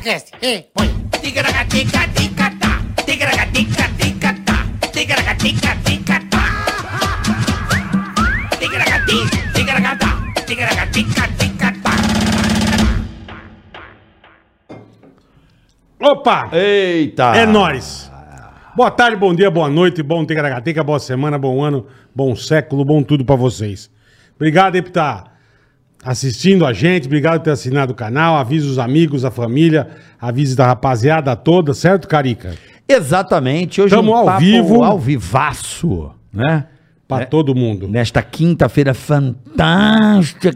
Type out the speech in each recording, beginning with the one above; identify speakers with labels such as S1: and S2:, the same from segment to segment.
S1: Tigracast. E põe. Tigracatica, ticatá. Tigracatica, ticatá. Tigracatica, ticatá. Tigracati, tigracatá. Tigracatica, ticatá.
S2: Opa!
S3: Eita!
S2: É nóis! Boa tarde, bom dia, boa noite, bom Tigaragateca, boa semana, bom ano, bom século, bom tudo pra vocês. Obrigado aí por estar assistindo a gente, obrigado por ter assinado o canal, avisa os amigos, a família, avisa da rapaziada toda, certo, Carica?
S3: Exatamente. Hoje um
S2: Tamo ao vivo.
S3: ao vivaço, né?
S2: Pra
S3: É,
S2: todo mundo.
S3: Nesta quinta-feira fantástica.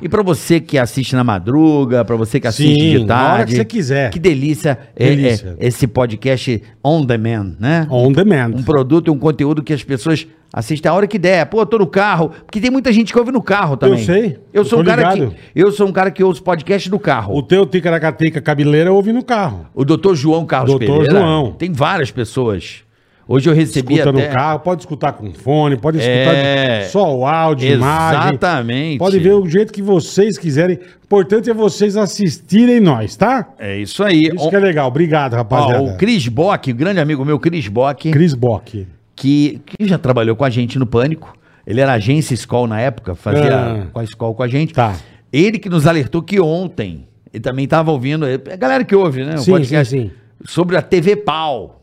S3: e pra você que assiste na madruga, pra você que assiste
S2: Sim,
S3: de
S2: na
S3: tarde.
S2: hora que você quiser.
S3: Que delícia, é,
S2: Delícia.
S3: é, esse podcast on demand, né?
S2: On demand.
S3: Um produto e um conteúdo que as pessoas assistem a hora que der. Pô, tô no carro, porque tem muita gente que ouve no carro também.
S2: sei,
S3: Eu sou
S2: eu
S3: um
S2: tô
S3: cara que
S2: ligado.
S3: eu sou um cara que ouço podcast no carro.
S2: O teu Ticaracateca cabeleira eu ouvi no carro.
S3: O doutor João Carlos
S2: Dr.
S3: Pereira.
S2: João.
S3: Tem várias pessoas. Hoje eu recebi
S2: Escuta
S3: até...
S2: no carro, pode escutar com fone, pode escutar
S3: É.
S2: de- só o áudio, imagem.
S3: Exatamente.
S2: Pode ver o jeito que vocês quiserem. O importante é vocês assistirem nós, tá?
S3: É isso aí.
S2: Isso que é né? legal. Obrigado, rapaziada.
S3: Ó, o Cris Bock, o grande amigo meu, Cris Bock,
S2: Cris Bock.
S3: que, que já trabalhou com a gente no Pânico. Ele era agência Skol na época, fazia
S2: Ah.
S3: com a Skol com a gente.
S2: Tá.
S3: Ele que nos alertou que ontem, ele também estava ouvindo, a galera que ouve, né? o
S2: Sim, sim, sim.
S3: Sobre a TV Pau.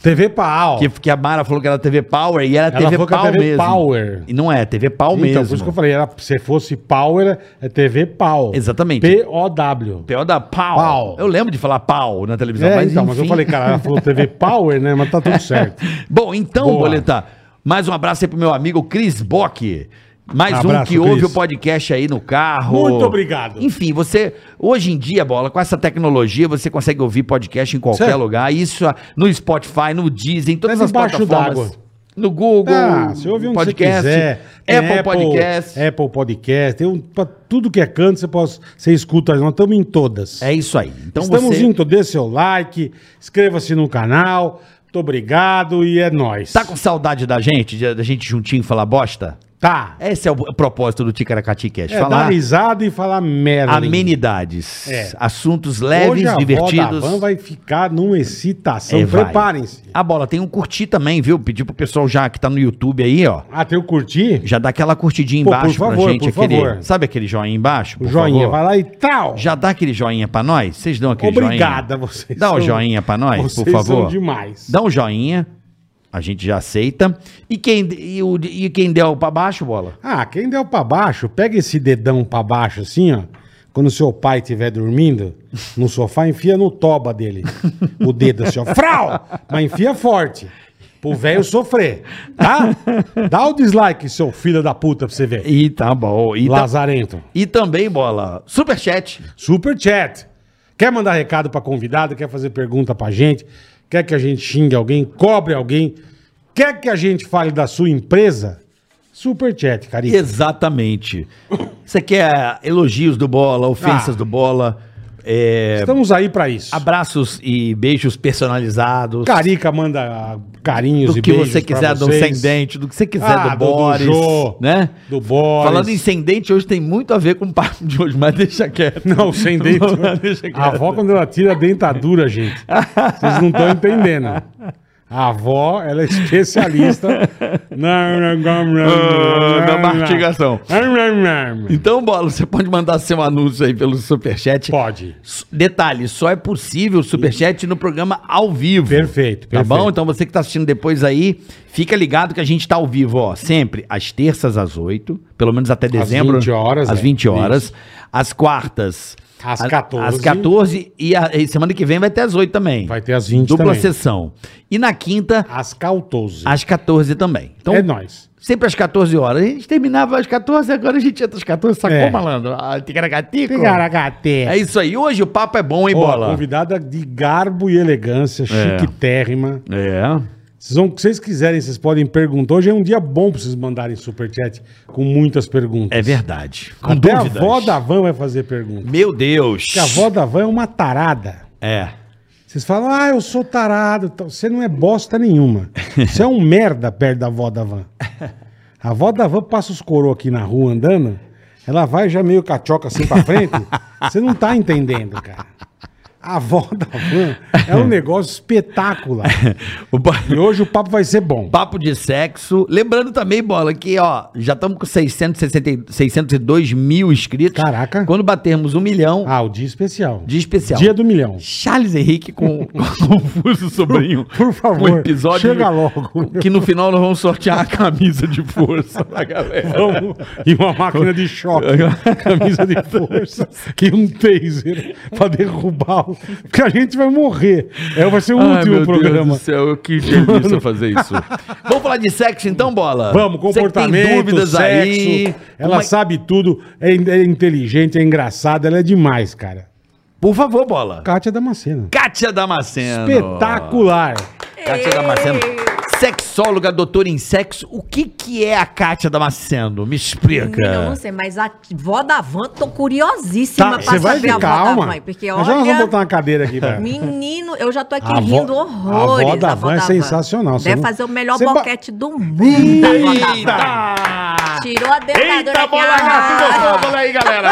S2: TV Pau.
S3: Que, é que a Mara falou que era TV Power e era
S2: Ela
S3: TV
S2: falou que era
S3: Pau
S2: TV
S3: mesmo.
S2: Power.
S3: E não é, TV Pau
S2: Então, por isso
S3: mesmo.
S2: que eu falei, era, se fosse Power, é TV Pau.
S3: Exatamente.
S2: P-O-W.
S3: Pior da pau.
S2: Pau.
S3: Eu lembro de falar pau na televisão,
S2: É,
S3: mas,
S2: então, mas eu
S3: enfim.
S2: falei, cara, ela falou TV Power, né? Mas tá tudo certo.
S3: Bom, então,
S2: Boa.
S3: Boleta, mais um abraço aí pro meu amigo Cris Bock. Mais um
S2: Abraço,
S3: que ouve
S2: Cris.
S3: o podcast aí no carro.
S2: Muito obrigado.
S3: Enfim, você, hoje em dia, Bola, com essa tecnologia, você consegue ouvir podcast em qualquer
S2: Certo.
S3: lugar. Isso ah, no Spotify, no Deezer, em todas
S2: Mas
S3: as
S2: embaixo
S3: plataformas.
S2: d'água.
S3: No Google,
S2: Ah, você ouve onde
S3: podcast,
S2: você quiser. Tem É.
S3: Apple, Podcast.
S2: Apple Podcast. Tem um, pra tudo que é canto, você, pode, você escuta. Nós estamos em todas.
S3: É isso aí. Então
S2: Estamos
S3: você
S2: em todas. Dê seu like, inscreva-se no canal. Muito obrigado e é nóis.
S3: tá com saudade da gente, de- da gente juntinho falar bosta?
S2: Tá.
S3: Esse é o propósito do Ticaracati Cash.
S2: É, dar
S3: falar
S2: risada e falar merda.
S3: amenidades,
S2: É.
S3: assuntos
S2: Hoje
S3: leves,
S2: a
S3: divertidos.
S2: van vai ficar numa excitação.
S3: É, vai.
S2: Preparem-se.
S3: A bola tem um curtir também, viu? Pedir pro pessoal já que tá no YouTube aí, ó.
S2: Ah, tem o curtir?
S3: Já dá aquela curtidinha
S2: Pô, por
S3: embaixo
S2: favor,
S3: pra gente.
S2: por
S3: aquele-
S2: favor.
S3: Sabe aquele joinha embaixo?
S2: O
S3: por
S2: joinha,
S3: favor?
S2: vai lá e tal.
S3: Já dá aquele joinha pra nós? Vocês dão aquele joinha?
S2: Obrigada a vocês.
S3: Dá o
S2: são-
S3: joinha pra nós, por
S2: vocês
S3: favor.
S2: São demais.
S3: Dá um joinha, a gente já aceita. E quem, e o, e quem der o pra baixo, bola?
S2: Ah, quem deu pra baixo, pega esse dedão pra baixo assim, ó. Quando seu pai estiver dormindo no sofá, enfia no toba dele. O dedo assim, ó. Frau! Mas enfia forte. Pro velho sofrer, tá? Dá o dislike, seu filho da puta, pra você ver.
S3: E tá bom. E, ta-
S2: Lazarento.
S3: e também, bola, superchat.
S2: Super chat. Quer mandar recado pra convidado? Quer fazer pergunta pra gente? Quer que a gente xingue alguém? Cobre alguém? Quer que a gente fale da sua empresa? Super chat, carinho.
S3: Exatamente. Você quer elogios do Bola, ofensas
S2: Ah.
S3: do Bola, é,
S2: Estamos aí pra isso.
S3: abraços e beijos personalizados.
S2: Carica manda carinhos
S3: do que
S2: beijos
S3: você
S2: pra
S3: quiser do
S2: vocês.
S3: sem dente, do que você quiser
S2: Ah,
S3: do Boris,
S2: Jô,
S3: né?
S2: Do Boris.
S3: Falando em sem dente, hoje tem muito a ver com o papo de hoje, mas deixa quieto.
S2: Não, sem dente.
S3: deixa quieto.
S2: a avó, quando ela tira a dentadura, gente, vocês não estão entendendo. A avó, ela é especialista na,
S3: Ah, na mastigação. Então, Bola, você pode mandar seu anúncio aí pelo Superchat.
S2: Pode.
S3: S- Detalhe, só é possível o superchat no programa ao vivo.
S2: Perfeito,
S3: Tá
S2: perfeito.
S3: bom? Então você que tá assistindo depois aí, fica ligado que a gente tá ao vivo, ó, sempre às terças às 8, pelo menos até dezembro.
S2: 20 horas,
S3: Às
S2: é,
S3: 20 horas. Às quartas.
S2: Às
S3: a-
S2: 14.
S3: Às 14 e, a- e semana que vem vai até às 8 também.
S2: Vai ter às 20
S3: Dupla
S2: também.
S3: sessão. E na quinta,
S2: Ascal 12.
S3: às 14 também. Então,
S2: é nóis.
S3: sempre às 14 horas. A gente terminava às 14, agora a gente entra às 14, sacou,
S2: É.
S3: malandro? Ah, ticaracatico.
S2: Pegaragate.
S3: É isso aí. Hoje o papo é bom, hein,
S2: Ó,
S3: Bola?
S2: Convidada de garbo e elegância,
S3: É.
S2: chiquitérrima.
S3: É.
S2: Vocês vão, o que vocês quiserem, vocês podem perguntar. Hoje é um dia bom pra vocês mandarem superchat com muitas perguntas.
S3: É verdade. Com
S2: Até
S3: dúvidas.
S2: a avó da van vai fazer pergunta.
S3: Meu Deus.
S2: Porque a avó da van é uma tarada.
S3: É.
S2: Vocês falam, ah, eu sou tarado. tal. Você não é bosta nenhuma. Você é um merda perto da avó da van. A avó da van passa os coroa aqui na rua andando, ela vai já meio cachoca assim pra frente. Você não tá entendendo, cara. A avó da van é um negócio espetacular.
S3: O pa-
S2: E hoje o papo vai ser bom.
S3: Papo de sexo. Lembrando também, Bola, que ó, já estamos com 660, 602 mil inscritos.
S2: Caraca.
S3: Quando batermos um milhão,
S2: Ah, o dia especial.
S3: dia especial.
S2: Dia do milhão.
S3: Charles Henrique com com o Confuso Sobrinho.
S2: Por favor,
S3: um episódio
S2: chega logo.
S3: Que no final nós vamos sortear a camisa de força da galera.
S2: Vamos. E uma máquina de choque. Camisa de força. E um taser pra derrubar. o- Porque a gente vai morrer. É, vai ser o
S3: Ai,
S2: último
S3: meu Deus
S2: programa.
S3: do céu, que delícia fazer isso. Vamos falar de sexo então, Bola?
S2: Vamos,
S3: Você que
S2: comportamento,
S3: tem dúvidas
S2: sexo.
S3: aí.
S2: Ela
S3: Como é-
S2: sabe tudo, é, in- é inteligente, é engraçada, ela é demais, cara.
S3: Por favor, Bola.
S2: Kátia Damasceno.
S3: Kátia Damasceno.
S2: Espetacular.
S3: Kátia Damasceno. Sexóloga, doutora em sexo. O que que é a Kátia Damasceno? Me explica.
S4: Não, não sei, mas a vó da van, tô curiosíssima pra
S2: Tá, você vai
S4: saber
S2: ficar,
S4: a vó
S2: calma.
S4: da van. Porque
S2: Mas já nós vamos botar
S4: olha,
S2: uma cadeira aqui, velho.
S4: menino, eu já tô aqui
S2: A vó-
S4: rindo horrores.
S2: a vó da van é sensacional, você
S4: Deve
S2: não-
S4: fazer o melhor
S2: Você ba-
S4: boquete do mundo. a vó da van. Tirou a dentadura
S3: Eita, bola gato, botou a bola aí, galera!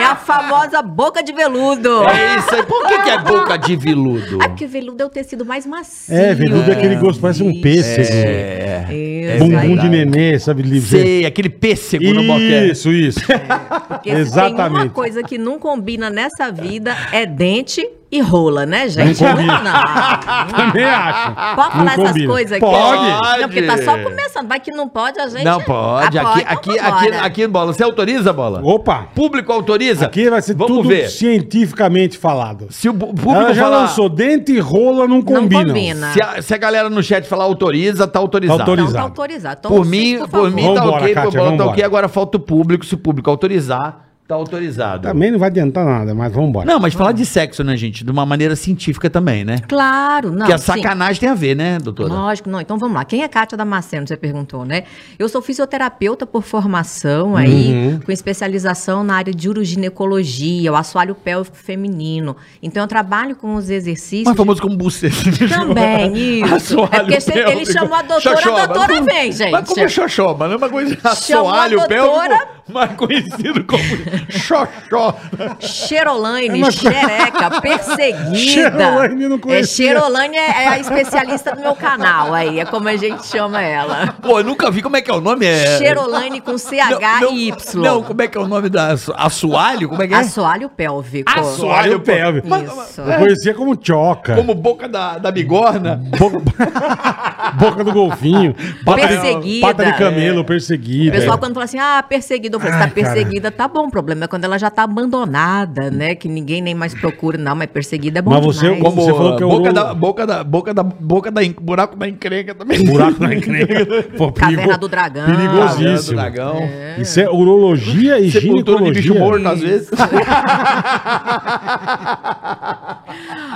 S4: É a famosa boca de veludo.
S3: é isso aí. Por que, que é boca de veludo?
S4: Ah, porque veludo é o tecido mais macio.
S2: É, veludo é aquele gosto, parece um pêssego.
S4: Isso,
S2: Bumbum de
S4: aí.
S2: nenê, sabe? Livre.
S3: É. Sei, aquele pêssego no boquete.
S2: Isso, isso.
S4: Porque se tem uma
S2: Exatamente.
S4: coisa que não combina nessa vida é dente e rola, né, gente?
S2: Não combina.
S4: Não.
S2: Também acho.
S4: Pode
S2: Ah, Não
S4: falar essas
S2: combina.
S4: coisas aqui?
S3: Pode.
S4: Não, porque tá só começando. Vai que não pode, a gente.
S3: Não pode.
S4: Ah,
S3: Aqui,
S4: então
S3: aqui, aqui,
S4: vambora.
S3: aqui, bola. Você autoriza, bola?
S2: Opa.
S3: Público autoriza?
S2: Aqui vai ser
S3: Vamos
S2: tudo
S3: ver.
S2: cientificamente falado.
S3: Se o bu- público
S2: Ela já
S3: falar-
S2: lançou dente e rola não combinam.
S4: combina.
S3: Se a, se a galera no chat falar autoriza, tá autorizado.
S2: Autoriza.
S4: Então tá autorizado. Então,
S3: Por
S4: sim,
S3: mim, por,
S4: favor.
S3: mim tá
S2: Vambora,
S3: ok, por
S2: Kátia,
S3: bola tá ok.
S2: vambora.
S3: Agora falta o público. Se o público autorizar, tá autorizado.
S2: Também não vai adiantar nada, mas vamos embora.
S3: Não, mas falar de sexo, né, gente? De uma maneira científica também, né?
S4: Claro, não.
S3: que a
S4: sim.
S3: sacanagem tem a ver, né, doutora?
S4: Lógico, não. Então vamos lá. Quem é Kátia Damasceno? Você perguntou, né? Eu sou fisioterapeuta por formação aí,
S3: Uhum.
S4: com especialização na área de uroginecologia, o assoalho pélvico feminino. Então eu trabalho com os exercícios.
S3: Mais famoso como buceta. né?
S4: Também, isso. É porque você- ele chamou a doutora, a doutora vem, gente.
S3: Mas como é xoxoba, né? Uma coisa
S4: Chamou a
S3: assoalho
S4: doutora.
S3: pélvico, mais conhecido como xoxó.
S4: Xerolaine, xereca, perseguida.
S2: Xerolaine eu não
S4: é,
S2: conhecia.
S4: Xerolaine é, é a especialista do meu canal aí, é como a gente chama ela.
S3: Pô, eu nunca vi como é que é o nome. É...
S4: Xerolaine com CH e Y.
S3: Não, como é que é o nome da... asso- Assoalho? Como é que é?
S4: Assoalho pélvico.
S3: Assoalho.
S2: Assoalho pélvico.
S4: Isso.
S3: é.
S2: Eu conhecia como choca.
S3: Como boca da, da bigorna.
S2: Boca, boca do golfinho. Pata de,
S4: Perseguida.
S2: pata de camelo,
S4: O
S2: perseguida.
S4: pessoal, quando fala assim, ah, perseguida, eu falo, se
S2: é. Ai,
S4: tá perseguida, tá bom. O problema é quando ela já tá abandonada, né? Que ninguém nem mais procura, não, mas perseguida é bom.
S2: Mas você-
S4: demais.
S2: como- Você falou que é o
S3: boca,
S2: Lula.
S3: da, boca da... Boca da... Boca da... en- Buraco da encrenca também.
S2: Buraco na encrenca. Pô,
S4: Caverna do Dragão.
S3: Caverna do
S2: Perigosíssimo.
S3: dragão.
S2: Isso é urologia e
S3: Sepultura
S2: ginecologia.
S3: de bicho morto, às vezes.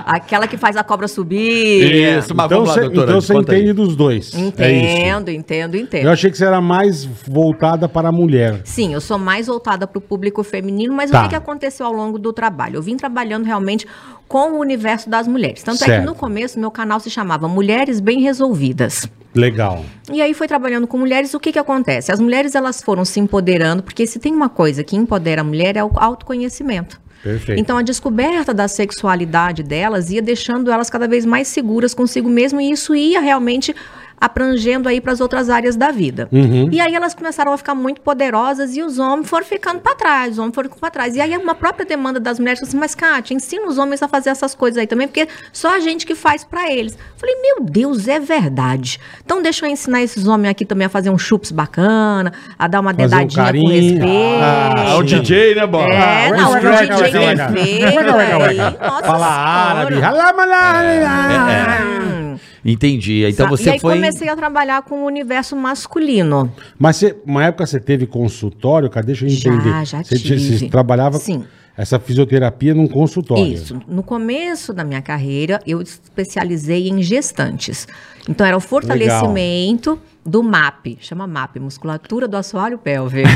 S4: Aquela que faz a cobra subir.
S3: Isso, mas
S2: então
S3: vamos lá,
S2: você,
S3: um doutora.
S2: então você
S3: conta aí.
S2: entende dos dois. É isso.
S4: Entendo, entendo, entendo.
S2: Eu achei que você era mais voltada para a mulher.
S4: Sim, eu sou mais voltada para o público feminino, mas
S2: Tá.
S4: o que, que aconteceu ao longo do trabalho? Eu vim trabalhando realmente com o universo das mulheres. Tanto é
S2: Certo.
S4: que no começo meu canal se chamava Mulheres Bem Resolvidas.
S2: Legal.
S4: E aí foi trabalhando com mulheres, o que que acontece? As mulheres elas foram se empoderando, porque se tem uma coisa que empodera a mulher é o autoconhecimento.
S2: Perfeito.
S4: Então a descoberta da sexualidade delas ia deixando elas cada vez mais seguras consigo mesmo e isso ia realmente abrangendo aí para as outras áreas da vida.
S2: Uhum.
S4: E aí elas começaram a ficar muito poderosas e os homens foram ficando para trás, os homens foram ficando para trás. E aí é uma própria demanda das mulheres falou assim: "Mas Kátia, ensina os homens a fazer essas coisas aí também, porque só a gente que faz para eles". Falei: "Meu Deus, é verdade". Então deixa eu ensinar esses homens aqui também a fazer um chups bacana, a dar uma
S2: Fazer um
S4: dedadinha com
S2: carinho.
S4: respeito.
S2: Ah, o
S4: Sim.
S3: DJ, né, Bola?
S4: É,
S2: Ah,
S4: não, o
S2: ué,
S4: DJ
S2: ué, ué, ué,
S4: perfeito,
S2: ué, ué, ué.
S4: né? aí, nossa
S2: Fala árabe.
S4: senhora.
S3: É. Entendi. Então
S4: Ah, e
S3: você
S4: aí
S3: foi.
S4: comecei a trabalhar com o universo masculino.
S2: Mas você, uma época você teve consultório, cara, deixa eu
S4: Já,
S2: entender.
S4: já
S2: você, tinha-
S4: tive.
S2: você trabalhava
S4: Sim.
S2: essa fisioterapia num consultório.
S4: Isso. No começo da minha carreira, eu especializei em gestantes. Então, era o fortalecimento do MAP, chama MAP, musculatura do assoalho pélvico.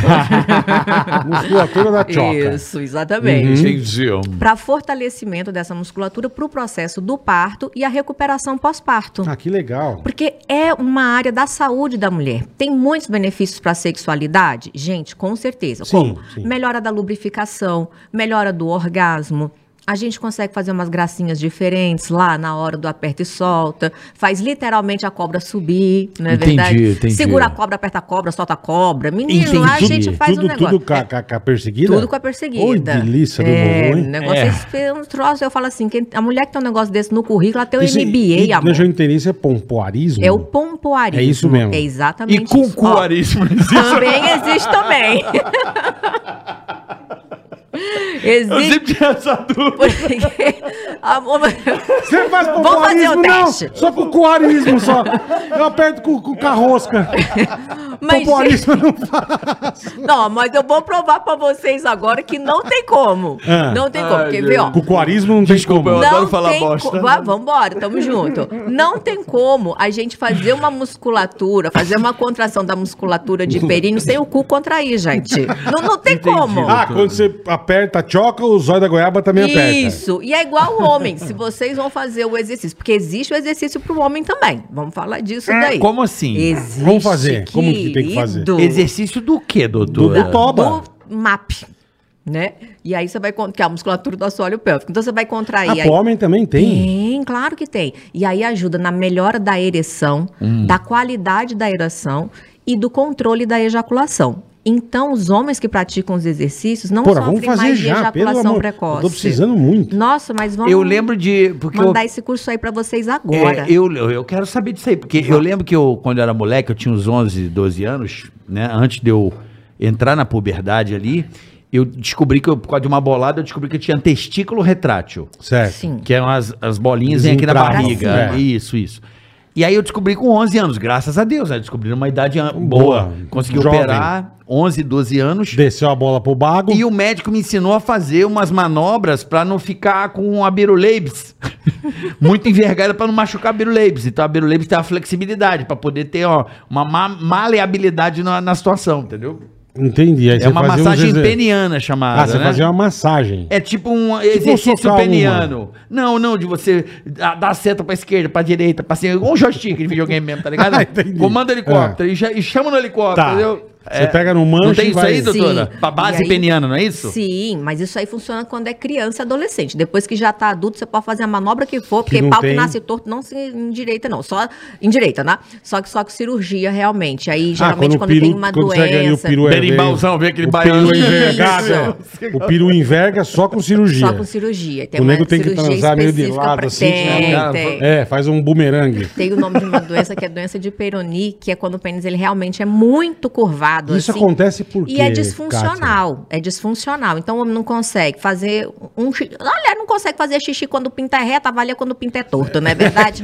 S2: Musculatura da choca.
S4: Isso, exatamente.
S3: Entendi.
S4: Para fortalecimento dessa musculatura para o processo do parto e a recuperação pós-parto.
S2: Ah, que legal.
S4: Porque é uma área da saúde da mulher. Tem muitos benefícios para a sexualidade? Gente, com certeza.
S2: Sim,
S4: Como?
S2: sim.
S4: Melhora da lubrificação, melhora do orgasmo. A gente consegue fazer umas gracinhas diferentes lá na hora do aperta e solta. Faz literalmente a cobra subir, não é
S3: Entendi,
S4: verdade?
S3: entendi.
S4: Segura a cobra, aperta a cobra, solta a cobra. Menino,
S3: Entendi.
S4: a gente faz
S2: tudo,
S4: um negócio.
S2: Tudo com a,
S4: É,
S2: com a- com a perseguida?
S4: tudo com a perseguida.
S2: Oi, delícia do
S4: é,
S2: vovô,
S4: O
S2: hein?
S4: negócio
S3: É.
S4: é. esse- é um troço. Eu falo assim, quem- a mulher que tem um negócio desse no currículo, ela tem um o
S2: Isso é-
S4: MBA,
S2: e-
S4: amor.
S2: Deixa eu entender, isso é pompoarismo?
S4: É o pompoarismo.
S2: É isso mesmo.
S4: É
S3: E
S4: exatamente
S3: com
S4: isso. Ó,
S3: cuarismo né? é existe.
S4: Também é existe também.
S3: Eu
S4: existe. Ah,
S3: sempre tinha essa dúvida.
S4: Porque a mulher-
S2: Você faz
S4: Vamos fazer
S2: pompoarismo,
S4: um
S2: não?
S4: teste.
S2: Só com coarismo, só. Eu aperto com, com carrosca.
S4: Mas, gente,
S2: pompoarismo não faz.
S4: não, mas eu vou provar pra vocês agora que não tem como.
S2: Ah.
S4: Não tem como.
S3: Ai,
S4: Porque,
S3: gente.
S4: vê, ó.
S2: Com coarismo não tem
S3: Desculpa,
S2: como.
S3: eu- adoro falar
S4: tem
S3: bosta.
S4: co- Vá- Vambora, tamo junto. Não tem como a gente fazer uma musculatura, fazer uma contração da musculatura de períneo sem o cu contrair, gente. Não, não tem como.
S2: Ah, quando você aperta, choca, o zóio da goiaba também aperta.
S4: Isso. E é igual o homem, se vocês vão fazer o exercício. Porque existe o exercício pro homem também. Vamos falar disso daí.
S3: Como assim?
S4: Existe,
S2: Vamos fazer. Como que tem que fazer?
S4: querido.
S3: Exercício do quê, doutora?
S2: Do- do top. Oba.
S4: Do MAP. Né? E aí você vai con- que é a musculatura do assoalho pélvico. Então você vai
S2: Ah,
S4: contrair
S2: pro
S4: aí
S2: homem também tem.
S4: Tem, claro que tem. E aí ajuda na melhora da ereção,
S2: Hum.
S4: da qualidade da ereção e do controle da ejaculação. Então, os homens que praticam os exercícios não
S2: Porra, vamos
S4: sofrem
S2: fazer
S4: mais de
S2: já, pelo
S4: ejaculação
S2: amor.
S4: precoce.
S2: Eu tô precisando muito.
S4: Nossa, mas vamos
S3: Eu lembro de. Porque eu,
S4: mandar esse curso aí pra vocês
S3: é,
S4: agora.
S3: eu, eu eu quero saber disso aí, porque eu lembro que eu, quando eu era moleque, eu tinha uns 11, 12 anos, né? Antes de eu entrar na puberdade ali, eu descobri que eu, por causa de uma bolada, eu descobri que eu tinha testículo retrátil.
S2: Certo.
S4: Sim.
S3: Que eram as, as bolinhas vem aqui na
S2: Entravam,
S3: barriga.
S2: é.
S3: Isso, isso. E aí eu descobri com 11 anos, graças a Deus, né? Descobri numa idade an-
S2: Boa,
S3: boa. Consegui
S2: jovem.
S3: operar, 11, 12 anos.
S2: Desceu a bola pro bago.
S3: E o médico me ensinou a fazer umas manobras pra não ficar com a biruleibs. Muito envergada pra não machucar a biruleibs. Então a biruleibs tem a flexibilidade pra poder ter ó, uma ma- maleabilidade na, na situação, entendeu?
S2: Entendi. Aí
S3: é uma
S2: fazia uns
S3: massagem
S2: exer-
S3: peniana chamada,
S2: Ah, você
S3: né?
S2: fazia uma massagem. Ah,
S3: É tipo um
S2: socar
S3: exercício
S2: uma.
S3: peniano. Não, não, de você dar dar seta pra esquerda, pra direita, pra cima. Igual um joystick de videogame mesmo, tá ligado?
S2: Ah, entendi. É.
S3: Comanda helicóptero e, já- e chama no helicóptero,
S2: Tá.
S3: entendeu? É.
S2: Você pega no manche
S3: Não tem
S2: e
S3: isso
S2: vai-
S3: aí, doutora?
S4: Sim.
S3: Pra base
S4: E aí-
S3: peniana, não é isso?
S4: Sim, mas isso aí funciona quando é criança e adolescente. Depois que já tá adulto, você pode fazer a manobra que for, porque
S2: não
S4: pau
S2: tem.
S4: que nasce torto não se endireita, não. Só endireita, né? Só que só com cirurgia, realmente. Aí, geralmente,
S2: o
S4: quando, tem uma
S2: Ah, quando você ganha,
S4: doença.
S2: O peru é
S3: Berimbauzão, vem aquele
S2: o
S3: baiano.
S2: peru é envergado.
S4: Isso.
S2: é. O peru enverga só com cirurgia.
S4: Só com cirurgia.
S2: O nego tem que
S4: cirurgia
S2: transar meio de
S4: específica
S2: lado,
S4: pra-
S2: assim,
S4: Tem,
S3: né?
S4: tem.
S2: É, faz um bumerangue.
S4: Tem o nome de uma doença que é a doença de Peroni, que é quando o pênis ele realmente é muito curvado.
S2: Isso
S4: assim.
S2: acontece por quê,
S4: E é disfuncional, é disfuncional. Então o homem não consegue fazer um xixi. Olha, não consegue fazer xixi quando pinta é reto, avalia quando pinta é torto, não é verdade?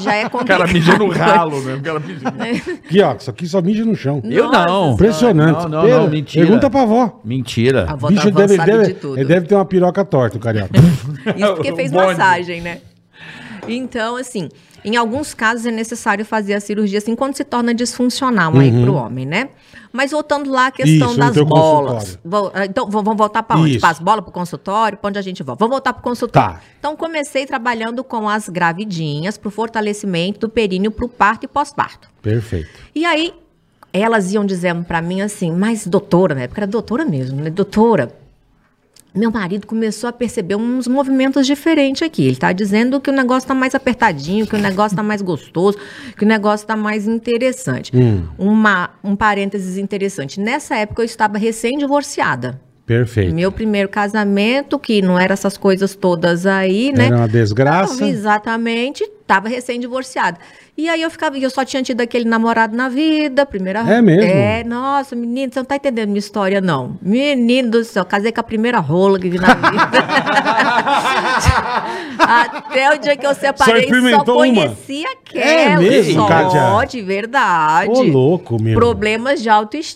S4: Já é
S3: O
S4: complicado.
S3: cara mija no ralo mesmo. O cara mija
S4: Né?
S3: no ralo.
S2: Cátia? Aqui, ó, isso aqui só mija no chão.
S3: Eu não.
S2: Impressionante.
S3: Não, não,
S2: Pera,
S3: não, mentira.
S2: Pergunta pra avó.
S3: Mentira.
S4: A
S2: O
S4: vó tá
S2: bicho deve,
S4: avançada
S2: deve,
S4: de tudo.
S2: ele deve ter uma piroca torta, o carioca.
S4: Isso porque fez
S3: Um bonde.
S4: massagem, né? Então, assim, em alguns casos é necessário fazer a cirurgia, assim, quando se torna disfuncional aí pro homem, né? Mas voltando lá à questão
S2: Uhum. Isso, no
S4: das
S2: teu
S4: bolas.
S2: consultório.
S4: Vo- ah, Então, v- vamos voltar para onde?
S2: Isso.
S4: Para as bolas, para o consultório, para onde a gente volta? Vamos voltar para o consultório.
S2: Tá.
S4: Então, comecei trabalhando com as gravidinhas, para o fortalecimento do períneo para o parto e pós-parto.
S2: Perfeito.
S4: E aí, elas iam dizendo pra mim assim, mas doutora, na época era doutora mesmo, né? Doutora, meu marido começou a perceber uns movimentos diferentes aqui. Ele tá dizendo que o negócio tá mais apertadinho, que o negócio tá mais gostoso, que o negócio tá mais interessante. Uma, um parênteses interessante. Nessa época eu estava recém-divorciada.
S2: Perfeito.
S4: Meu primeiro casamento, que não era essas coisas todas aí, né?
S2: Era uma desgraça.
S4: Não, exatamente, tava recém-divorciada. E aí eu ficava, e eu só tinha tido aquele namorado na vida, primeira
S2: É mesmo?
S4: É, nossa, menino, você não tá entendendo minha história, não. Menino do céu, casei com a primeira rola que vi na vida. Até o dia que eu separei, só,
S2: experimentou uma?
S4: conhecia aquela.
S2: É mesmo,
S4: só,
S2: Kátia?
S4: de verdade.
S2: Ô, louco, meu.
S4: Problemas de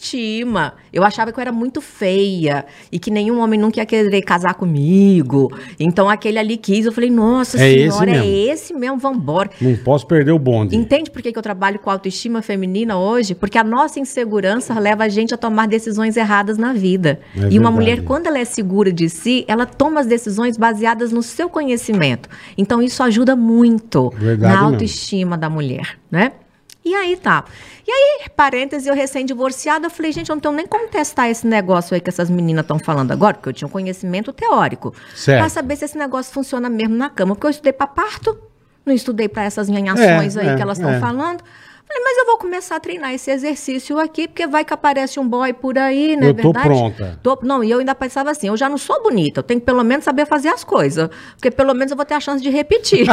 S4: autoestima. Eu achava que eu era muito feia e que nenhum homem nunca ia querer casar comigo. Então aquele ali quis. Eu falei, nossa
S2: É esse
S4: senhora,
S2: mesmo.
S4: é esse mesmo, vambora.
S2: Não posso perder o bonde.
S4: Entende por que, que eu trabalho com autoestima feminina hoje? Porque a nossa insegurança leva a gente a tomar decisões erradas na vida.
S2: É
S4: e uma
S2: verdade.
S4: mulher, quando ela é segura de si, ela toma as decisões baseadas no seu conhecimento. Então, isso ajuda muito
S2: Verdade
S4: na
S2: mesmo.
S4: autoestima da mulher, né? E aí tá. E aí, parêntese, eu recém-divorciada, eu falei, gente, eu não tenho nem como testar esse negócio aí que essas meninas estão falando agora, porque eu tinha um conhecimento teórico.
S2: Certo.
S4: Pra saber se esse negócio funciona mesmo na cama, porque eu estudei pra parto, não estudei pra essas nhanhações
S2: É,
S4: aí
S2: é,
S4: que elas estão
S2: é.
S4: falando. Falei, mas eu vou começar a treinar esse exercício aqui, porque vai que aparece um boy por aí, não é
S2: Eu tô
S4: verdade?
S2: pronta.
S4: Tô- não, e eu ainda pensava assim, eu já não sou bonita, eu tenho que pelo menos saber fazer as coisas, porque pelo menos eu vou ter a chance de repetir.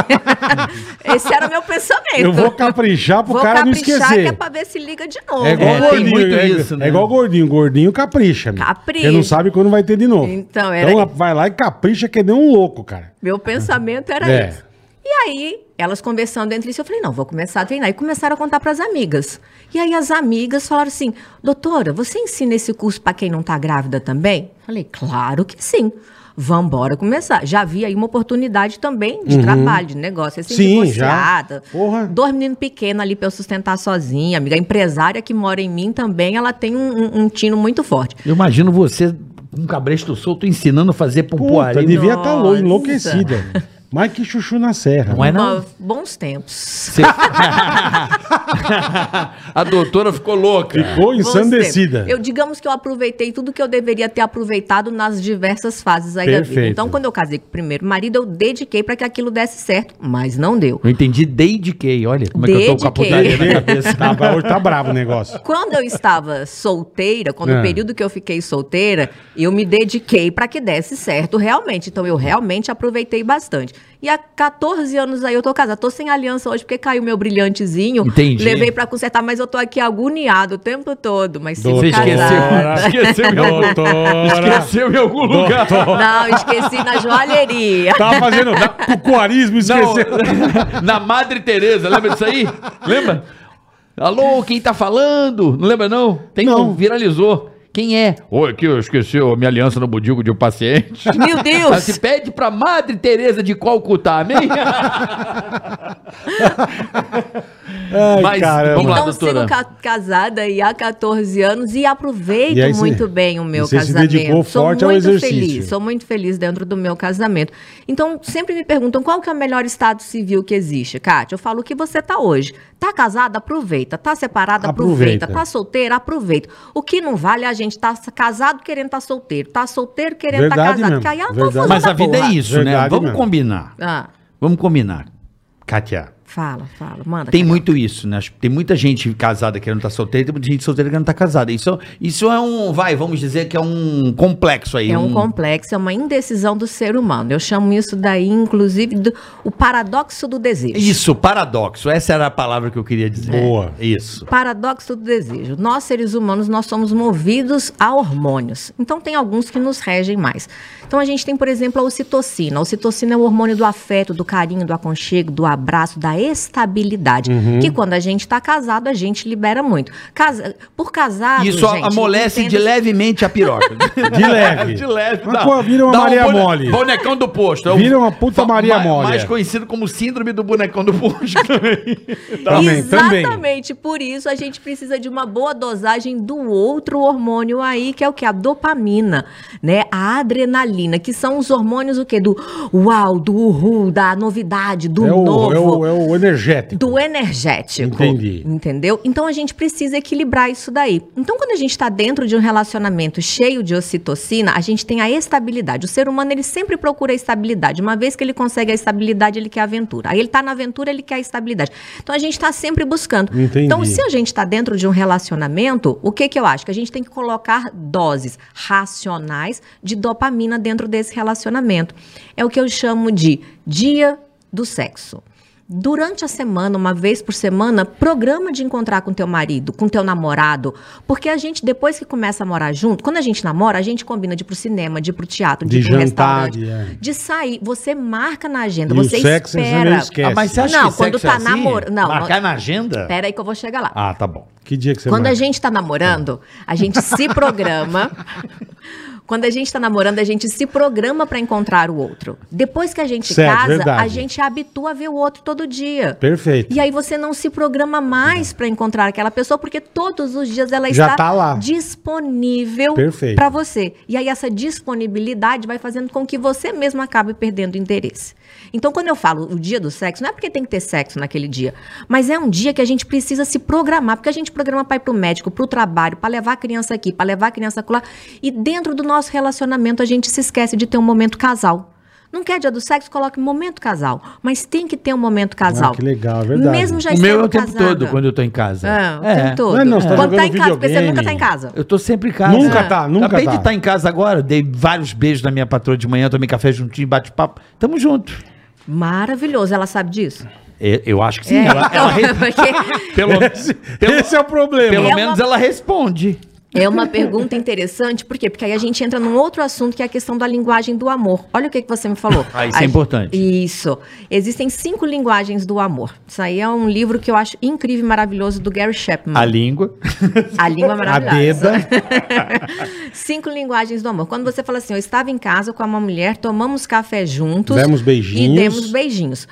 S4: esse era o meu pensamento.
S2: Eu vou caprichar pro cara não esquecer.
S4: que é pra ver se liga de novo.
S2: É igual
S3: É, tem
S2: gordinho,
S3: muito
S2: é,
S3: isso, né?
S2: é igual gordinho, gordinho capricha. meu.
S4: Capricha.
S2: Porque não sabe quando vai ter de novo.
S4: Então, era-
S2: Então vai lá e capricha que nem um louco, cara.
S4: Meu pensamento era
S2: É.
S4: esse. E aí, elas conversando entre si, eu falei, não, vou começar a treinar. E começaram a contar para as amigas. E aí as amigas falaram assim, doutora, você ensina esse curso para quem não está grávida também? Falei, claro que sim. Vambora começar. Já havia aí uma oportunidade também de trabalho, de negócio. Assim,
S2: Uhum. Sim,
S4: divorciada.
S2: já. Porra.
S4: Dois meninos pequenos ali para eu sustentar sozinha. Amiga, a empresária que mora em mim também, ela tem um- um- um tino muito forte.
S3: Eu imagino você com um cabresto solto ensinando a fazer
S2: Puta,
S3: pompoarinho.
S2: devia estar
S4: Nossa.
S2: enlouquecida. Mas que chuchu na serra.
S3: Não é não?
S4: Uma- Bons tempos.
S3: Você- a doutora ficou louca.
S2: Ficou
S4: Você.
S2: ensandecida.
S4: Eu digamos que eu aproveitei tudo que eu deveria ter aproveitado nas diversas fases aí da
S2: Perfeito.
S4: vida. Então, quando eu casei com o primeiro marido, eu dediquei para que aquilo desse certo, mas não deu.
S3: Eu entendi dediquei, olha como é que eu tô com a
S4: Dediquei.
S3: putaria na cabeça.
S2: Tá, mas hoje tá brabo o negócio.
S4: Quando eu estava solteira, quando
S2: Ah.
S4: o período que eu fiquei solteira, eu me dediquei para que desse certo realmente. Então eu realmente aproveitei bastante. E há 14 anos aí eu tô casada. Tô sem aliança hoje porque caiu meu brilhantezinho.
S3: Entendi.
S4: Levei para consertar, mas eu tô aqui agoniado o tempo todo, mas sigo
S3: Você
S4: casada.
S3: esqueceu, né? esqueceu é em algum, esqueceu em algum lugar.
S4: Não, esqueci na joalheria.
S3: tá
S2: Tava fazendo cucuarismo,
S3: Não,
S2: esqueceu.
S3: na Madre Teresa, lembra disso aí? Lembra? Alô, quem tá falando? Não lembra não? Tem
S2: Não.
S3: um, viralizou. Quem é? Oi, aqui eu esqueci a minha aliança no budigo de um paciente.
S4: Meu
S3: Ela
S4: Deus!
S3: se pede pra Madre Teresa de Calcutá, amém?
S2: Ai,
S3: Mas,
S2: caramba.
S3: vamos lá.
S4: Então,
S3: doutora.
S4: sigo ca- casada aí há 14 anos e aproveito
S2: E aí,
S4: muito
S2: você-
S4: bem o meu
S2: você se
S4: casamento.
S2: dedicou
S4: sou
S2: forte ao
S4: muito
S2: exercício.
S4: feliz, sou muito feliz dentro do meu casamento. Então, sempre me perguntam qual que é o melhor estado civil que existe, Kátia. Eu falo que você tá hoje. Tá casada, aproveita. Tá separada,
S2: Aproveita.
S4: aproveita. Tá solteira, aproveita. O que não vale é a gente tá casado querendo tá solteiro, tá solteiro querendo
S2: Verdade
S4: tá casado.
S2: mesmo,
S4: Porque aí é uma
S2: verdade.
S4: confusão
S3: Mas
S4: da
S3: a vida
S4: porra.
S3: é isso, né?
S2: Verdade
S3: Vamos
S2: mesmo.
S3: combinar.
S4: Ah,
S3: Vamos combinar. Kátia,
S4: fala, fala, manda.
S3: tem
S4: Kátia.
S3: muito isso, né? Acho que Tem muita gente casada querendo estar solteira, e tem muita gente solteira querendo estar casada. Isso, isso é um, vai, vamos dizer que é um complexo aí.
S4: É um complexo, é uma indecisão do ser humano. Eu chamo isso daí, inclusive, do, o paradoxo do desejo.
S3: Isso, paradoxo. Essa era a palavra que eu queria dizer.
S2: Boa.
S3: Isso.
S4: Paradoxo do desejo. Nós, seres humanos, nós somos movidos a hormônios. Então, tem alguns que nos regem mais. Então, a gente tem, por exemplo, a ocitocina. A ocitocina é o hormônio do afeto, do carinho, do aconchego, do abraço, da estabilidade.
S3: Uhum.
S4: Que quando a gente está casado, a gente libera muito. Casa- Por casado,
S3: Isso
S4: gente,
S3: amolece de
S4: entenda-
S3: levemente a piroca.
S2: De leve.
S3: de leve. um
S2: Mas, pô, vira uma Maria
S3: bone-
S2: Mole.
S3: Bonecão do posto. É o-
S2: Vira uma puta
S3: fa-
S2: Maria
S3: ma-
S2: Mole.
S3: Mais conhecido como síndrome do bonecão do posto. um
S2: Também, também.
S4: Exatamente, por isso a gente precisa de uma boa dosagem do outro hormônio aí, que é o que? A dopamina, né? A adrenalina, que são os hormônios o quê? Do uau, do uhul, da novidade, do
S2: É o,
S4: Um novo.
S2: é, o, é o energético.
S4: Do energético.
S2: Entendi.
S4: Entendeu? Então a gente precisa equilibrar isso daí. Então, quando a gente está dentro de um relacionamento cheio de ocitocina, a gente tem a estabilidade. O ser humano ele sempre procura a estabilidade. Uma vez que ele consegue a estabilidade, ele quer a aventura. Aí ele está na aventura, ele quer a estabilidade. Então a gente está sempre buscando.
S2: Entendi.
S4: Então, se a gente está dentro de um relacionamento, o que, que eu acho? Que a gente tem que colocar doses racionais de dopamina dentro desse relacionamento. É o que eu chamo de dia do sexo. durante a semana, uma vez por semana, programa de encontrar com teu marido, com teu namorado, porque a gente depois que começa a morar junto, quando a gente namora, a gente combina de ir pro cinema, de ir pro teatro, de,
S2: De
S4: ir pro
S2: jantar,
S4: restaurante,
S2: é.
S4: de sair, você marca na agenda,
S2: E o
S4: você
S2: sexo você não
S4: espera.
S3: Ah,
S2: esquece.
S4: Não, quando tá namoro- não,
S3: é assim? marcar
S4: não-
S3: na agenda?
S4: Espera aí que eu vou chegar lá.
S3: Ah, tá bom.
S2: Que dia que você
S4: Quando a
S2: marca?
S4: gente tá namorando, a gente se programa. Quando a gente tá namorando, a gente se programa pra encontrar o outro. Depois que a gente
S2: Certo,
S4: casa, a
S2: verdade.
S4: gente habitua a ver o outro todo dia.
S2: Perfeito.
S4: E aí você não se programa mais pra encontrar aquela pessoa, porque todos os dias ela
S2: Já
S4: está
S2: tá lá.
S4: disponível
S2: Perfeito.
S4: pra você. E aí essa disponibilidade vai fazendo com que você mesmo acabe perdendo interesse. Então quando eu falo o dia do sexo, não é porque tem que ter sexo naquele dia, mas é um dia que a gente precisa se programar, porque a gente programa para ir pro médico, pro trabalho, pra levar a criança aqui, pra levar a criança lá, e dentro do nosso relacionamento a gente se esquece de ter um momento casal. Não quer dia do sexo, coloque momento casal. Mas tem que ter um momento casal.
S2: que legal, é verdade.
S4: Mesmo já
S3: o meu é o
S4: estando
S3: tempo
S4: casada.
S3: todo, quando eu tô em casa.
S4: É, o
S3: É.
S4: tempo todo.
S2: Não é não, você tá
S4: quando tá em
S2: jogando
S4: casa, porque você
S2: videogame.
S4: nunca tá em casa.
S3: Eu tô sempre em casa.
S2: Nunca tá, nunca
S3: Acabei
S2: tá.
S3: de estar em casa agora, dei vários beijos na minha patroa de manhã, tomei café juntinho, bate-papo. Tamo junto.
S4: Maravilhoso, ela sabe disso?
S3: Eu, É, eu acho que sim. Ela, ela re-
S4: porque
S3: pelo,
S2: Esse,
S3: pelo-
S2: esse é o problema.
S3: pelo
S4: É uma-
S3: menos ela responde.
S4: é uma pergunta interessante, por quê? Porque aí a gente entra num outro assunto que é a questão da linguagem do amor. Olha o que, que você me falou.
S3: Ah, isso é
S4: A-
S3: importante.
S4: Isso. Existem cinco linguagens do amor. Isso aí é um livro que eu acho incrível e maravilhoso do Gary Chapman.
S3: A língua.
S4: A língua
S2: A
S4: maravilhosa.
S2: deda.
S4: Cinco linguagens do amor. Quando você fala assim, eu estava em casa com uma mulher, tomamos café juntos.
S2: Demos beijinhos.
S4: E demos beijinhos.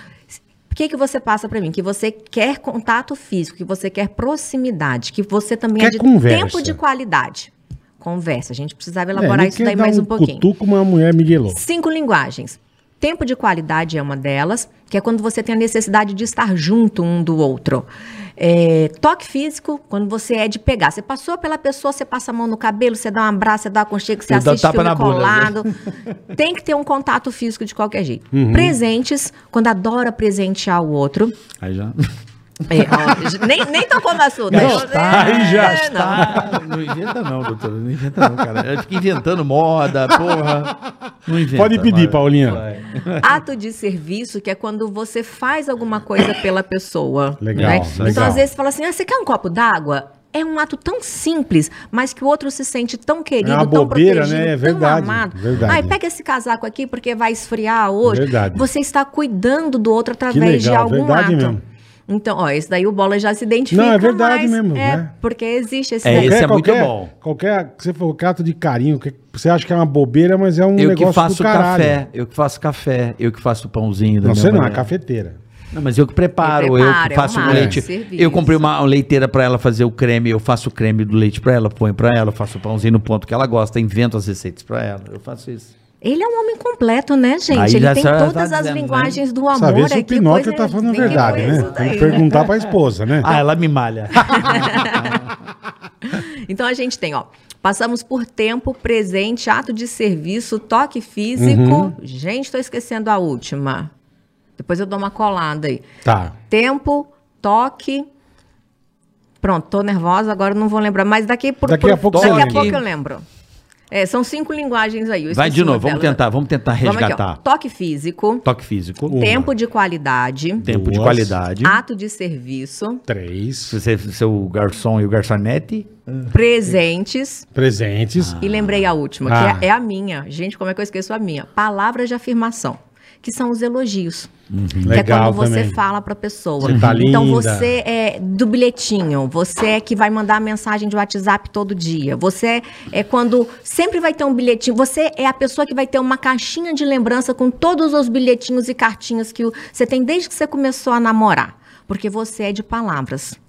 S4: O que, que você passa pra mim? Que você quer contato físico, que você quer proximidade, que você também
S2: Quer
S4: é de
S2: conversa.
S4: tempo de qualidade. Conversa. A gente precisava
S2: É,
S4: elaborar
S2: ele
S4: isso
S2: quer
S4: daí
S2: dar
S4: mais um pouquinho.
S2: Cutuco, uma mulher miguelou.
S4: Cinco linguagens. Tempo de qualidade é uma delas, que é quando você tem a necessidade de estar junto um do outro. É, toque físico, quando você é de pegar. Você passou pela pessoa, você passa a mão no cabelo, você dá um abraço, você dá um aconchego, você
S3: Eu dou
S4: assiste
S3: tapa
S4: filme
S3: na bunda, né?
S4: colado. Tem que ter um contato físico de qualquer jeito.
S3: Uhum.
S4: Presentes, quando adora presentear o outro.
S3: Aí já.
S4: É, ó, nem, nem tocou no assunto.
S3: Já
S4: É,
S3: está, aí
S4: não.
S3: já está. Tá Não inventa não, doutor. Não inventa não, cara. Eu fico inventando moda, porra. Não inventa.
S2: Pode pedir,
S3: Mara.
S2: Paulinha.
S3: Vai.
S4: Ato de serviço, que é quando você faz alguma coisa pela pessoa.
S2: Legal,
S4: né?
S2: legal.
S4: Então, às vezes, você fala assim: ah, você quer um copo d'água? É um ato tão simples, mas que o outro se sente tão querido,
S2: É uma
S4: tão
S2: bobeira,
S4: protegido,
S2: né? É
S4: tão
S2: verdade,
S4: amado.
S2: verdade.
S4: Ai, pega esse casaco aqui porque vai esfriar hoje.
S2: Verdade.
S4: Você está cuidando do outro através de
S2: legal,
S4: algum
S2: verdade
S4: ato.
S2: mesmo.
S4: Então, ó, esse daí o Bola já se identifica.
S2: Não, é verdade
S4: mas
S2: mesmo,
S4: É,
S2: né?
S4: porque existe esse
S3: É
S4: negócio.
S3: esse é muito
S2: qualquer,
S3: bom.
S2: Qualquer, que você falou, cato de carinho, que você acha que é uma bobeira, mas é um
S3: Eu
S2: negócio
S3: que faço
S2: do caralho.
S3: café, eu que faço café, eu que faço pãozinho da
S2: Não,
S3: minha
S2: você não, é
S3: mulher.
S2: cafeteira.
S3: Não, mas eu que preparo, eu,
S4: Eu preparo,
S3: que
S4: eu
S3: faço o
S4: arrumo,
S3: leite.
S4: é. serviço.
S3: Eu comprei uma leiteira pra ela fazer o creme, eu faço o creme do leite pra ela, ponho pra ela, faço o pãozinho no ponto que ela gosta, invento as receitas pra ela. Eu faço isso.
S4: Ele é um homem completo, né, gente?
S3: Aí
S4: ele
S3: já
S4: tem
S3: tá- tá
S4: todas as
S3: dizendo, né?
S4: linguagens do amor.
S2: Essa vez
S4: é
S2: o
S4: que
S2: Pinóquio
S4: coisa-
S2: tá falando a
S4: que
S2: verdade,
S4: coisa
S2: né? Tem que
S4: daí.
S2: perguntar pra esposa, né?
S3: Ah, ela me malha.
S4: Então a gente tem, ó. Passamos por tempo, presente, ato de serviço, toque físico.
S3: Uhum.
S4: Gente, tô esquecendo a última. Depois eu dou uma colada aí.
S2: Tá.
S4: Tempo, toque. Pronto, tô nervosa, agora eu não vou lembrar. Mas daqui, por,
S2: Daqui
S4: por-
S2: a pouco
S4: daqui
S3: você
S4: a
S3: lembra.
S4: pouco eu lembro. É, são cinco linguagens aí. eu
S3: Vai
S4: esqueci
S3: de
S4: uma
S3: novo, vamos
S4: delas.
S3: tentar, vamos tentar
S4: Vamos aqui, ó.
S3: resgatar.
S4: Toque físico,
S3: Toque físico,
S2: Uma,
S4: tempo de qualidade,
S3: tempo de
S2: duas.
S3: qualidade.
S4: ato de serviço,
S2: Três
S3: Você, seu garçom e o garçonete.
S4: presentes.
S2: presentes.
S4: E lembrei a última,
S2: Ah.
S4: que é, é a minha. Gente, como é que eu esqueço a minha? Palavras de afirmação, que são os elogios. Que é
S2: Uhum. Legal
S4: quando você
S2: também.
S4: fala pra pessoa.
S2: Você tá
S4: então
S2: linda.
S4: você é do bilhetinho, você é que vai mandar mensagem de WhatsApp todo dia. Você é quando sempre vai ter um bilhetinho. Você é a pessoa que vai ter uma caixinha de lembrança com todos os bilhetinhos e cartinhas que o- você tem desde que você começou a namorar. Porque você é de palavras.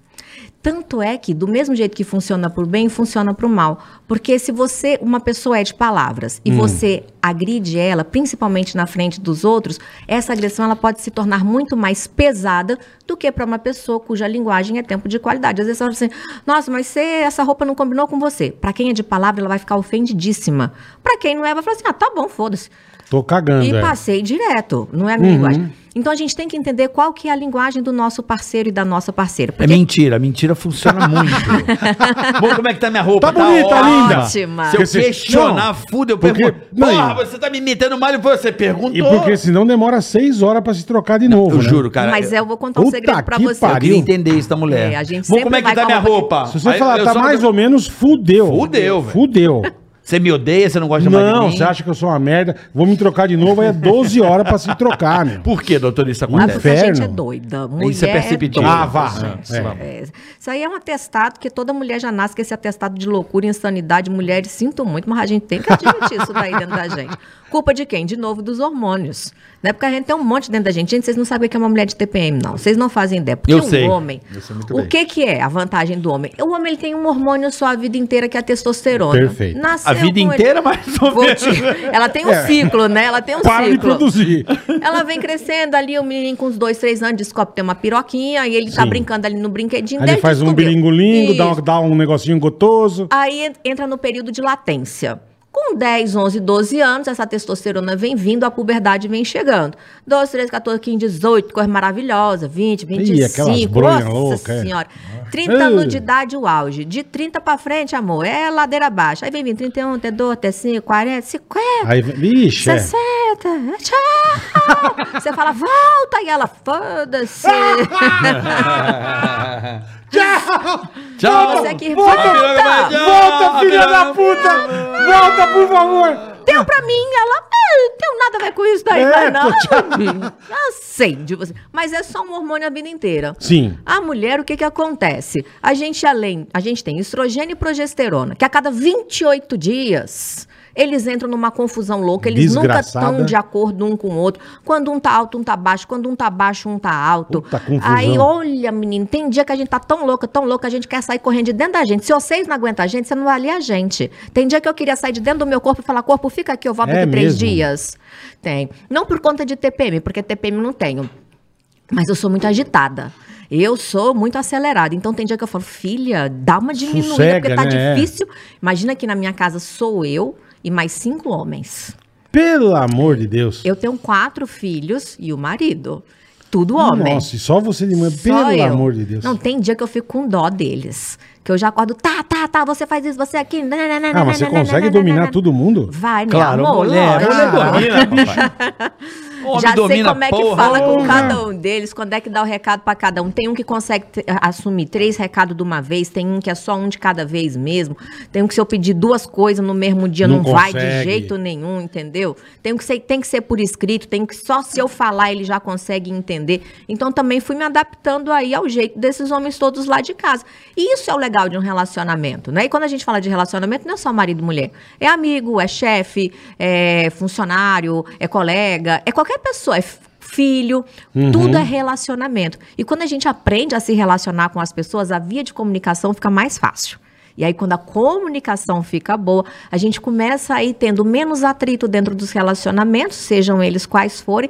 S4: Tanto é que, do mesmo jeito que funciona pro bem, funciona pro mal. Porque se você, uma pessoa é de palavras e você agride ela, principalmente na frente dos outros, essa agressão ela pode se tornar muito mais pesada do que para uma pessoa cuja linguagem é tempo de qualidade. Às vezes você fala assim, nossa, mas você, essa roupa não combinou com você. Para quem é de palavra, ela vai ficar ofendidíssima. Para quem não é, vai falar assim, ah, tá bom, foda-se.
S2: Tô cagando.
S4: E
S2: é.
S4: passei direto, não é a minha linguagem. Então a gente tem que entender qual que é a linguagem do nosso parceiro e da nossa parceira.
S3: É
S4: Porque
S3: mentira, mentira funciona muito. Bom, como é que tá minha
S2: Tá
S3: roupa?
S2: bonita, linda.
S4: Ótima.
S3: Se eu
S2: Porque se-
S3: questionar,
S2: não,
S3: fuda, eu
S2: porque-
S3: pergunto.
S2: não,
S3: Porra,
S2: e-
S3: você tá me imitando mal e você
S2: E
S3: perguntou.
S2: porque senão demora seis horas pra se trocar de novo. né?
S3: Eu juro, cara. é
S4: Mas eu vou contar um
S2: Puta
S4: segredo pra
S2: que
S4: você.
S3: Eu queria
S2: pariu.
S3: entender isso da mulher.
S4: É, a gente
S3: Bom,
S4: sempre
S3: como é que
S4: vai
S3: tá
S4: com
S3: minha
S4: a roupa-
S3: roupa?
S2: Se você
S3: Aí
S2: falar,
S3: eu
S2: tá
S3: só-
S2: mais ou menos, fudeu.
S3: Fudeu, velho.
S2: Fudeu.
S3: Você me odeia, você não gosta mais de
S2: Não,
S3: mim?
S2: você acha que eu sou uma merda? Vou me trocar de novo, aí é 12 horas pra se trocar, meu.
S3: Por que, doutor, isso
S4: Ah,
S3: acontece?
S4: porque a gente é
S2: Inferno.
S4: doida. Mulher
S3: Isso é perceptível.
S2: Ah, vá.
S3: Gente,
S2: É.
S3: vamos.
S4: É, Isso aí é um atestado que toda mulher já nasce com esse atestado de loucura, insanidade. Mulheres, sinto muito, mas a gente tem que admitir isso daí dentro da gente. Culpa de quem? De novo, dos hormônios. Não é porque a gente tem um monte dentro da gente. Gente, vocês não sabem o que é uma mulher de TPM, não. Vocês não fazem ideia. Porque
S3: Eu
S4: o
S3: sei.
S4: homem.
S3: Eu sei muito
S4: O
S3: bem.
S4: que, que é a vantagem do homem? O homem ele tem um hormônio só a vida inteira, que é a testosterona.
S2: Perfeito.
S4: Nasceu
S3: A vida
S4: com ele.
S3: inteira, mais ou
S4: é um Vou
S3: menos.
S4: te- Ela tem um
S2: É.
S4: ciclo, né? Ela tem um
S2: Para de
S4: ciclo.
S2: produzir.
S4: Ela vem crescendo ali, o menino com uns dois, três anos descobre que tem uma piroquinha, e ele tá
S2: Sim.
S4: brincando ali no brinquedinho
S2: Aí
S4: dele.
S2: ele faz um
S4: descobriu.
S2: bilingolingo, dá,
S4: Isso.
S2: uma- dá um negocinho gotoso.
S4: Aí en- entra no período de latência. Com 10, 11, 12 anos, essa testosterona vem vindo, a puberdade vem chegando. 12, 13, 14, 15, 18, coisa maravilhosa. 20, 25,
S2: aquelas bronhas
S4: nossa
S2: loucas, é.
S4: senhora. 30 anos de idade, o auge. De 30 pra frente, amor, é ladeira abaixo. Aí vem um, vindo 31, 32, 35, 40, 50.
S2: Aí, vixe, é.
S4: 60, né? tchau! Você fala, volta! E ela, foda-se!
S3: Tchau.
S4: Você é que volta!
S3: Ah,
S2: Volta, filha da puta! Volta, por favor!
S4: Deu pra mim! Ela, "Ah, não tenho nada a ver com isso daí,
S2: É,
S4: não!
S2: tô
S4: Já sei de você. Mas é só um hormônio a vida inteira.
S2: Sim.
S4: A mulher, o que que acontece? A gente além, a gente tem estrogênio e progesterona, que a cada 28 dias eles entram numa confusão louca, eles
S2: Desgraçada.
S4: nunca estão de acordo um com o outro. Quando um tá alto, um tá baixo, quando um tá baixo, um tá alto.
S2: Puta confusão.
S4: Aí, olha, menino, tem dia que a gente tá tão louca, tão louca, a gente quer sair correndo de dentro da gente. Se vocês não aguentam a gente, você não valia a gente. Tem dia que eu queria sair de dentro do meu corpo e falar, corpo, fica aqui, eu volto
S2: É
S4: daqui três
S2: mesmo?
S4: dias. Tem. Não por conta de TPM, porque TPM eu não tenho. Mas eu sou muito agitada. Eu sou muito acelerada. Então tem dia que eu falo, filha, dá uma diminuída,
S2: Sossega,
S4: porque tá
S2: né?
S4: difícil. Imagina que na minha casa sou eu e mais cinco homens.
S2: Pelo amor de Deus.
S4: Eu tenho quatro filhos e o marido. Tudo homem.
S2: Nossa, e só você de manhã.
S4: Só
S2: Pelo
S4: eu.
S2: amor de Deus.
S4: Não, tem dia que eu fico com dó deles. Que eu já acordo, tá, tá, tá, você faz isso, você aqui.
S2: ah, mas você consegue dominar todo mundo?
S4: Vai, né,
S3: Claro,
S4: amor?
S3: mulher. Mulher
S4: Lógico.
S3: domina, papai. Homem
S4: Já sei
S3: domina,
S4: como é que
S3: porra.
S4: fala com
S2: Porra.
S4: cada um deles, quando é que dá o recado pra cada um. Tem um que consegue te- assumir três recados de uma vez, tem um que é só um de cada vez mesmo. Tem um que se eu pedir duas coisas no mesmo dia não,
S2: Não
S4: vai de
S2: consegue.
S4: jeito nenhum, entendeu? Tem um que ser, tem que ser por escrito, tem que só se eu falar ele já consegue entender. Então também fui me adaptando aí ao jeito desses homens todos lá de casa. E isso é o legal de um relacionamento, né? E quando a gente fala de relacionamento, não é só marido e mulher. É amigo, é chefe, é funcionário, é colega, é qualquer pessoa, é f- filho, tudo é relacionamento. E quando a gente aprende a se relacionar com as pessoas, a via de comunicação fica mais fácil. E aí, quando a comunicação fica boa, a gente começa aí tendo menos atrito dentro dos relacionamentos, sejam eles quais forem,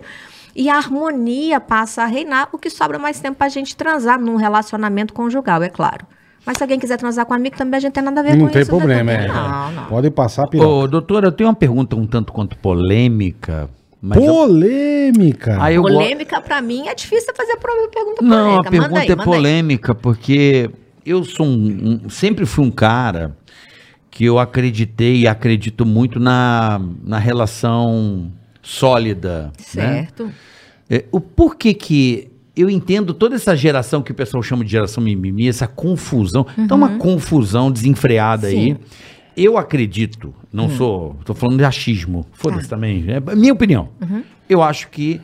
S4: e a harmonia passa a reinar, o que sobra mais tempo pra gente transar num relacionamento conjugal, é claro. Mas se alguém quiser transar com um amigo, também a gente tem nada a ver com
S2: Não
S4: isso.
S2: tem
S4: né,
S2: problema,
S4: também?
S2: é.
S4: Não, não.
S2: Pode passar pelo.
S3: Ô, doutora, eu tenho uma pergunta um tanto quanto polêmica. Mas eu-
S2: Polêmica.
S3: Aí eu go-
S4: polêmica, pra mim, é difícil fazer pro- pergunta polêmica.
S3: Não, a
S4: Manda
S3: pergunta
S4: aí,
S3: é
S4: manda aí.
S3: polêmica, porque eu sou um, um- Sempre fui um cara que eu acreditei e acredito muito na, na relação sólida. Né?
S4: Certo.
S3: É, o porquê que eu entendo toda essa geração que o pessoal chama de geração mimimi, essa confusão, tá uma confusão desenfreada aí.
S4: Uhum. Sim. Hum.
S3: Eu acredito, não sou, tô falando de achismo, foda-se
S4: Tá. Uhum.
S3: também, é minha opinião. Eu acho que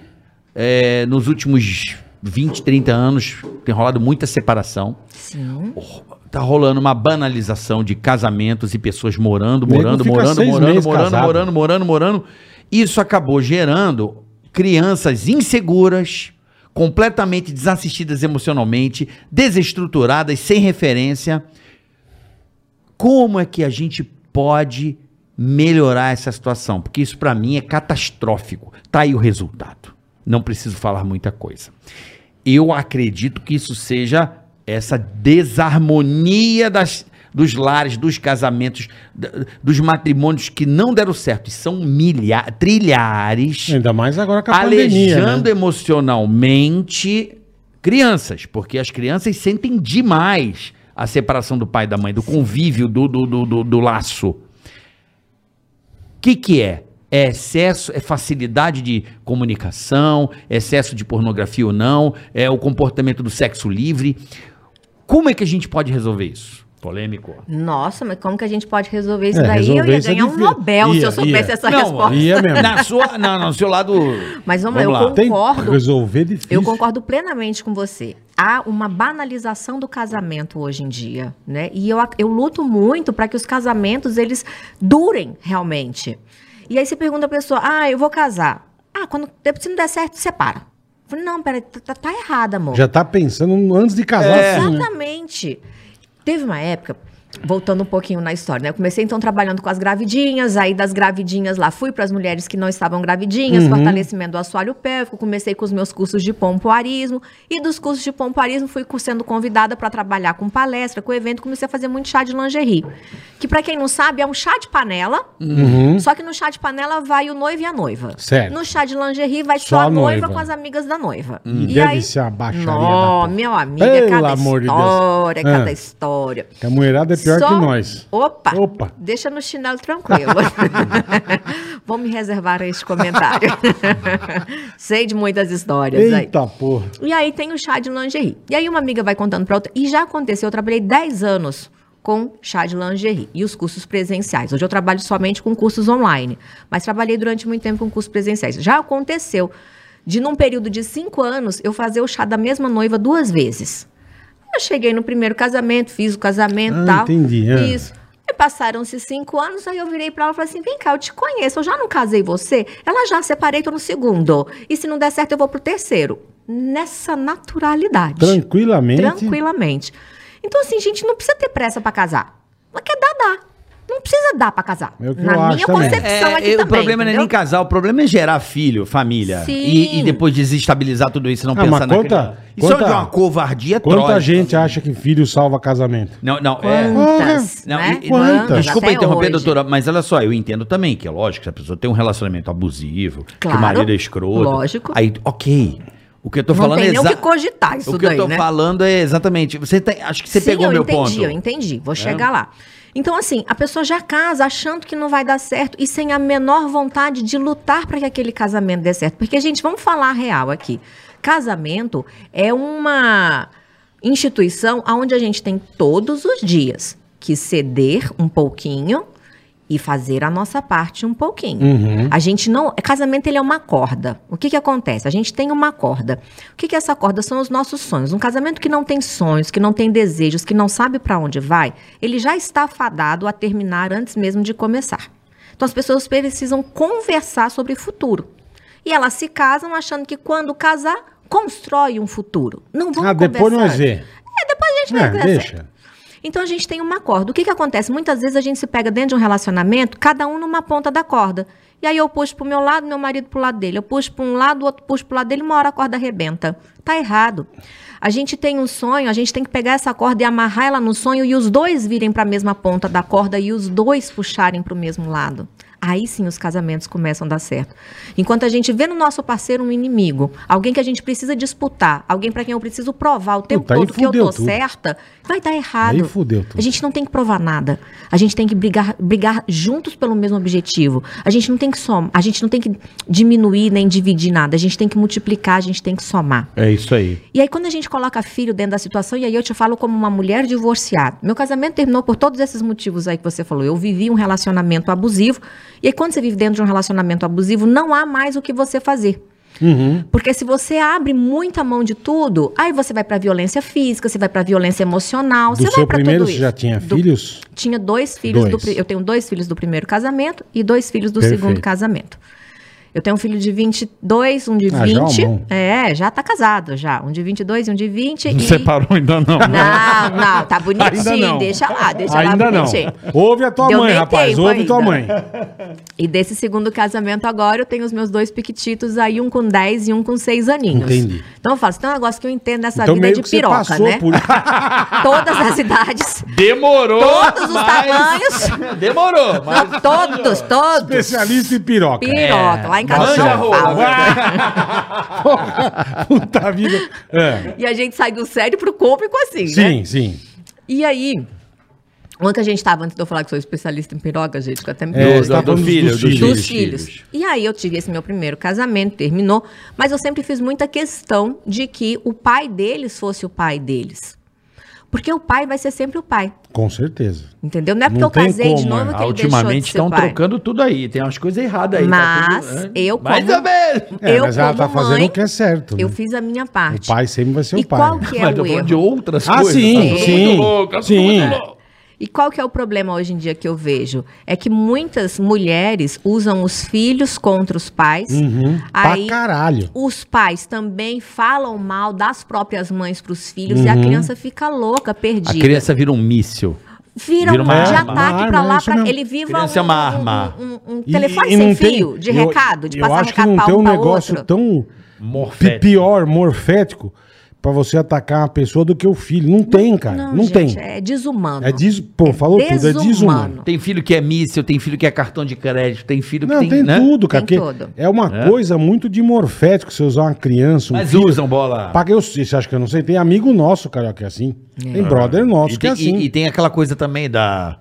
S3: é, nos últimos 20, 30 anos tem rolado muita separação,
S4: Sim.
S3: tá rolando uma banalização de casamentos e pessoas morando,
S2: Nego
S3: morando,
S2: fica
S3: morando,
S2: seis
S3: morando,
S2: meses
S3: morando,
S2: casado.
S3: morando, morando, morando. Isso acabou gerando crianças inseguras, completamente desassistidas emocionalmente, desestruturadas, sem referência. Como é que a gente pode melhorar essa situação? Porque isso pra mim é catastrófico. Tá aí o resultado. Não preciso falar muita coisa. Eu acredito que isso seja essa desarmonia das dos lares, dos casamentos, d- dos matrimônios que não deram certo, e são milha trilhares,
S2: Ainda mais agora com a pandemia.
S3: aleijando
S2: Né?
S3: emocionalmente crianças, porque as crianças sentem demais a separação do pai e da mãe, do convívio, do, do, do, do- do laço. O que, que é? É excesso, é facilidade de comunicação, é excesso de pornografia ou não, é o comportamento do sexo livre. Como é que a gente pode resolver isso? Polêmico.
S4: Nossa, mas como que a gente pode resolver isso
S2: É,
S4: daí?
S2: resolver
S4: eu ia
S2: isso é
S4: ganhar um
S2: difícil.
S4: Nobel se
S2: Ia,
S4: eu soubesse
S2: ia.
S4: essa é
S3: Não,
S4: resposta.
S2: Ia é mesmo.
S3: Na sua, na, no seu lado.
S4: Mas vamos,
S3: Vamos
S4: lá, eu
S3: lá.
S2: Tem que
S4: concordo.
S2: resolver difícil.
S4: Eu concordo plenamente com você. Há uma banalização do casamento hoje em dia, né? E eu, ac- eu luto muito para que os casamentos eles durem realmente. E aí você pergunta a pessoa: "Ah, eu vou casar". Ah, quando se não der certo, separa. Eu falo, não, peraí, tá, tá- tá errado, amor.
S2: Já tá pensando antes de casar.
S4: É.
S3: É.
S2: assim, né?
S4: Exatamente. Teve uma época, voltando um pouquinho na história, né? Eu comecei então trabalhando com as gravidinhas, aí das gravidinhas lá fui para as mulheres que não estavam gravidinhas, fortalecimento do assoalho pélvico, comecei com os meus cursos de pompoarismo e dos cursos de pompoarismo fui co- sendo convidada para trabalhar com palestra, com evento, comecei a fazer muito chá de lingerie, que para quem não sabe é um chá de panela,
S2: Uhum.
S4: só que no chá de panela vai o noivo e a noiva.
S2: Certo.
S4: No chá de lingerie vai só, a noiva, Hum, com as amigas da noiva.
S2: E deve ser uma baixaria da
S4: Nó,
S2: porra.
S4: meu amigo, é
S2: Pelo
S4: cada
S2: amor de Deus.
S4: história, é cada
S2: Ah.
S4: história.
S2: Que a mulherada é pior
S4: Só-
S2: que nós.
S4: Opa,
S2: Opa.
S4: deixa no chinelo tranquilo. Vou me reservar esse comentário. Sei de muitas histórias aí.
S2: Eita porra.
S4: E aí tem o chá de lingerie. E aí uma amiga vai contando pra outra. E já aconteceu, eu trabalhei 10 anos com chá de lingerie e os cursos presenciais. Hoje eu trabalho somente com cursos online, mas trabalhei durante muito tempo com cursos presenciais. Já aconteceu de, num período de 5 anos, eu fazer o chá da mesma noiva duas vezes. Eu cheguei no primeiro casamento, fiz o casamento
S2: Ah,
S4: e tal.
S2: entendi, ah.
S4: Isso. E passaram-se cinco anos, aí eu virei pra ela e falei assim: vem cá, eu te conheço, eu já não casei você? Ela já separei, tô no segundo. E se não der certo, eu vou pro terceiro. Nessa naturalidade.
S2: Tranquilamente.
S4: Tranquilamente. Então, assim, gente, não precisa ter pressa pra casar. Mas quer dar, dá. Não precisa dar pra casar.
S2: É o que
S4: Na
S2: eu
S4: minha
S2: acho também.
S4: concepção
S3: É,
S4: aqui
S3: é,
S4: também.
S3: o problema não é nem
S4: entendeu?
S3: casar, o problema é gerar filho, família.
S4: Sim.
S3: E, e depois desestabilizar tudo isso, não
S2: Ah,
S3: pensar
S2: mas
S3: na
S2: quanta-
S3: criança. Isso
S2: quanta-
S3: é de uma covardia
S2: Quanta
S3: trógica.
S2: gente acha que filho salva casamento?
S3: Não, não, é.
S4: Quantas,
S3: Não,
S4: né?
S3: e- e-
S2: Quantas?
S3: Desculpa
S4: até
S3: interromper,
S4: hoje.
S3: doutora, mas olha só, eu entendo também que é lógico, se a pessoa tem um relacionamento abusivo, que
S4: Claro,
S3: o marido é escroto.
S4: Lógico.
S3: Aí, ok. O que eu tô
S4: Não
S3: falando
S4: tem
S3: é
S4: nem o
S3: exa-
S4: que cogitar isso
S3: O que eu
S4: daí,
S3: tô
S4: né?
S3: falando é exatamente. Você tem- acho que você
S4: Sim,
S3: pegou
S4: eu
S3: meu
S4: entendi,
S3: ponto. É.
S4: Eu entendi, vou chegar lá. Então, assim, a pessoa já casa achando que não vai dar certo e sem a menor vontade de lutar para que aquele casamento dê certo. Porque, gente, vamos falar a real aqui. Casamento é uma instituição onde a gente tem todos os dias que ceder um pouquinho e fazer a nossa parte um pouquinho.
S2: Uhum.
S4: A gente não, casamento ele é uma corda. O que que acontece? A gente tem uma corda. O que que é essa corda são os nossos sonhos. Um casamento que não tem sonhos, que não tem desejos, que não sabe para onde vai, ele já está fadado a terminar antes mesmo de começar. Então as pessoas precisam conversar sobre futuro. E elas se casam achando que quando casar constrói um futuro. Não vão
S2: ah, depois nós
S4: conversar.
S2: vê.
S4: É, depois a gente vai
S2: É,
S4: conversar.
S2: deixa.
S4: Então a gente tem uma corda. O que, que acontece? Muitas vezes a gente se pega dentro de um relacionamento, cada um numa ponta da corda. E aí eu puxo pro meu lado, meu marido pro lado dele. Eu puxo para um lado, o outro puxa pro lado dele, uma hora a corda arrebenta. Tá errado. A gente tem um sonho, a gente tem que pegar essa corda e amarrar ela no sonho e os dois virem para a mesma ponta da corda e os dois puxarem para o mesmo lado. Aí sim os casamentos começam a dar certo. Enquanto a gente vê no nosso parceiro um inimigo, alguém que a gente precisa disputar, alguém para quem eu preciso provar o tempo
S2: Puta, aí
S4: todo que eu
S2: fudeu
S4: tô
S2: tudo.
S4: certa, vai dar errado.
S2: Aí fudeu tudo.
S4: A gente não tem que provar nada. A gente tem que brigar, brigar juntos pelo mesmo objetivo. A gente não tem que somar, a gente não tem que diminuir nem dividir nada. A gente tem que multiplicar, a gente tem que somar.
S3: É isso aí.
S4: E aí, quando a gente coloca filho dentro da situação, e aí eu te falo como uma mulher divorciada. Meu casamento terminou por todos esses motivos aí que você falou. Eu vivi um relacionamento abusivo. E aí, quando você vive dentro de um relacionamento abusivo, não há mais o que você fazer.
S2: Uhum.
S4: Porque se você abre muita mão de tudo, aí você vai pra violência física, você vai pra violência emocional,
S2: Do
S4: você vai
S2: seu
S4: pra
S2: primeiro
S4: tudo
S2: você
S4: isso.
S2: já tinha
S4: Do-
S2: filhos?
S4: Tinha dois filhos.
S2: Dois.
S4: Do, pri- eu tenho dois filhos do primeiro casamento e dois filhos do
S2: Perfeito.
S4: segundo casamento. Eu tenho um filho de 22, um de
S2: Ah, já
S4: 20.
S2: é um bom.
S4: é, já tá casado já. Um de 22 e um de 20.
S3: Não
S4: e...
S3: separou ainda não.
S4: Não, não, tá bonitinho.
S2: né? Ainda não.
S4: Deixa lá, deixa
S2: Ainda
S4: lá
S2: não.
S4: bonitinho.
S2: Ouve a tua
S4: Deu
S2: mãe,
S4: nem
S2: rapaz.
S4: tempo
S2: Ouve tua
S4: ainda.
S2: mãe.
S4: E desse segundo casamento agora, eu tenho os meus dois piquititos aí, um com 10 e um com 6 aninhos.
S2: Entendi.
S4: Então eu falo, assim, tem um negócio que eu entendo nessa
S2: Então
S4: vida é
S2: meio
S4: de
S2: que você
S4: piroca,
S2: passou
S4: né?
S2: por...
S4: Todas as idades,
S3: Demorou.
S4: todos os
S3: mas-
S4: tamanhos.
S3: Demorou, mas.
S4: Não, todos, todos.
S2: Especialista em piroca.
S4: Piroca, lá em casa
S3: Manja
S2: Marcelo.
S3: a
S4: não
S3: rola,
S4: fala.
S2: Porra, Puta vida. É.
S4: E a gente sai do sério pro cômico assim, né?
S2: Sim, sim.
S4: E aí, onde que a gente tava, antes de eu falar que sou especialista em piroca, gente, que eu até me
S2: É,
S4: perdi.
S2: você tá
S3: do
S2: falando
S3: filho,
S2: dos
S3: do
S2: filhos.
S3: filho.
S4: dos filhos.
S3: filhos.
S4: E aí eu tive esse meu primeiro casamento, terminou, mas eu sempre fiz muita questão de que o pai deles fosse o pai deles. Porque o pai vai ser sempre o pai,
S2: Com certeza.
S4: entendeu? Não é porque
S2: Não
S4: eu
S2: tem
S4: casei de
S2: como,
S4: novo
S2: é.
S4: que ele deixou de
S3: Ultimamente
S4: ser
S3: estão
S4: pai.
S3: trocando tudo aí. Tem umas coisas erradas aí.
S4: Mas
S3: tá tudo-
S4: eu
S3: Mais
S4: como-
S3: ou menos.
S2: É,
S4: eu,
S2: mas ela
S4: como
S2: tá fazendo
S4: mãe,
S2: o que é certo. né?
S4: Eu fiz a minha parte.
S2: O pai sempre vai ser
S4: e
S2: o pai.
S4: qual
S2: né?
S4: que é
S3: Mas eu
S4: o
S3: tô falando
S4: erro?
S3: de outras
S2: Ah,
S3: coisas.
S2: sim,
S3: tá tudo
S2: sim,
S3: muito louco, tá tudo
S2: sim.
S3: muito louco.
S4: E qual que é o problema hoje em dia que eu vejo? É que muitas mulheres usam os filhos contra os pais.
S2: Uhum.
S4: Aí
S2: pra caralho.
S4: os pais também falam mal das próprias mães para os filhos
S2: Uhum.
S4: e a criança fica louca,
S3: A
S4: perdida.
S3: criança vira um míssil.
S4: Vira,
S3: vira
S4: um
S3: uma
S4: monte de
S3: arma.
S2: Uma arma,
S4: ataque para
S2: é
S4: lá,
S2: isso
S4: pra...
S2: mesmo.
S4: ele vira
S3: Criança
S4: um,
S3: é uma arma.
S4: um- um- um
S2: E-
S4: telefone
S2: e
S4: sem
S2: não tem-
S4: fio, de
S2: eu-
S4: recado, de
S2: eu
S4: passar
S2: acho que
S4: recado
S2: não
S4: para
S2: tem
S4: um
S2: um
S4: para
S2: negócio
S4: outro.
S2: tão
S3: Morfético.
S2: pi- pior, morfético, pra você atacar uma pessoa do que o filho. Não tem, cara. Não,
S4: gente,
S2: tem. É,
S4: É desumano.
S2: des... Pô, falou tudo, é desumano.
S3: Tem filho que é míssil, tem filho que é cartão de crédito, tem filho que
S2: Não, tem,
S3: tem, né?
S2: tudo, cara.
S4: Tem
S2: porque
S4: tudo.
S2: É uma
S3: É.
S2: coisa muito de morfético você usar uma criança, um
S3: Mas
S2: filho.
S3: usam bola.
S2: Pra que eu, você acha que eu não sei? Tem amigo nosso, cara, que é assim. Tem brother nosso
S3: E
S2: que
S3: tem,
S2: é assim.
S3: e- e tem aquela coisa também da,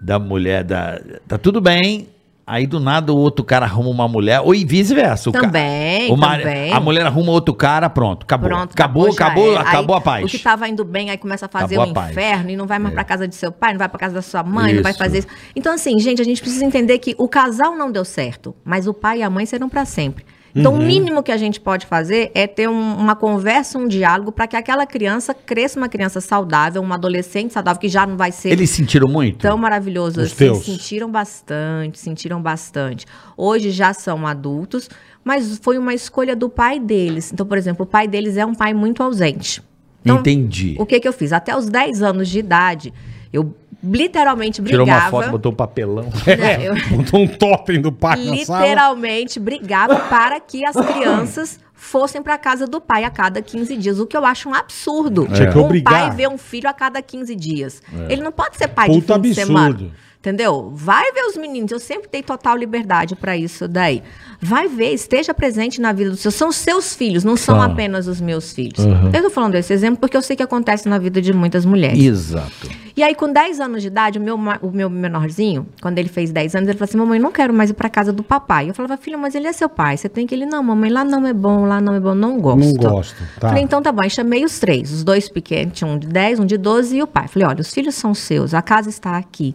S3: da mulher, da, tá tudo bem, aí do nada o outro cara arruma uma mulher, ou e vice-versa. o ca-
S4: Também,
S3: o mari-
S4: também.
S3: A mulher arruma outro cara, pronto, acabou.
S4: Pronto,
S3: acabou,
S4: já
S3: acabou,
S4: era. Aí,
S3: acabou a paz.
S4: O que tá tava indo bem, aí começa a fazer
S3: Acabou
S4: o
S3: a paz.
S4: inferno e não vai mais
S3: É.
S4: pra casa de seu pai, não vai pra casa da sua mãe, não vai
S3: Isso.
S4: fazer isso. Então, assim, gente, a gente precisa entender que o casal não deu certo, mas o pai e a mãe serão pra sempre. Então,
S3: Uhum.
S4: o mínimo que a gente pode fazer é ter um- uma conversa, um diálogo, pra que aquela criança cresça uma criança saudável, uma adolescente saudável, que já não vai ser
S3: Eles sentiram muito?
S4: tão maravilhoso
S2: Os
S4: assim.
S2: teus.
S4: Sentiram bastante, sentiram bastante. Hoje já são adultos, mas foi uma escolha do pai deles. Então, por exemplo, o pai deles é um pai muito ausente. Então,
S3: Entendi.
S4: o que que eu fiz? Até os 10 anos de idade, eu literalmente
S3: Tirou
S4: brigava.
S3: uma foto, botou um papelão.
S4: né?
S2: É.
S4: Eu-
S2: Botou um totem do pai na sala.
S4: literalmente brigava para que as crianças fossem para casa do pai a cada 15 dias, o que eu acho um absurdo.
S2: Tinha que
S4: um
S2: obrigar. É.
S4: pai vê um filho a cada 15 dias. Ele não pode ser pai de
S2: Puta
S4: fim de semana.
S2: absurdo.
S4: Entendeu? Vai ver os meninos. Eu sempre dei total liberdade para isso daí. Vai ver, esteja presente na vida dos seus. São seus filhos, não são
S3: Tá.
S4: apenas os meus filhos.
S3: Uhum.
S4: Eu tô falando esse exemplo porque eu sei que acontece na vida de muitas mulheres.
S3: É. Exato.
S4: E aí, com 10 anos de idade, o meu, ma- o meu menorzinho, quando ele fez 10 anos, ele falou assim: Mamãe, não quero mais ir pra casa do papai. Eu falava, filho, mas ele é seu pai. Você tem que ele, não, mamãe, lá não é bom, lá não é bom, não gosto.
S2: Não gosto, tá.
S4: Falei, então tá bom. Aí chamei os três, os dois pequenos, tinha um de 10, um de 12 e o pai. Falei, olha, os filhos são seus, a casa está aqui.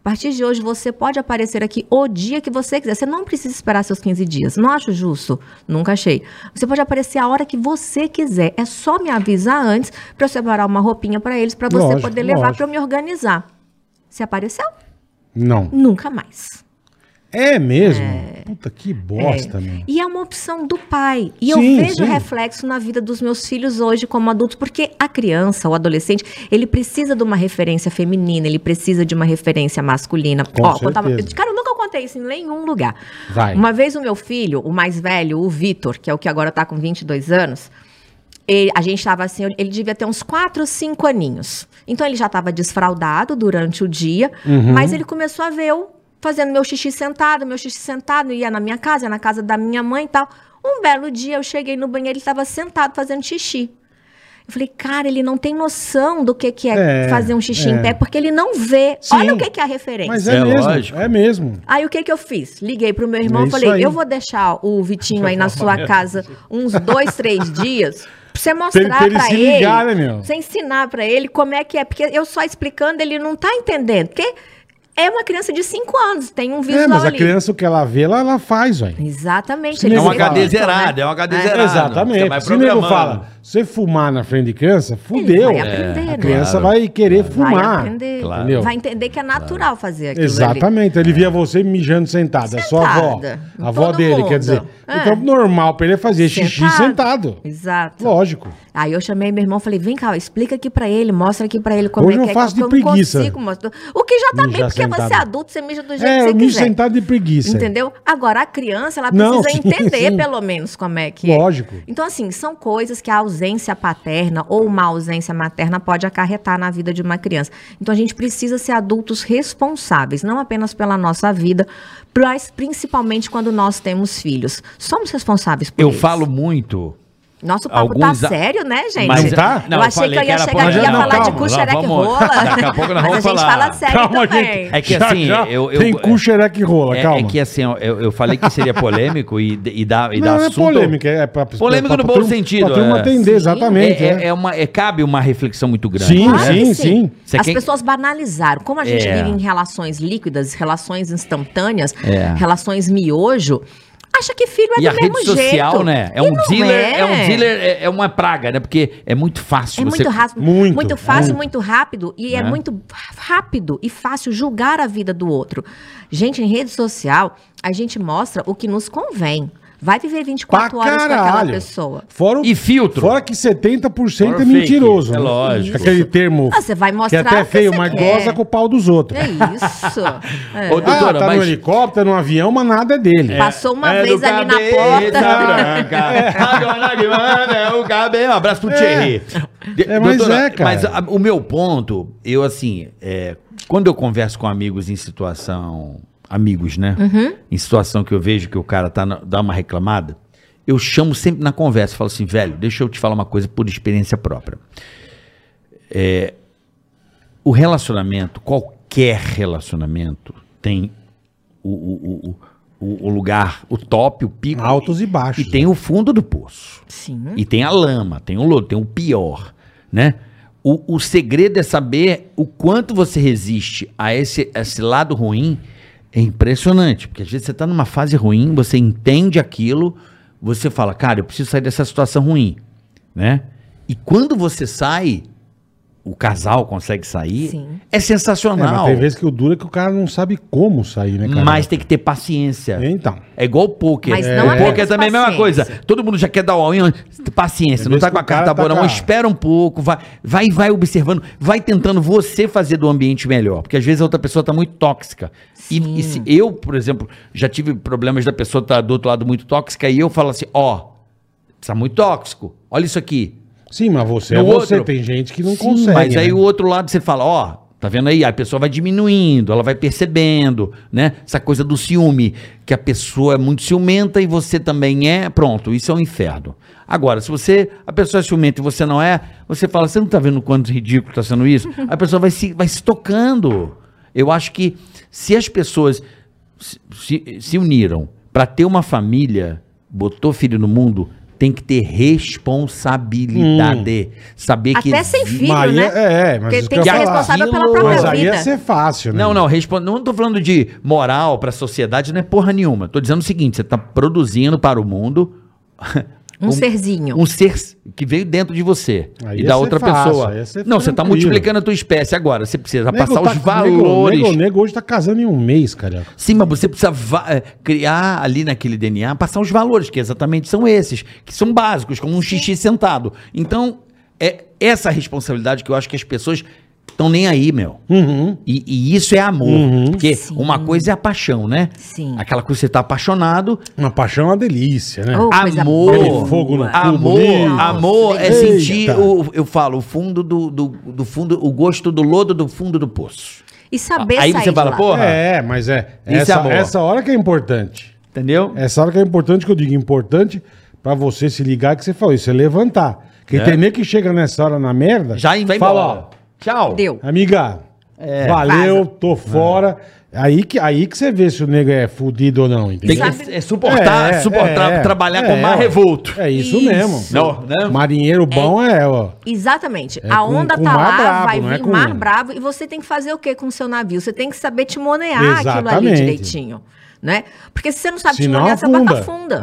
S4: A partir de hoje, você pode aparecer aqui o dia que você quiser. Você não precisa esperar seus 15 dias. Não acho justo. Nunca achei. Você pode aparecer a hora que você quiser. É só me avisar antes pra eu separar uma roupinha pra eles, pra você
S2: Lógico,
S4: poder levar,
S2: lógico.
S4: pra eu me organizar. Você apareceu?
S2: Não.
S4: Nunca mais.
S2: É mesmo? Puta que bosta,
S4: É.
S2: meu.
S4: E é uma opção do pai.
S2: Sim,
S4: E eu vejo
S2: sim.
S4: reflexo na vida dos meus filhos hoje como adultos, porque a criança, o adolescente, ele precisa de uma referência feminina, ele precisa de uma referência masculina.
S2: Com
S4: contava-
S2: certeza.
S4: cara, eu nunca contei isso em nenhum lugar.
S2: Vai.
S4: Uma vez o meu filho, o mais velho, o Vitor, que é o que agora tá com 22 anos, ele- a gente tava assim, ele devia ter uns 4, 5 aninhos. Então ele já estava desfraldado durante o dia,
S2: Uhum.
S4: mas ele começou a ver eu fazendo meu xixi sentado, meu xixi sentado, ia na minha casa, ia na casa da minha mãe e tal. Um belo dia eu cheguei no banheiro, ele estava sentado fazendo xixi. Eu falei, cara, ele não tem noção do que, que é,
S2: É,
S4: fazer um xixi
S2: é.
S4: em pé, porque ele não vê.
S2: Sim.
S4: Olha o que, que é a referência.
S2: Mas é,
S3: É
S2: mesmo,
S3: lógico.
S2: é mesmo.
S4: Aí o que que eu fiz? Liguei pro meu
S2: É
S4: irmão e
S2: isso
S4: falei,
S2: aí.
S4: eu vou deixar o Vitinho aí na sua casa uns dois, três dias. Pra você
S2: ele-
S4: mostrar
S2: pra ele
S4: pra
S2: se
S4: ele,
S2: ligar, né, meu?
S4: você ensinar pra ele como é que é, porque eu só explicando ele não tá entendendo, porque é uma criança de cinco anos, tem um visual
S2: É, mas a
S4: ali.
S2: criança, o que ela vê, ela, ela faz, velho.
S4: Exatamente.
S2: É
S4: eles
S2: um
S4: se
S2: HD
S4: conectam, né?
S3: zerado, é um HD
S4: É.
S3: zerado. Caralho, você vai
S2: Exatamente. Se o nego
S3: programando.
S2: fala, Você fumar na frente de criança, fudeu.
S4: vai aprender,
S2: a
S4: né?
S2: criança
S3: Claro.
S2: vai querer fumar.
S4: Vai aprender.
S3: Claro.
S2: Entendeu?
S4: Vai entender que é natural fazer aquilo ali.
S2: Exatamente. Ele via você mijando sentada, a sua avó.
S4: Sentada.
S2: A avó
S4: Todo
S2: dele, quer
S4: mundo.
S2: dizer.
S4: É.
S2: Então, normal pra ele é fazer xixi sentado.
S4: Exato.
S2: Lógico.
S4: Aí eu chamei meu irmão, falei, vem cá, ó, explica aqui pra ele, mostra aqui pra ele como
S2: Hoje
S4: é
S2: eu
S4: que é.
S2: faço
S4: que
S2: de preguiça.
S4: não consigo mostrar. O que já tá
S2: Mijar
S4: bem, porque
S2: sentado.
S4: você é adulto, você mija do jeito
S2: É,
S4: que
S2: eu
S4: você
S2: mijo
S4: quiser.
S2: sentado de preguiça.
S4: Entendeu? Agora, a criança, ela precisa
S2: Não, sim,
S4: entender,
S2: sim.
S4: pelo menos, como é que
S2: Lógico.
S4: é. Então, assim, são coisas que a ausência paterna ou uma ausência materna pode acarretar na vida de uma criança. Então, a gente precisa ser adultos responsáveis, não apenas pela nossa vida, mas principalmente quando nós temos filhos. Somos responsáveis por
S3: Eu
S4: eles.
S3: falo muito.
S4: Nosso papo
S3: Alguns
S4: tá
S3: a- é-
S4: sério, né, gente?
S2: Não tá?
S4: eu achei que eu ia chegar aqui e ia
S2: não,
S4: falar de
S2: calma,
S4: cu,
S3: cuxa
S4: xereque rola.
S3: Daqui a pouco nós
S4: Mas
S3: vamos
S4: a gente
S3: falar.
S4: fala sério também.
S3: É que assim, eu- eu-
S2: tem cu xereque rola,
S3: É,
S2: calma.
S3: é que assim, ó, eu, eu falei que seria polêmico e, e dá, e
S2: não,
S3: dá
S2: não é
S3: assunto.
S2: polêmica. É pra,
S3: Polêmica
S2: pra-
S3: no
S2: pra
S3: bom
S2: turma-
S3: sentido,
S2: Pra turma
S3: é.
S2: atender,
S4: Sim.
S2: exatamente.
S3: É,
S2: É,
S3: é- é uma, é- cabe uma reflexão muito grande.
S2: Sim,
S3: né?
S2: sim.
S3: Você
S4: As
S3: quem-
S4: pessoas banalizaram. Como a gente
S3: É.
S4: vive em relações líquidas, relações instantâneas,
S3: É.
S4: relações miojo, acha que filho é
S3: E
S4: do
S3: a
S4: mesmo
S3: rede social,
S4: jeito.
S3: né? É
S4: E
S3: um
S4: não
S3: dealer, é.
S4: é.
S3: um dealer, é, é uma praga, né? Porque é muito fácil
S4: É
S3: você.
S4: muito, rápido,
S2: Muito,
S4: muito, fácil,
S2: muito.
S4: muito, rápido. E é
S3: Né?
S4: muito rápido e fácil julgar a vida do outro. Gente, em rede social, a gente mostra o que nos convém. Vai viver 24
S2: pra
S4: horas com aquela
S2: caralho.
S4: pessoa.
S2: Fora, o-
S3: E filtro.
S2: fora que 70%
S3: Fora
S2: é
S3: o fake,
S2: mentiroso.
S3: é
S2: né?
S3: lógico.
S2: Aquele termo
S4: Ah, você vai
S2: que é
S4: mostrar
S2: até
S4: o que
S2: feio,
S4: você
S2: mas
S4: quer.
S2: goza com o pau dos outros.
S4: É isso. É.
S3: Ô,
S2: Ah,
S3: doutora,
S2: tá no
S3: mas.
S2: helicóptero, no avião, mas nada é né? dele.
S4: Passou uma vez ali na porta.
S3: é o cabelo. Um abraço pro Thierry. De-
S2: É, mas é, cara.
S3: Mas a- o meu ponto, eu assim, é, quando eu converso com amigos em situação. Amigos, né?
S4: Uhum.
S3: Em situação que eu vejo que o cara tá na- dá uma reclamada, eu chamo sempre na conversa. Falo assim, velho, deixa eu te falar uma coisa por experiência própria. O relacionamento, qualquer relacionamento, tem o, o- o- o- o lugar, o top, o pico.
S2: Altos e baixos.
S3: E tem o fundo do poço.
S4: Sim.
S3: E tem a lama, tem o lodo, tem o pior, né? O, o segredo é saber o quanto você resiste a esse, a esse lado ruim. É impressionante, porque às vezes você está numa fase ruim, você entende aquilo, você fala, cara, eu preciso sair dessa situação ruim, né? E quando você sai, o casal consegue sair,
S4: Sim.
S3: é
S2: É, mas
S3: sensacional.
S2: tem
S3: mas,
S2: vezes que o duro é que o cara não sabe como sair, né, cara?
S3: tem que ter paciência.
S2: Então.
S3: É igual o pôquer.
S4: Mas não
S3: o
S4: É.
S3: pôquer
S4: apenas
S3: também é a mesma coisa.
S4: paciência.
S3: Todo mundo já quer dar o all-in. Paciência,
S2: Tem
S3: não
S2: vezes
S3: tá
S2: que
S3: com a
S2: o cara
S3: carta
S2: tá
S3: boa,
S2: com
S3: não.
S2: a-
S3: Espera um pouco, vai, vai, vai observando, vai tentando você fazer do ambiente melhor. Porque às vezes a outra pessoa tá muito tóxica. E, e se eu, por exemplo, já tive problemas da pessoa tá do outro lado muito tóxica e eu falo assim: ó, tá muito tóxico, olha isso aqui.
S2: Sim, mas você
S3: No
S2: é você.
S3: outro-
S2: Tem gente que não
S3: Sim,
S2: consegue.
S3: Mas aí
S2: né?
S3: o outro lado você fala, ó, tá vendo aí? A pessoa vai diminuindo, ela vai percebendo, né? Essa coisa do ciúme, que a pessoa é muito ciumenta e você também é, pronto, isso é um inferno. Agora, se você, a pessoa é ciumenta e você não é, você fala, você não tá vendo quanto ridículo tá sendo isso? A pessoa vai se, vai se tocando. Eu acho que se as pessoas se, se- se uniram pra ter uma família, botou filho no mundo, tem que ter responsabilidade. Saber que
S4: Hum. Até sem
S3: exi-
S4: filho,
S2: Mas aí
S4: né?
S2: é- é, mas
S4: Porque
S2: isso
S4: tem
S2: que
S4: que
S2: eu
S4: ser
S2: ia falar.
S4: responsável pela
S3: Aquilo-
S4: própria
S2: Mas
S4: vida.
S2: aí ia ser fácil, né?
S3: Não, não, responde. Não tô falando de moral pra sociedade, não é porra nenhuma. Tô dizendo o seguinte: você tá produzindo para o mundo
S2: Então.
S4: Um, serzinho.
S3: um ser que veio dentro de você
S2: Aí
S3: e
S2: ia
S3: da
S2: ser
S3: outra
S2: fácil,
S3: pessoa.
S2: aí ia ser
S3: Não, você tá
S2: tranquilo.
S3: multiplicando a tua espécie agora. Você precisa
S2: Nego
S3: passar
S2: tá-
S3: os
S2: nego-
S3: valores.
S2: Nego, nego hoje tá casando em um mês, cara.
S3: Sim, mas você precisa va- eh, criar ali naquele DNA, passar os valores, que exatamente são esses, que são básicos, como um xixi sentado. Então, é essa responsabilidade que eu acho que as pessoas estão nem aí, meu.
S2: Uhum.
S3: E, e isso é amor.
S2: Uhum.
S3: Porque
S4: Sim.
S3: uma coisa é a paixão, né?
S4: Sim.
S3: Aquela coisa que você tá apaixonado.
S2: Uma paixão é uma delícia, né?
S4: Oh, coisa
S3: amor,
S4: boa.
S2: fogo no cu
S3: amor,
S2: bonito.
S3: amor é
S2: Eita.
S3: sentir, o, eu falo, o fundo do, do, do fundo, o gosto do lodo do fundo do poço.
S4: E saber
S3: Aí
S4: sair
S3: você
S4: de
S3: fala,
S4: lá.
S3: porra,
S2: É, mas é.
S3: Isso é
S2: Essa,
S3: amor.
S2: essa hora que é importante.
S3: entendeu?
S2: Essa hora que é importante, que eu digo importante, pra você se ligar que você falou, isso é levantar. Porque tem nem que chega nessa hora na merda.
S3: É. Já vai embora. É,
S2: fala,
S3: Tchau.
S4: Deu.
S2: ó, amiga, valeu, tô fora. Aí, que, aí que você vê se o nego é fudido ou não,
S3: Tem
S2: entendeu?
S3: que é, suportar,
S2: É,
S3: suportar,
S2: é,
S3: trabalhar
S2: é,
S3: com mar
S2: ó.
S3: revolto.
S2: É isso,
S4: Isso.
S2: mesmo.
S3: Não, né?
S2: Marinheiro bom é, ó.
S4: Exatamente.
S2: É
S4: a
S2: com-
S4: onda
S2: com
S4: tá
S2: mar
S4: lá,
S2: bravo,
S4: vai
S2: não é
S4: vir
S2: com-
S4: mar bravo e você tem que fazer o que com o seu navio? Você tem que saber timonear aquilo ali
S2: Exatamente.
S4: direitinho. né? Porque se você não sabe
S2: Se não,
S4: timonear, você bota
S2: afunda.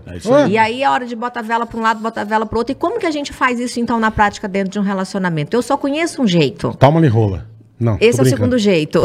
S2: Afunda.
S3: isso aí.
S4: E aí é hora de botar a vela para um lado, botar a vela para outro. E como que a gente faz isso então na prática dentro de um relacionamento? Eu só conheço um jeito.
S2: Toma-lhe rola. Não,
S4: Esse
S2: tô
S4: é
S2: brincando.
S4: o segundo jeito.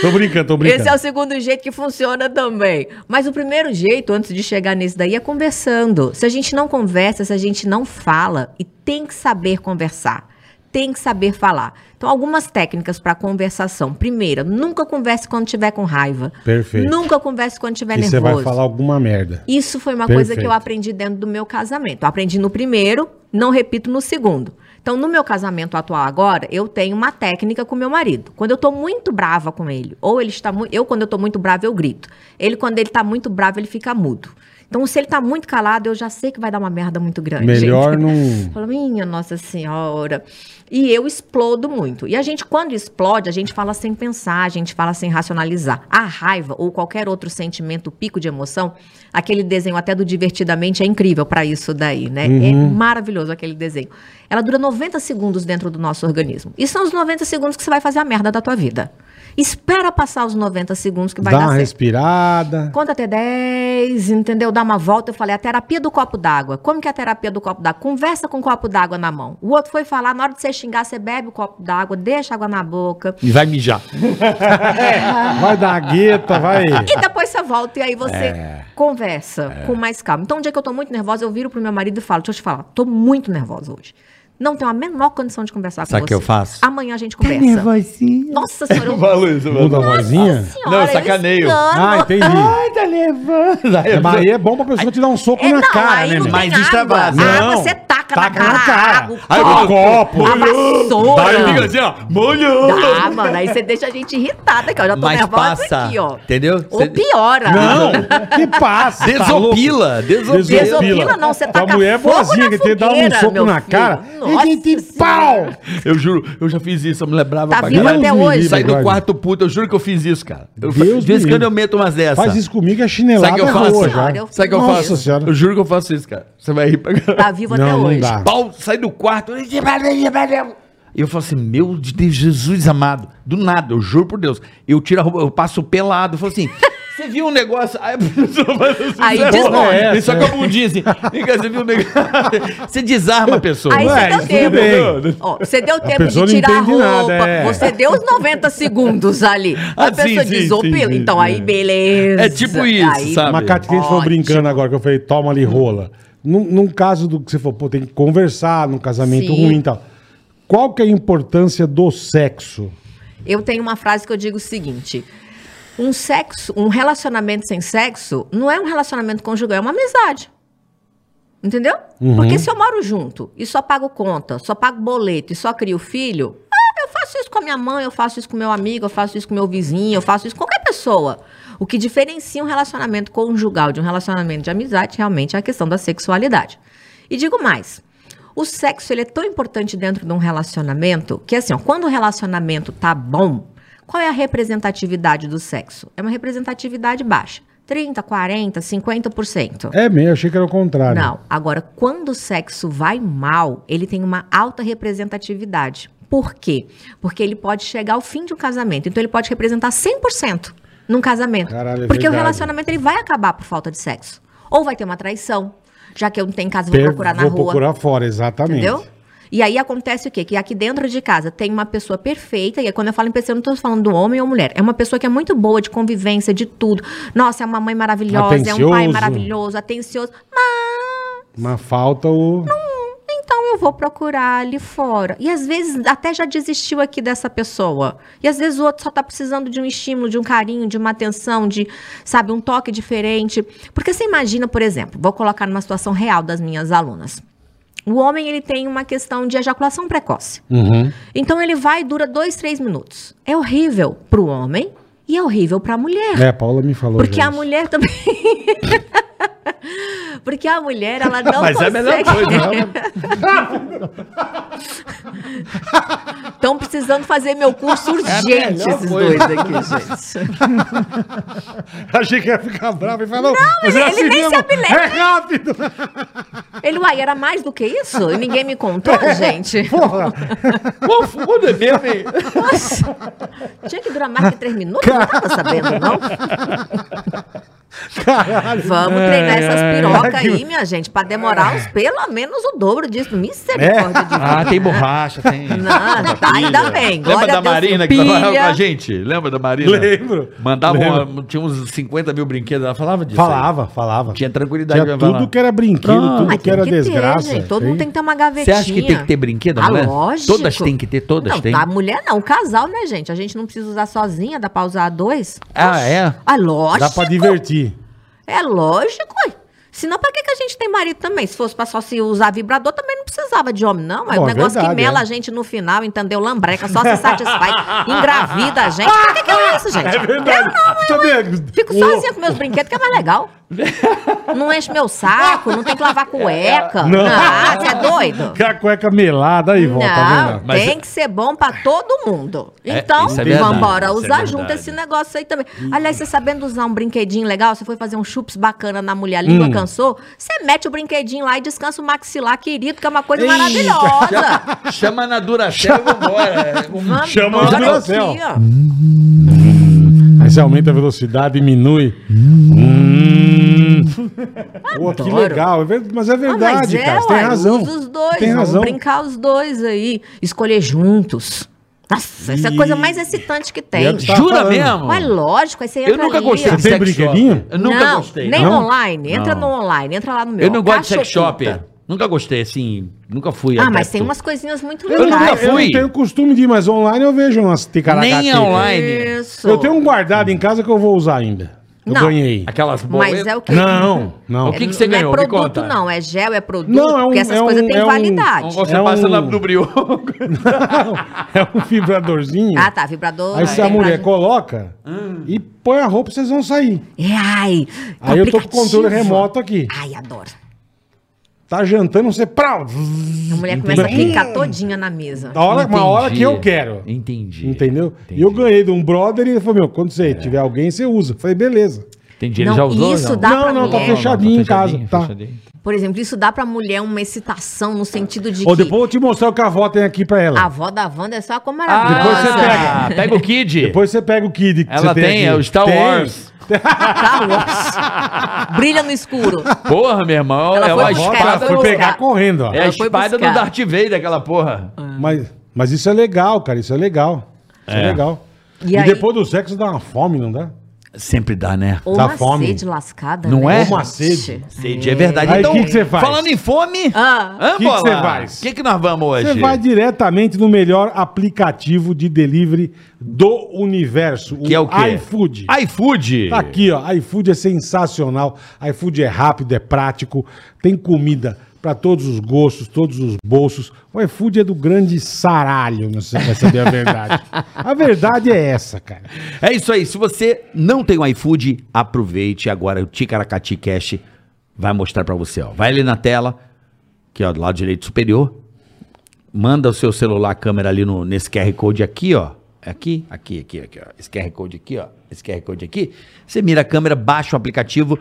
S2: Tô brincando, tô brincando.
S4: Esse é o segundo jeito que funciona também. Mas o primeiro jeito, antes de chegar nesse daí, é conversando. Se a gente não conversa, se a gente não fala, e tem que saber conversar. Tem que saber falar. Então, algumas técnicas para conversação. Primeira, nunca converse quando tiver com raiva.
S2: Perfeito.
S4: Nunca converse quando tiver
S2: E
S4: nervoso.
S2: você vai falar alguma merda.
S4: Isso foi uma coisa que
S2: É. Perfeito.
S4: eu aprendi dentro do meu casamento. Eu aprendi no primeiro, não repito no segundo. Então, no meu casamento atual agora, eu tenho uma técnica com meu marido. Quando eu tô muito brava com ele, ou ele está muito, eu quando eu tô muito brava eu grito. Ele quando ele tá muito bravo, ele fica mudo. Então, se ele tá muito calado, eu já sei que vai dar uma merda muito grande.
S2: Melhor não-
S4: Falo, minha Nossa Senhora. E eu explodo muito. E a gente, quando explode, a gente fala sem pensar, a gente fala sem racionalizar. A raiva ou qualquer outro sentimento, pico de emoção, aquele desenho até do Divertidamente é incrível pra isso daí, né? É
S2: Uhum.
S4: maravilhoso aquele desenho. Ela dura 90 segundos dentro do nosso organismo. E são os 90 segundos que você vai fazer a merda da tua vida. Espera passar os 90 segundos que vai
S2: Dá
S4: dar
S2: uma
S4: certo.
S2: respirada.
S4: Conta até 10, entendeu? Dá uma volta. Eu falei, a terapia do copo d'água. Como que é a terapia do copo d'água? Conversa com o copo d'água na mão. O outro foi falar, na hora de você xingar, você bebe o copo d'água, deixa a água na boca.
S3: E vai mijar.
S4: Ah.
S2: Vai dar a gueta, vai.
S3: Ah.
S4: E depois você volta e aí você
S3: É.
S4: conversa com mais calma. Então, um dia que eu tô muito nervosa, eu viro pro meu marido e falo, deixa eu te falar, tô muito nervosa hoje. Não tenho a menor condição de conversar
S3: Sabe
S4: com
S3: o
S4: você.
S3: que eu faço?
S4: Amanhã a gente conversa.
S3: nervosinho.
S4: Nossa senhora, eu...
S3: Fala isso,
S2: Muda a
S3: mano.
S2: vozinha.
S4: senhora,
S3: Não, eu
S4: eu
S3: sacaneio.
S4: escano.
S2: Ah, entendi.
S3: Ai, tá levando. Aí eu-
S2: Mas aí é bom pra pessoa te dar um soco
S4: É,
S2: na
S4: não,
S2: cara,
S4: aí
S2: né?
S4: não
S2: meu?
S4: tem
S3: Mas
S4: água.
S3: extravasa.
S4: A
S2: Não,
S4: água você taca,
S2: taca
S4: na
S2: na
S4: cara.
S2: cara.
S4: a água, o
S2: Aí eu
S4: copo,
S2: copo.
S4: A
S3: Molhou.
S4: vassoura.
S3: Aí fica assim, ó. Molhou.
S4: Dá, Ah, mano. Aí você deixa a gente irritada, que eu já tô
S3: Mas
S4: nervosa
S3: passa,
S4: aqui, ó.
S3: entendeu?
S4: Ou
S3: Cê-
S4: piora.
S2: Não, que passa. tá louco?
S3: Desopila, desopila.
S4: Desopila não, você
S2: A
S4: taca
S2: mulher é
S4: fogo
S2: boazinha
S4: na
S2: que tem que dar um
S4: fogueira,
S2: soco
S4: meu
S2: na
S4: filho.
S2: cara.
S4: Nossa
S2: e tem pau!
S4: Senhora.
S3: Eu juro, eu já fiz isso, eu me lembrava
S4: Tá
S3: pra
S4: vivo
S3: caralho.
S4: até
S2: Deus me
S4: hoje.
S2: livre,
S3: Saí do
S2: Eduardo.
S3: quarto puto, eu juro que eu fiz isso, cara. Eu,
S2: Deus
S3: de vez em
S2: me
S3: quando
S2: livre.
S3: eu meto umas dessas.
S2: Faz isso comigo, é chinelada
S3: Sabe o que eu
S2: na rua
S3: faço?
S2: já.
S4: Cara, eu-
S3: Sabe o que eu
S2: Nossa
S3: faço?
S2: senhora.
S3: Eu juro que eu faço isso, cara. Você vai rir pra
S4: Tá vivo até
S2: Não, não
S4: hoje.
S2: dá.
S3: Pau, sai do quarto. E eu falo assim, meu Deus, Jesus amado. Do nada, eu juro por Deus. Eu tiro a roupa, eu passo pelado. Eu falo assim, você viu um negócio? Aí a pessoa faz assim,
S4: Aí
S3: sabe?
S4: desmonta.
S2: É essa,
S3: Só com a bundinha assim. Vem cá, Você viu um negócio? Você desarma a pessoa.
S4: Aí
S2: Ué,
S4: você deu
S2: isso
S4: tempo.
S2: tudo bem.
S4: Ó, você deu tempo
S2: pessoa
S4: de
S2: não
S4: tirar a
S2: entende
S4: roupa.
S2: nada, é.
S4: Você deu os 90 segundos ali. A
S3: Ah, sim,
S4: pessoa
S3: sim,
S4: desopila.
S3: sim, sim,
S4: então
S3: sim.
S4: aí, beleza.
S3: É tipo isso,
S4: Aí,
S3: sabe?
S2: Uma Cate, que a gente falou
S4: Ótimo.
S2: brincando agora, que eu falei, toma ali rola. Num, num caso do que você falou, pô, tem que conversar num casamento
S4: Sim.
S2: ruim e tal. Qual que é a importância do sexo?
S4: Eu tenho uma frase que eu digo o seguinte: um sexo, um relacionamento sem sexo não é um relacionamento conjugal, é uma amizade. Entendeu? Porque se eu moro junto e só pago conta, só pago boleto e só crio filho, ah, eu faço isso com a minha mãe, eu faço isso com meu amigo, eu faço isso com meu vizinho, eu faço isso com qualquer pessoa. O que diferencia um relacionamento conjugal de um relacionamento de amizade realmente é a questão da sexualidade. E digo mais, o sexo ele é tão importante dentro de um relacionamento que assim, ó, quando o relacionamento tá bom, qual é a representatividade do sexo? É uma representatividade baixa. 30, 40, 50%.
S2: É mesmo, eu achei que era o contrário.
S4: Não. Agora, quando o sexo vai mal, ele tem uma alta representatividade. Por quê? Porque ele pode chegar ao fim de um casamento. Então, ele pode representar 100% num casamento.
S2: Caralho, é
S4: Porque o
S2: verdade.
S4: relacionamento ele vai acabar por falta de sexo. Ou vai ter uma traição. Já que eu não tenho em casa, eu vou
S2: Per-
S4: procurar na
S2: vou
S4: rua.
S2: procurar fora, exatamente.
S4: Entendeu? E aí acontece o quê? Que aqui dentro de casa tem uma pessoa perfeita, e aí quando eu falo em pessoa, eu não tô falando do homem ou mulher. É uma pessoa que é muito boa de convivência, de tudo. Nossa, é uma mãe maravilhosa, é um pai
S2: Atencioso.
S4: maravilhoso, atencioso. Mas
S2: Mas falta o...
S4: então eu vou procurar ali fora. E às vezes até já desistiu aqui dessa pessoa. E às vezes o outro só tá precisando de um estímulo, de um carinho, de uma atenção, de, sabe, um toque diferente. Porque você imagina, por exemplo, vou colocar numa situação real das minhas alunas. O homem, ele tem uma questão de ejaculação precoce.
S2: Uhum.
S4: Então ele vai e dura dois, três minutos. É horrível pro homem e é horrível pra mulher.
S2: É, a Paula me falou.
S4: Porque
S2: já
S4: a
S2: isso.
S4: mulher também. Porque a mulher, ela não
S3: Mas é a
S4: consegue.
S3: melhor
S2: né?
S4: Estão precisando fazer meu
S2: É,
S4: curso urgente,
S3: melhor
S4: esses
S3: coisa.
S4: dois aqui, gente.
S2: Achei que ia ficar brava e falou. Não,
S4: ele- ele nem se
S2: É rápido.
S4: Ele, uai, era mais do que isso? E ninguém me contou, gente.
S2: É. Porra!
S3: Pô, foda mesmo, hein?
S4: Nossa, tinha que durar mais que três minutos? Não tava sabendo, não?
S2: Caralho! É,
S4: Vamos treinar essas pirocas
S2: ai,
S4: aí, minha gente, pra demorar uns, pelo menos o dobro disso.
S2: É.
S4: Misericórdia de
S2: tá.
S3: Ah, tem borracha, tem.
S4: Não, tá, ainda bem.
S3: Lembra
S4: Glória
S3: da
S4: a Deus,
S3: Marina que
S4: filho,
S3: trabalhava com
S4: pilha.
S3: a gente? Lembra da Marina?
S2: Lembro.
S3: Mandava
S2: Lembro.
S3: uma- tinha uns 50 mil brinquedos, ela falava disso.
S2: Falava, falava.
S3: aí. Tinha tranquilidade
S2: Tinha
S3: pra falar.
S2: tudo que era brinquedo,
S3: Pronto.
S2: tudo
S4: Mas
S2: que
S4: tem
S2: era desgraça.
S4: Ter, gente. Todo mundo tem que ter uma gavetinha.
S3: Você acha que tem que ter brinquedo,
S4: Ah,
S3: mulher?
S4: lógico.
S3: Todas tem que ter, todas
S4: não,
S3: tem.
S4: A mulher não, o casal, né, gente? A gente não precisa usar sozinha, dá pra usar dois.
S3: Ah, é?
S4: Ah, lógico.
S2: Dá pra divertir.
S4: É lógico, ué. Senão, pra que, que a gente tem marido também? Se fosse pra só se usar vibrador, também não precisava de homem, não. Mas
S2: Bom,
S4: o
S2: é
S4: negócio
S2: verdade,
S4: que mela
S2: é.
S4: a gente no final, entendeu? Lambreca, só se satisfaz, engravida a gente. Pra que, que é isso, gente? Eu não,
S2: Tá vendo?
S4: Fico sozinha com meus brinquedos, que é mais legal. Não enche meu saco, não tem que lavar cueca.
S2: Não.
S4: Não, você é
S3: Tá
S4: doido?
S2: Com a cueca melada aí, volta, tá
S4: Não,
S2: vendo?
S3: Mas-
S4: tem que ser bom pra todo mundo.
S3: É,
S4: Então,
S3: isso é verdade,
S4: vambora
S3: isso é
S4: usar
S3: verdade.
S4: junto esse negócio aí também. Aliás, você sabendo usar um brinquedinho legal, você foi fazer um chups bacana na mulher, a
S3: Hum.
S4: língua cansou, você mete o brinquedinho lá e descansa o maxilar querido, que é uma coisa
S3: Eita.
S4: maravilhosa.
S3: Chama na Duracell e vambora. Um
S4: Vambora
S2: Chama
S4: aqui,
S2: o Duracell.
S4: ó.
S2: Aí você aumenta a velocidade, diminui. Hum. Pô, que
S4: Adoro.
S2: legal. É ver- Mas é
S4: Ah,
S2: verdade,
S4: é,
S2: cara. Você tem
S4: uai,
S2: razão.
S4: Usa os dois,
S2: tem
S4: vamos
S2: razão.
S4: brincar os dois aí. Escolher juntos. Nossa, essa é a coisa mais excitante que tem.
S2: E- Tá
S3: Jura
S2: falando.
S3: mesmo?
S4: Mas lógico, aí você entra
S3: Eu nunca
S4: ali,
S3: gostei
S4: ó.
S2: Você tem
S3: sex shop.
S2: brinquedinho?
S3: Eu nunca
S4: não,
S3: gostei.
S4: Nem
S2: Não?
S4: online. Entra
S3: Não.
S4: no online, entra lá no meu.
S3: Eu não
S4: ó,
S3: gosto de sex
S4: Caixa
S3: shop.
S4: Oculta.
S3: Nunca gostei, assim. Nunca fui.
S4: Ah,
S3: adepto.
S4: mas tem umas coisinhas muito
S2: Eu,
S3: nunca
S2: não,
S4: legais.
S2: eu
S3: fui.
S2: não tenho costume de ir, mas online eu vejo umas ticaracateca.
S3: Nem online.
S4: Isso.
S2: Eu tenho um guardado em casa que eu vou usar ainda. Eu
S4: Não.
S2: ganhei.
S3: Aquelas bolas.
S4: Mas é o que?
S2: Não, não.
S3: O que que você
S4: não
S3: ganhou?
S4: É
S3: Me
S4: produto,
S3: conta.
S4: não. É gel, é produto.
S2: Não, é um-
S4: porque essas
S2: é um-
S4: coisas têm
S2: é um-
S4: validade.
S3: Você
S2: É
S3: passa
S2: um-
S3: na- no brioco.
S2: É um vibradorzinho.
S4: Ah, tá. Vibrador.
S2: Aí
S4: não
S2: se
S4: tem
S2: a mulher
S4: pra-
S2: coloca e põe a roupa, vocês vão sair.
S4: É, ai.
S2: Aí eu tô com o
S4: aplicativo.
S2: controle remoto aqui.
S4: Ai, adoro.
S2: Tá jantando, você. Prau!
S4: A mulher começa a
S2: Entendi.
S4: clicar todinha na mesa.
S2: A hora, uma hora que eu
S3: Entendi.
S2: quero.
S3: Entendi.
S2: Entendeu?
S3: Entendi.
S2: E eu ganhei de um brother e ele falou: meu, quando você tiver alguém, você usa. Eu falei, beleza.
S3: Entendi. Ele
S4: Não,
S3: já usou?
S4: isso
S3: não?
S4: dá
S2: Não,
S4: pra
S2: não, tá
S4: mulher.
S2: fechadinho em casa,
S3: fechadinho,
S2: tá.
S3: fechadinho.
S4: Por exemplo, isso dá pra mulher uma excitação no sentido de
S2: Ou
S4: que
S2: depois eu te mostrar o que a avó tem aqui pra
S4: a
S2: ela.
S4: avó da Wanda é só como
S3: Ah,
S4: maravilhosa.
S2: Depois você
S3: pega. o Kid.
S2: Depois você pega o kid que
S3: Ela
S2: você
S3: tem, é
S2: aqui.
S3: o Star
S2: Tem.
S3: Wars.
S4: Star Wars. Tá Brilha no escuro.
S3: Porra, meu irmão.
S4: Ela
S3: é
S4: foi
S3: uma
S4: buscar,
S2: Ó,
S4: ela
S2: cara,
S3: espada.
S4: foi
S2: foi
S4: buscar.
S2: pegar correndo, ó.
S3: É a
S4: Ela foi
S3: espada do
S4: buscar.
S3: Darth Vader, aquela porra.
S2: Mas, mas isso é legal, cara. Isso é legal. Isso é, legal.
S4: E
S2: E,
S4: aí-
S2: depois do sexo dá uma fome, não dá?
S3: Sempre dá, né?
S4: Ou
S2: Dá
S4: uma
S2: fome.
S4: sede lascada,
S3: Não é?
S4: né, gente?
S2: Uma sede.
S3: Sede, é verdade.
S2: Aí, que que você faz?
S3: falando em fome,
S4: Ah.
S2: Que que
S3: Ambola,
S2: você faz?
S3: O que, que nós vamos hoje?
S2: Você vai diretamente no melhor aplicativo de delivery do universo,
S3: Que é o quê?
S2: iFood.
S3: iFood.
S2: Tá aqui, ó. iFood é sensacional. iFood é rápido, é prático, tem comida pra todos os gostos, todos os bolsos. O iFood é do grande saralho, não sei se você vai saber a verdade. a verdade é essa, cara.
S3: É isso aí. Se você não tem o iFood, aproveite agora. O Ticaracati Cash vai mostrar pra você. Ó. Vai ali na tela, que ó, do lado direito superior. Manda o seu celular, a câmera ali no, nesse QR Code aqui, ó. É Aqui, aqui, aqui, aqui, ó. Esse QR Code aqui, ó. Esse QR Code aqui. Você mira a câmera, baixa o aplicativo.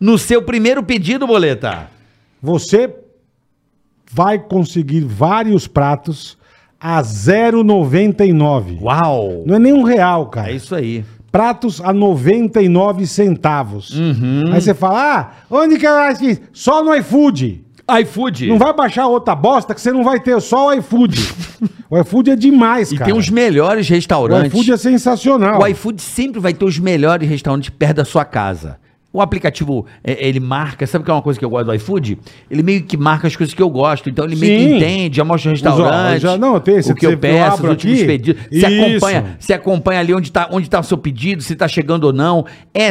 S3: No seu primeiro pedido, boleta.
S2: Você vai conseguir vários pratos a 0,99.
S3: Uau!
S2: Não é nem um real, cara.
S3: É isso aí.
S2: pratos a 99 centavos.
S3: Uhum.
S2: Aí você fala, ah, onde que eu acho isso? Só no iFood.
S3: iFood.
S2: Não vai baixar outra bosta que você não vai ter, só o iFood. o iFood é demais,
S3: E
S2: cara.
S3: tem os melhores
S2: o
S3: restaurantes.
S2: iFood é sensacional.
S3: O iFood sempre vai ter os melhores restaurantes perto da sua casa. O aplicativo, é, ele marca, sabe que é uma coisa que eu gosto do iFood? Ele meio que marca as coisas que eu gosto, então ele meio
S2: Sim.
S3: que entende, já mostra o restaurante,
S2: Os- ó, já- não, tem esse
S3: o
S2: que
S3: que
S2: você-
S3: eu
S2: eu
S3: peço, os
S2: abro
S3: últimos
S2: aqui.
S3: pedidos. Você
S2: Isso.
S3: acompanha, você acompanha ali onde está onde tá o seu pedido, se está chegando ou não. É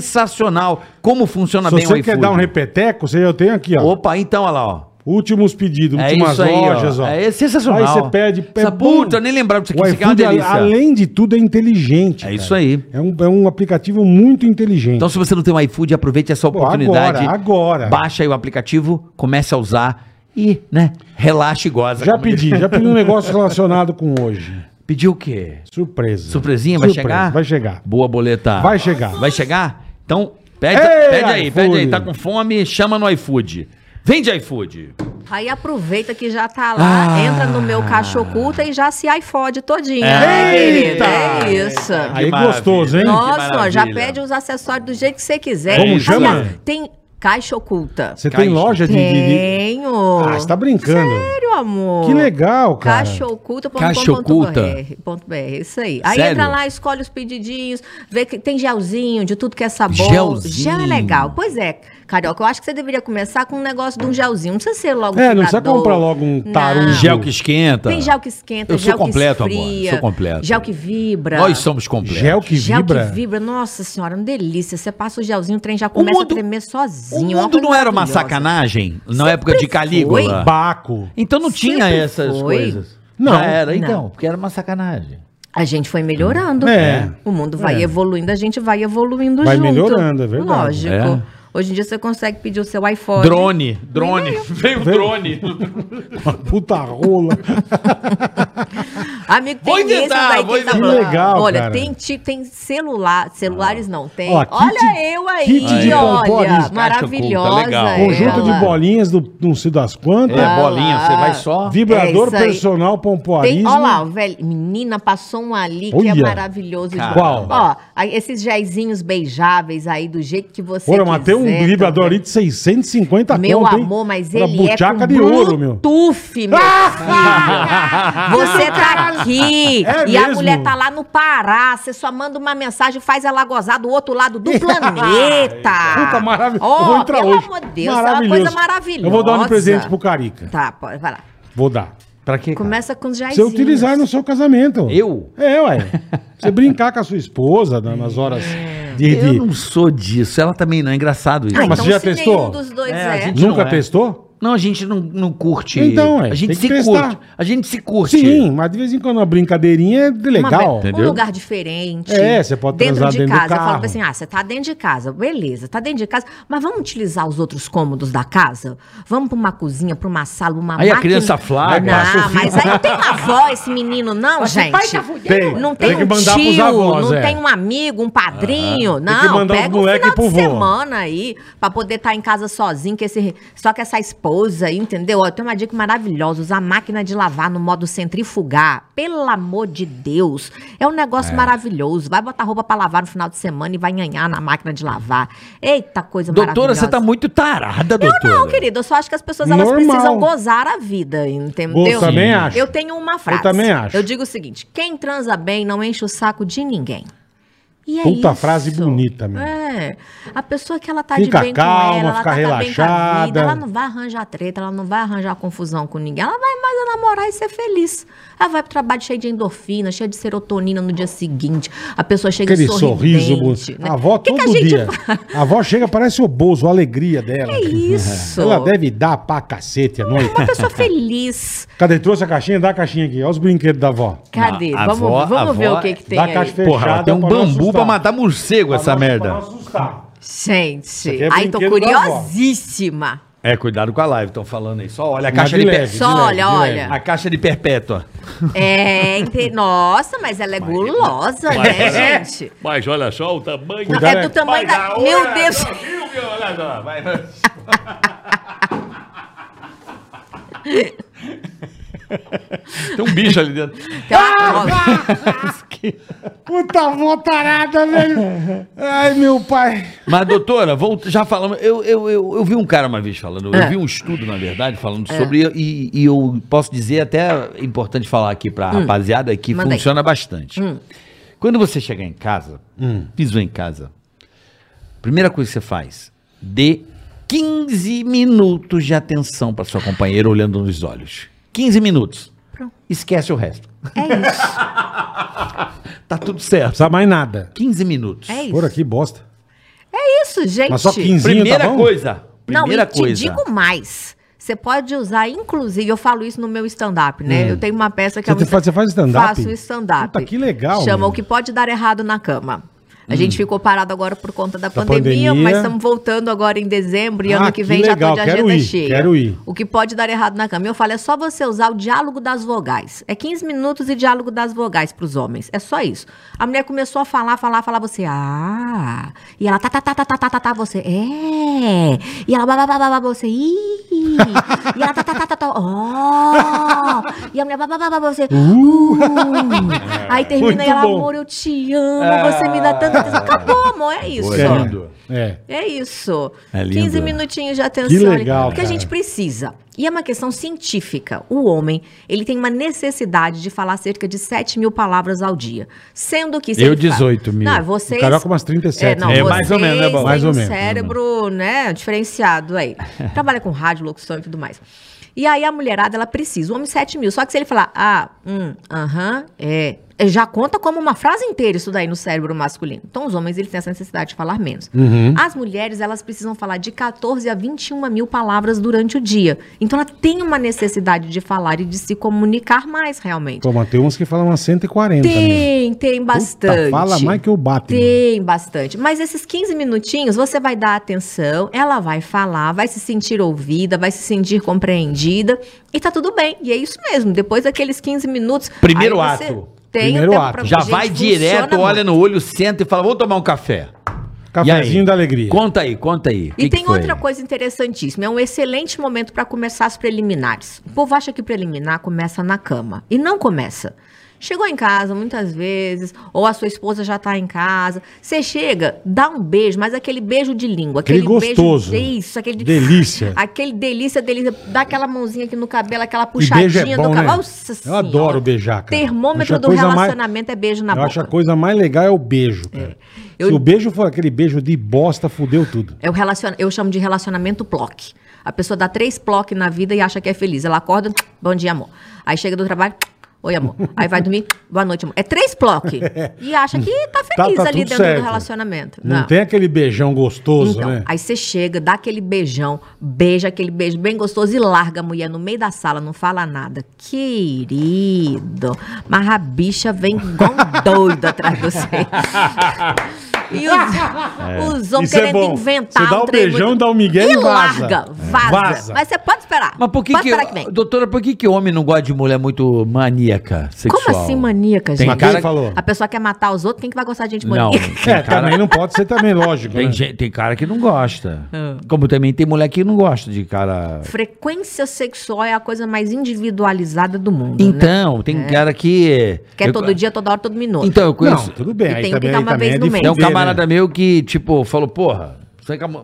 S3: sensacional como funciona
S2: Se
S3: bem o
S2: você
S3: é iFood.
S2: quer dar um repeteco, você, eu tenho aqui, ó.
S3: Opa, então, olha lá, ó.
S2: Últimos pedidos,
S3: É
S2: últimas
S3: isso aí, ó.
S2: lojas, ó.
S3: É sensacional.
S2: Aí você pede... é
S3: Essa
S2: bom.
S3: puta, eu nem lembrava disso aqui,
S2: O
S3: isso aqui é uma
S2: iFood, a-
S3: delícia.
S2: além de tudo, é inteligente.
S3: É isso aí.
S2: É um, é um aplicativo muito inteligente.
S3: Então, se você não tem um iFood, aproveite essa oportunidade.
S2: agora, agora.
S3: Baixa aí o aplicativo, comece a usar e, né, relaxa e goza.
S2: já
S3: Como diz.
S2: pedi, já pedi um negócio relacionado com hoje.
S3: Pediu o quê?
S2: Surpresa.
S3: Surpresinha? Vai
S2: Surpresa,
S3: chegar?
S2: Vai chegar.
S3: Boa boleta.
S2: Vai chegar.
S3: Vai chegar? Então, pede,
S2: Ei,
S3: pede aí,
S2: iFood.
S3: pede aí. Tá com fome? Chama no iFood. Vende iFood.
S4: Aí aproveita que já tá lá,
S3: Ah.
S4: entra no meu caixa oculta e já se iFode todinho, né,
S2: Eita!
S4: querido? É isso.
S2: Aí gostoso, hein?
S4: Nossa, ó, já
S3: maravilha.
S4: pede os acessórios do jeito que você quiser.
S2: Como
S4: Aliás,
S2: chama?
S4: tem caixa oculta.
S2: Você tem
S3: Caixa.
S2: loja de... de- de-
S4: Tenho.
S2: Ah, você tá brincando.
S4: Sério, amor.
S2: Que legal, cara.
S4: Caixaoculta.com.br. Isso aí. Aí
S3: Sério?
S4: entra lá, escolhe os pedidinhos, vê que tem gelzinho de tudo que é sabor.
S3: Gelzinho.
S4: Gel é legal. Pois é, Carioca, eu acho que você deveria começar com um negócio de um gelzinho. Não precisa ser logo
S2: É, não precisa
S4: fundador.
S2: comprar logo um tarum.
S4: Não.
S3: Gel que esquenta.
S4: Tem gel que esquenta,
S3: Eu sou
S4: gel que
S3: completo, amor.
S4: esfria.
S3: Eu sou completo. é
S4: Gel que vibra.
S3: Nós somos completos.
S2: Gel que
S4: Gel
S2: vibra.
S4: que vibra, nossa senhora, uma delícia. Você passa o gelzinho, o trem já começa
S3: mundo-
S4: a tremer
S3: O
S4: sozinho.
S3: mundo não era uma
S4: maravilhosa.
S3: sacanagem na época de Calígula.
S4: foi.
S2: Baco.
S3: Então não tinha
S4: Sempre
S3: essas
S4: foi.
S3: coisas.
S2: Não.
S3: Já era,
S4: Não.
S3: então, porque era uma sacanagem.
S4: A gente foi melhorando.
S2: É.
S4: O mundo vai evoluindo, a gente vai evoluindo
S2: Vai
S4: junto.
S2: melhorando, é verdade.
S4: Lógico.
S3: É.
S4: Hoje em dia você consegue pedir o seu iPhone.
S3: Drone, drone. Veio o drone.
S2: Uma puta rola.
S4: Amigo, tem
S3: Vou inventar,
S4: esses aí
S3: vou
S4: tem
S3: inventar.
S2: Que legal,
S4: tá Olha,
S2: cara.
S4: tem, ti- tem celular, celulares
S3: Ah.
S4: não, tem.
S2: Ó, kit-
S4: olha eu aí,
S2: kit de pompoarismo,
S3: tá
S4: olha,
S2: caixa
S4: maravilhosa.
S3: oculta, legal.
S2: Conjunto
S4: ela.
S2: de bolinhas do não sei das quantas.
S3: É, bolinha,
S4: lá.
S3: você vai só.
S2: Vibrador
S4: É isso aí.
S2: personal
S4: Tem,
S2: pompoarismo.
S4: ó lá, velho, menina, passou um ali que é
S2: Olha.
S4: maravilhoso.
S3: Cara.
S2: Qual?
S4: Ó, aí esses géizinhos beijáveis aí, do jeito que você
S2: Olha, mas tem um
S4: quiser tá
S2: vibrador
S4: também.
S2: ali de 650
S4: Meu
S2: conto, Tá hein?
S4: amor, mas
S2: Uma
S4: ele é
S2: buchaca
S4: com
S2: de ouro, meu. Ah!
S4: Bluetooth, meu filho. Você tá aqui
S2: É
S4: e a
S2: mesmo?
S4: mulher tá lá no Pará. Você só manda uma mensagem e faz ela gozar do outro lado do planeta.
S2: Puta, maravilhoso.
S4: Ó,
S2: eu vou entrar
S4: pelo
S2: hoje.
S4: amor de Deus, é uma coisa maravilhosa.
S2: Eu vou dar um de presente pro Carica.
S4: Tá, pode, vai lá.
S2: Vou dar.
S3: Pra quê?
S4: Começa com os
S2: Pra
S4: jaizinhos.
S2: você utilizar no seu casamento.
S3: Eu?
S2: É, ué. Pra você brincar com a sua esposa na- nas horas
S4: É.
S2: de...
S3: Eu
S2: de-
S3: não sou disso. Ela também não. É engraçado isso.
S4: Ah,
S2: mas
S4: então
S2: você já
S4: se
S2: testou?
S4: nenhum dos dois
S3: É, a
S4: é.
S3: gente-
S2: Nunca
S3: Não é.
S2: testou?
S3: Não, a gente não, não curte.
S2: Então, é,
S3: A
S2: tem
S3: gente
S2: que
S3: se
S2: testar.
S3: curte. A gente se curte.
S2: Sim, mas de vez em quando uma brincadeirinha é
S4: Uma
S2: legal.
S4: be-
S3: Entendeu?
S4: Um lugar diferente.
S2: É, você pode
S4: dentro
S2: transar
S4: de
S2: dentro do
S4: casa. Eu
S2: carro.
S4: falo assim: ah, você tá dentro de casa, beleza, tá dentro de casa, mas vamos utilizar os outros cômodos da casa? Vamos pra uma cozinha, pra uma sala, uma
S3: Aí a criança flagra, passa o
S4: Não, mas aí não tem uma avó esse menino, não, gente.
S2: Tem.
S4: Não tem,
S2: Tem que
S4: um
S2: mandar pros
S4: tio,
S2: avós,
S4: não
S2: é. Ah,
S4: tem um amigo, um padrinho.
S2: Tem que
S4: Não,
S2: mandar os
S4: pega um
S2: moleque
S4: final
S2: pro
S4: de
S2: vô.
S4: semana aí pra poder estar em casa sozinho, que esse, só que essa esposa, aí, entendeu? Ó, tem uma dica maravilhosa: usar a máquina de lavar no modo centrifugar. Pelo amor de Deus. É um negócio maravilhoso. Vai botar roupa pra lavar no final de semana e vai nhanhar na máquina de lavar. Eita, coisa
S3: Doutora,
S4: maravilhosa.
S3: você tá muito tarada, doutora.
S4: Não, querido, eu só acho que as pessoas elas
S2: Normal.
S4: precisam gozar a vida, entendeu?
S2: Eu também acho.
S4: Eu tenho uma frase.
S2: também acho.
S4: Eu digo o seguinte: quem transa bem não enche o saco de ninguém. E é
S2: Puta
S4: isso.
S2: frase bonita, meu.
S4: É. A pessoa que ela tá
S2: Fica
S4: de bem
S2: calma,
S4: com ela, ela
S2: fica
S4: tá bem com a
S2: relaxada.
S4: vida, ela não vai arranjar treta, ela não vai arranjar confusão com ninguém. Ela vai mais é namorar e ser feliz. Ela vai pro trabalho cheia de endorfina, cheia de serotonina no dia seguinte. A pessoa chega
S2: Aquele sorriso
S4: sorridente,
S2: bonito.
S4: né?
S2: A avó
S4: Que que
S2: todo
S4: a gente
S2: dia.
S4: faz?
S2: A avó chega, parece o Bozo, a alegria dela.
S4: É isso.
S2: Ela deve dar pra cacete à noite.
S4: Uma pessoa feliz.
S2: Cadê? Trouxe a caixinha? Dá a caixinha aqui. Olha os brinquedos da avó. é
S4: Cadê?
S3: A
S4: vamos
S3: avó- a
S4: vamos ver
S3: avó
S4: o que, que tem
S2: da
S4: aí.
S2: caixa fechada. é
S3: Porra, ela tem um
S2: pra não
S3: bambu
S2: assustar.
S3: pra matar morcego essa
S2: Pra não- pra
S3: merda.
S2: não assustar. aqui
S4: Gente,
S2: é
S4: aí tô
S2: brinquedo da avó.
S4: curiosíssima.
S3: É, cuidado com a live, estão falando aí. Só olha a
S2: Mas
S3: caixa
S2: de
S3: de,
S2: leve,
S3: per...
S2: É de
S4: Só
S2: leve,
S4: olha,
S2: de
S4: olha.
S2: leve.
S3: a caixa de perpétua.
S4: É, entre- nossa, mas ela é gulosa, né, gente?
S5: Mas olha só o tamanho.
S4: Não,
S2: é. Cuidado,
S4: é do tamanho
S5: Mas a
S4: da.
S5: hora
S4: Meu Deus!
S5: do filme, olha só, vai. Tem um bicho ali dentro.
S4: Tem uma cobra.
S2: Puta avó tarada, velho. Ai, meu pai.
S3: Mas, doutora, volta- já falamos. Eu, eu, eu, eu vi um cara uma vez falando,
S4: É.
S3: eu vi um estudo, na verdade, falando sobre. E, e eu posso dizer, até é importante falar aqui pra rapaziada, que
S4: Hum. Manda aí. Hum.
S3: funciona bastante. Quando você chegar em casa, pisou em casa, primeira coisa que você faz, dê 15 minutos de atenção pra sua companheira olhando nos olhos. 15 minutos.
S4: Pronto.
S3: Esquece o resto.
S4: É isso.
S3: Tá tudo
S2: Não
S3: certo.
S2: precisa mais nada.
S3: 15 minutos.
S4: É isso.
S2: Por aqui, bosta.
S4: É isso, gente.
S2: Mas só 15
S3: Primeira
S2: tá bom?
S3: coisa. Primeira
S4: Não, e
S3: coisa.
S4: te digo mais. Você pode usar, inclusive, eu falo isso no meu stand-up, né? Eu tenho uma peça que
S2: Hum. Você
S4: é um
S2: faz- você faz stand-up?
S4: Faço stand-up.
S2: Puta, que legal,
S4: Chama
S2: meu. Hum.
S4: O Que Pode Dar Errado na Cama. A gente ficou parado agora por conta da,
S2: pandemia.
S4: pandemia, mas estamos voltando agora em dezembro e
S2: Ah,
S4: ano que
S2: que
S4: vem
S2: legal,
S4: já tô de
S2: quero
S4: agenda
S2: ir,
S4: cheia.
S2: quero ir.
S4: O que pode dar errado na cama. Eu falo, é só você usar o diálogo das vogais. É 15 minutos e diálogo das vogais pros homens. É só isso. A mulher começou a falar, falar, falar, você, ah. E ela, tá, tá, tá, tá, tá, tá, tá, tá, você, é. E ela, babá, babá, você, ih. assim. e ela tá, tá, tá, tá, tá. Ó! E a mulher, babá, você. Uh. Aí termina
S2: Muito
S4: e ela,
S2: bom. Ah.
S4: amor, eu te amo, você me dá tanta atenção. Acabou, amor, é isso.
S3: Foi lindo.
S2: É.
S4: É isso.
S3: É lindo,
S4: 15
S3: né?
S4: minutinhos de atenção.
S2: Que
S4: ali,
S2: legal,
S4: Porque
S2: cara.
S4: a gente precisa. E é uma questão científica. O homem, ele tem uma necessidade de falar cerca de 7 mil palavras ao dia. Sendo que... se
S3: Eu
S4: ele fala-
S3: 18 mil.
S4: Não, vocês...
S2: O carioca umas 37,
S4: É, não,
S2: né?
S5: É, mais ou menos, né, Bob?
S4: vocês
S2: Mais
S4: têm
S2: ou
S4: um
S2: menos, mais ou
S4: cérebro, né, diferenciado aí. Trabalha com rádio, locução e tudo mais. E aí a mulherada, ela precisa. O homem 7 mil. Só que se ele falar, ah, hum, aham, é... Já conta como uma frase inteira isso daí no cérebro masculino. Então, os homens, eles têm essa necessidade de falar menos. As mulheres, elas precisam falar de 14 a 21 mil palavras durante o dia. Então, ela tem uma necessidade de falar e de se comunicar mais, realmente.
S2: Pô, mas tem uns que falam umas 140 mesmo.
S4: Tem, tem bastante.
S2: fala mais que o Batman.
S4: Tem bastante. Mas esses 15 minutinhos você vai dar atenção, ela vai falar, vai se sentir ouvida, vai se sentir compreendida e tá tudo bem. E é isso mesmo. Depois daqueles 15 minutos.
S3: Primeiro
S4: aí você
S3: ato.
S4: Tem
S2: Primeiro
S4: o tempo
S2: ato.
S4: pra-
S3: Já
S4: Gente,
S3: vai direto,
S4: funciona
S3: olha no olho, senta e fala, vamos tomar um café. E aí?
S2: Cafezinho da alegria.
S3: Conta aí, conta aí.
S4: E tem outra coisa interessantíssima, é um excelente momento para começar as preliminares. O povo acha que preliminar começa na cama e não começa. Chegou em casa muitas vezes, ou a sua esposa já tá em casa, você chega, dá um beijo, mas aquele beijo de língua,
S2: Aquele
S4: aquele,
S2: gostoso.
S4: beijo isso, aquele de-
S2: Delícia.
S4: Aquele delícia, delícia, dá aquela mãozinha aqui no cabelo, aquela
S2: E beijo
S4: puxadinha
S2: é bom,
S4: do
S2: né?
S4: cabelo.
S2: Eu adoro beijar, cara. Acho
S4: Termômetro
S2: a
S4: do
S2: coisa mais-
S4: relacionamento é beijo na
S2: Eu
S4: boca.
S2: acho a coisa mais legal é o beijo, cara.
S4: Eu-
S2: Se o beijo for aquele beijo de bosta, fudeu tudo.
S4: Eu, É relaciona, eu chamo de relacionamento ploc. A pessoa dá três ploc na vida e acha que é feliz. Ela acorda, bom dia, amor. Aí chega do trabalho, oi, amor. Aí vai dormir, boa noite, amor. É três ploc. E acha que tá
S2: Tá-
S4: feliz
S2: tá
S4: ali
S2: tudo
S4: dentro
S2: certo.
S4: do relacionamento.
S2: Não, tem aquele beijão gostoso,
S4: Então,
S2: né?
S4: aí você chega, dá aquele beijão, beija aquele beijo bem gostoso e larga a mulher no meio da sala, não fala nada. Querido, mas a bicha vem igual um doido atrás de você. E os, os homens
S2: Isso é
S4: querendo
S2: bom.
S4: inventar um
S2: Você dá o
S4: trem
S2: beijão,
S4: muito-
S2: dá o migué e vaza.
S4: larga,
S2: É.
S4: vaza.
S2: Vaza.
S4: Mas você pode esperar.
S3: Mas por que
S4: pode
S3: que,
S4: esperar que vem.
S3: doutora, por que que homem não gosta de mulher muito maníaca sexual?
S4: Como assim maníaca,
S3: Tem
S4: gente?
S3: cara que
S2: falou.
S4: A pessoa quer matar os outros, quem que vai gostar de gente
S3: Não,
S4: maníaca?
S3: tem
S2: É,
S3: cara,
S2: também não pode ser também, lógico.
S3: tem,
S2: né?
S3: gente- tem cara que não gosta.
S4: Ah.
S3: Como também tem mulher que não gosta de cara...
S4: Frequência sexual é a coisa mais individualizada do mundo. né?
S3: Então, tem cara que...
S4: Quer
S3: Eu-
S4: é todo dia, toda hora, todo minuto.
S3: Então, eu conheço...
S2: Não, tudo bem.
S4: E
S2: Aí
S4: tem que
S2: também,
S4: dar
S2: aí
S4: uma
S2: também
S4: vez
S2: é
S4: no
S2: de
S4: mês.
S3: Tem um
S2: fuder,
S3: camarada
S2: né?
S3: meu que, tipo, falou, porra, você tem que-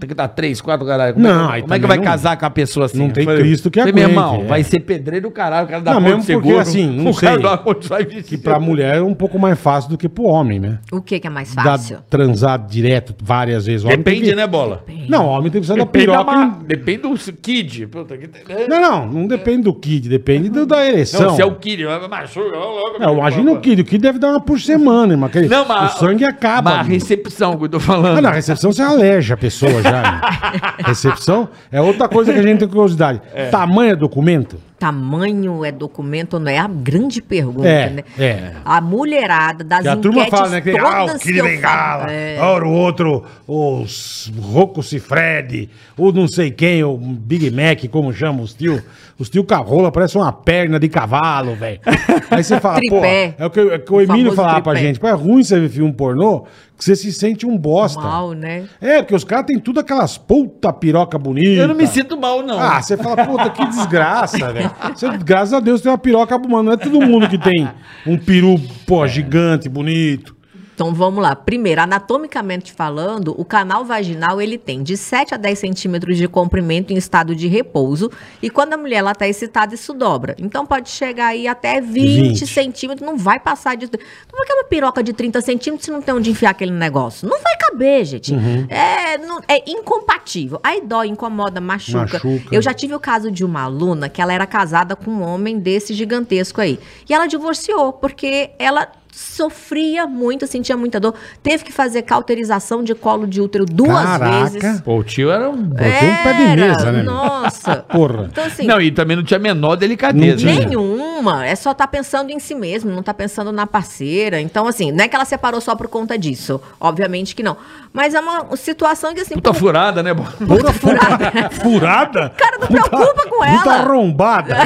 S3: tem que dar três, quatro caralho. Como
S2: Não,
S3: é
S2: aí
S3: que, como é que
S2: também
S3: vai
S2: não-
S3: casar com a pessoa assim?
S2: não
S3: Eu
S2: tem Cristo que
S3: falei, Meu
S2: aguente,
S3: irmão,
S2: é.
S3: vai ser pedreiro do caralho, o cara dá
S2: Não,
S3: conta
S2: mesmo porque, assim, não
S3: o cara
S2: sei.
S3: dá conta, sai de
S2: Que pra mulher é um pouco mais fácil do que pro homem, né?
S4: O que, que é mais
S2: Dá
S4: fácil?
S2: transar direto várias vezes. O homem tem
S3: Depende,
S2: que-
S3: né, é bola?
S2: Não, o homem tem que precisar da
S5: Depende, da
S2: piroca.
S5: ma...
S2: em-
S5: Depende do s- kid. Puta, que...
S2: Não, não, não depende do kid, depende do- da ereção.
S5: Não, se é o kid, mas machuca. ó, logo.
S2: É, eu imagino o Kid. O Kid deve dar uma por semana, irmão. Aquele-
S3: Não, mas-
S2: O sangue acaba.
S3: Mas a
S2: amigo.
S3: recepção que eu tô
S2: Ah,
S3: falando.
S2: na recepção você aleja a pessoa já. né? recepção é outra coisa que a gente tem curiosidade. Tamanho é documento?
S4: Tamanho é documento ou não é? É a grande pergunta,
S2: É,
S4: né?
S2: é.
S4: A mulherada das
S2: Que a turma fala, né? Que,
S4: enquetes
S2: ah, o
S4: todas
S2: Kid
S4: que eu
S2: Bengala,
S4: falo- É.
S2: ora o outro, o S- Rocco Cifredi, o não sei quem, o Big Mac, como chama, os tio. Os tio Carrola parece uma perna de cavalo, velho. Aí você fala, pô,
S4: Tripé.
S2: é o que, é o que o
S4: O
S2: Emílio
S4: famoso
S2: falava pra
S4: tripé.
S2: gente. Pô, é ruim você ver filme pornô, que você se sente um bosta.
S4: Mal, né?
S2: É, porque os caras têm tudo aquelas puta piroca bonita.
S3: Eu não me sinto mal, não.
S2: Ah, você fala, puta, que desgraça, velho. Você, Graças a Deus tem uma piroca, mano. Não é todo mundo que tem um peru, pô, gigante, bonito.
S4: Então vamos lá. Primeiro, anatomicamente falando, o canal vaginal ele tem de 7 a 10 centímetros de comprimento em estado de repouso. E quando a mulher ela tá excitada, isso dobra. Então pode chegar aí até 20,
S2: 20.
S4: centímetros, não vai passar de. Como é que é uma piroca de 30 centímetros se não tem onde enfiar aquele negócio? Não vai caber, gente. É, não- é incompatível. Aí dói, incomoda, machuca.
S2: Machuca.
S4: Eu já tive o caso de uma aluna que ela era casada com um homem desse gigantesco aí. E ela divorciou porque ela sofria muito, sentia muita dor. Teve que fazer cauterização de colo de útero duas
S2: Caraca.
S4: vezes.
S3: Pô, o tio era um.
S2: Botou um pé de
S4: Era,
S2: mesa, né? meu?
S4: Nossa.
S2: Porra.
S4: Então É, assim,
S3: Não, e também não tinha a menor delicadeza.
S2: Não tinha.
S3: né?
S4: nenhuma. É só tá pensando em si mesmo, não tá pensando na parceira. Então assim, não é que ela separou só por conta disso. Obviamente que não. Mas é uma situação que assim,
S3: Puta
S4: pô,
S3: furada, né, bola?
S2: Porra, furada. furada?
S4: cara, não preocupa com ela.
S2: Puta arrombada.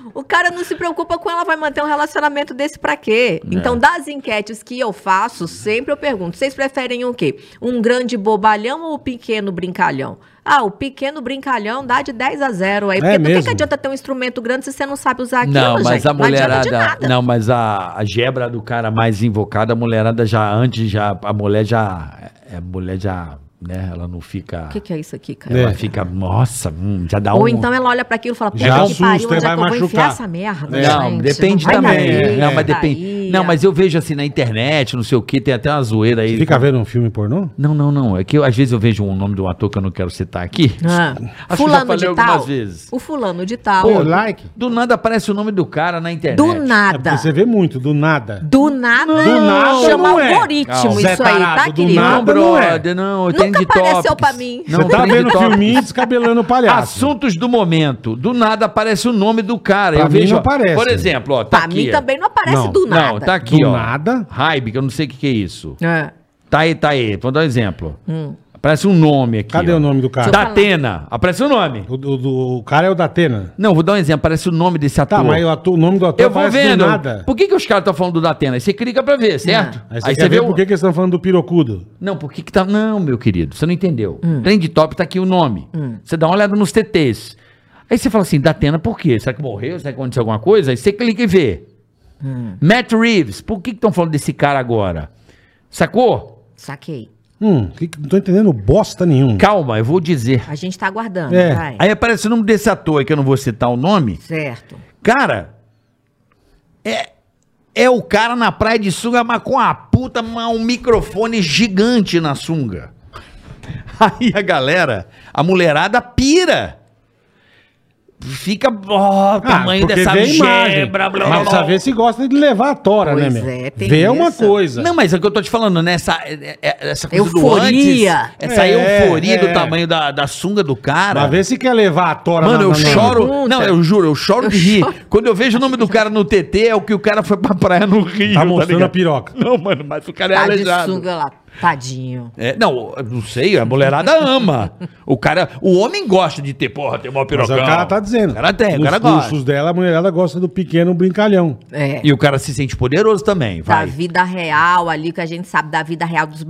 S4: O cara não se preocupa com ela, vai manter um relacionamento desse pra quê?
S3: É.
S4: Então, das enquetes que eu faço, sempre eu pergunto: vocês preferem o quê? Um grande bobalhão ou um pequeno brincalhão? Ah, o pequeno brincalhão dá de 10 a 0 aí.
S2: É
S4: Porque do que,
S2: mesmo?
S4: que adianta ter um instrumento grande se você não sabe usar aquilo,
S3: Não, mas
S4: gente?
S3: a
S4: Não adianta de nada.
S3: mulherada. Não, mas a, a gebra do cara mais invocada, a mulherada já antes, já. A mulher já. é, A mulher já. Né, ela não fica.
S4: O que, que é isso aqui, cara?
S3: Ela
S2: É.
S3: fica. Nossa, hum, já dá um.
S4: Ou então ela olha pra aquilo e fala, puta
S2: Já
S4: que pariu,
S2: assusta,
S4: onde
S2: vai
S4: é que eu vou enfiar
S2: machucar.
S4: essa merda,
S3: né? Não,
S4: gente?
S3: depende
S4: vai né, tá
S3: também.
S4: cair,
S3: é. Não, mas
S4: vai
S3: depende.
S4: cair.
S3: Não, mas eu vejo assim na internet, não sei o que, tem até umas zoeira aí.
S2: Fica vendo um filme pornô?
S3: Não, não, não. É que eu, às vezes eu vejo um nome de um ator que eu não quero citar aqui.
S4: Ah,
S3: já
S4: fulano
S3: falei
S4: de
S3: algumas
S4: tal.
S3: vezes.
S4: O fulano de tal.
S2: Pô, like.
S3: Do nada aparece o nome do cara na internet.
S4: do
S2: É porque
S4: nada.
S2: você vê muito, do nada.
S4: Do nada.
S2: Do nada
S4: Chama
S2: não é.
S4: algoritmo
S2: Não, Zé
S4: isso aí, tá,
S2: Tarado, do
S4: querido?
S2: nada.
S3: Não,
S2: não é.
S3: brother, não. eu
S4: Nunca
S3: tenho de
S4: apareceu
S3: tópicos.
S4: pra mim.
S3: Não,
S2: você tá
S3: tem de
S2: vendo
S3: tópicos.
S2: filminho e descabelando o palhaço.
S3: Assuntos do momento. Do nada aparece o nome do cara.
S2: Pra
S3: eu
S2: mim
S3: vejo,
S2: não
S3: ó,
S2: aparece.
S3: Por exemplo, ó, tá
S4: Pra
S3: aqui.
S4: mim
S3: ó.
S4: também não aparece
S2: Não,
S4: do nada.
S3: Não, tá aqui,
S2: Do
S3: ó.
S2: nada?
S3: Hype, que eu não sei o que, que é isso.
S4: É. hum,
S3: Tá aí, tá aí. Vou dar um exemplo. Aparece um nome aqui.
S2: Cadê
S3: ó.
S2: o nome do cara?
S4: Deixa eu falar.
S3: Datena. Aparece o nome.
S2: O, do- do- o cara é o da Atena.
S3: Não, vou dar um exemplo. Aparece o nome desse ator.
S2: Tá, mas o, ator- o nome do ator
S3: Eu vou
S2: do
S3: vendo.
S2: nada.
S3: Por que, que os caras estão falando do Datena? Aí você clica pra
S4: Ah.
S3: ver, certo?
S2: Aí você, quer ver por que que eles estão falando do pirocudo.
S3: Não, por que que tá... Não, meu querido, você não entendeu. Trend Top tá aqui o nome. Você dá uma olhada nos TTs. Aí você fala assim, Datena por quê? Será que morreu? Será que aconteceu alguma coisa? Aí você clica e vê. Matt Reeves, por que estão falando desse cara agora? Sacou?
S4: Saquei.
S2: Hum, que, que- não tô entendendo bosta nenhuma.
S3: Calma, eu vou dizer.
S4: A gente tá aguardando,
S2: É.
S4: vai.
S3: Aí aparece o nome desse ator aí, que eu não vou citar o nome.
S4: Certo.
S3: Cara, é, é o cara na praia de sunga, mas com a puta, mas um microfone gigante na sunga. Aí a galera, a mulherada pira. Fica, ó, o tamanho
S2: Ah, porque
S3: dessa
S2: vê a imagem.
S3: gebra, blá,
S2: mas
S3: blá,
S2: precisa
S3: blá.
S2: ver se gosta de levar a tora,
S4: Pois
S2: né, meu?
S4: é, tem
S2: Vê é uma
S4: essa.
S2: coisa.
S3: Não, mas é o que eu tô te falando, né? Essa, é- é- essa coisa
S4: Euforia.
S3: do antes, essa
S2: É,
S3: euforia
S2: é.
S3: do tamanho da, da sunga do cara.
S2: Mas vê se quer levar a tora
S3: Mano,
S2: na-
S3: eu
S2: na- na-
S3: choro. Não, eu juro, eu choro
S4: Eu
S3: de rir.
S4: choro.
S3: Quando eu vejo o nome do cara no TT, é o que o cara foi pra praia no Rio.
S2: Tá mostrando
S3: ligado?
S2: a piroca.
S3: Não, mano, mas o cara é
S4: Tá de
S3: aleijado.
S4: sunga lá, tadinho.
S3: É, não, eu não sei, a mulherada ama. O cara, o homem gosta de ter, porra, ter mó
S2: Mas
S3: pirocão.
S2: é o cara tá dizendo.
S3: O cara tem, o cara
S2: Nos
S3: gosta.
S2: cursos dela, a mulherada gosta do pequeno brincalhão.
S4: É.
S3: E o cara se sente poderoso também,
S4: Da
S3: vai.
S4: vida real ali, que a gente sabe da vida real dos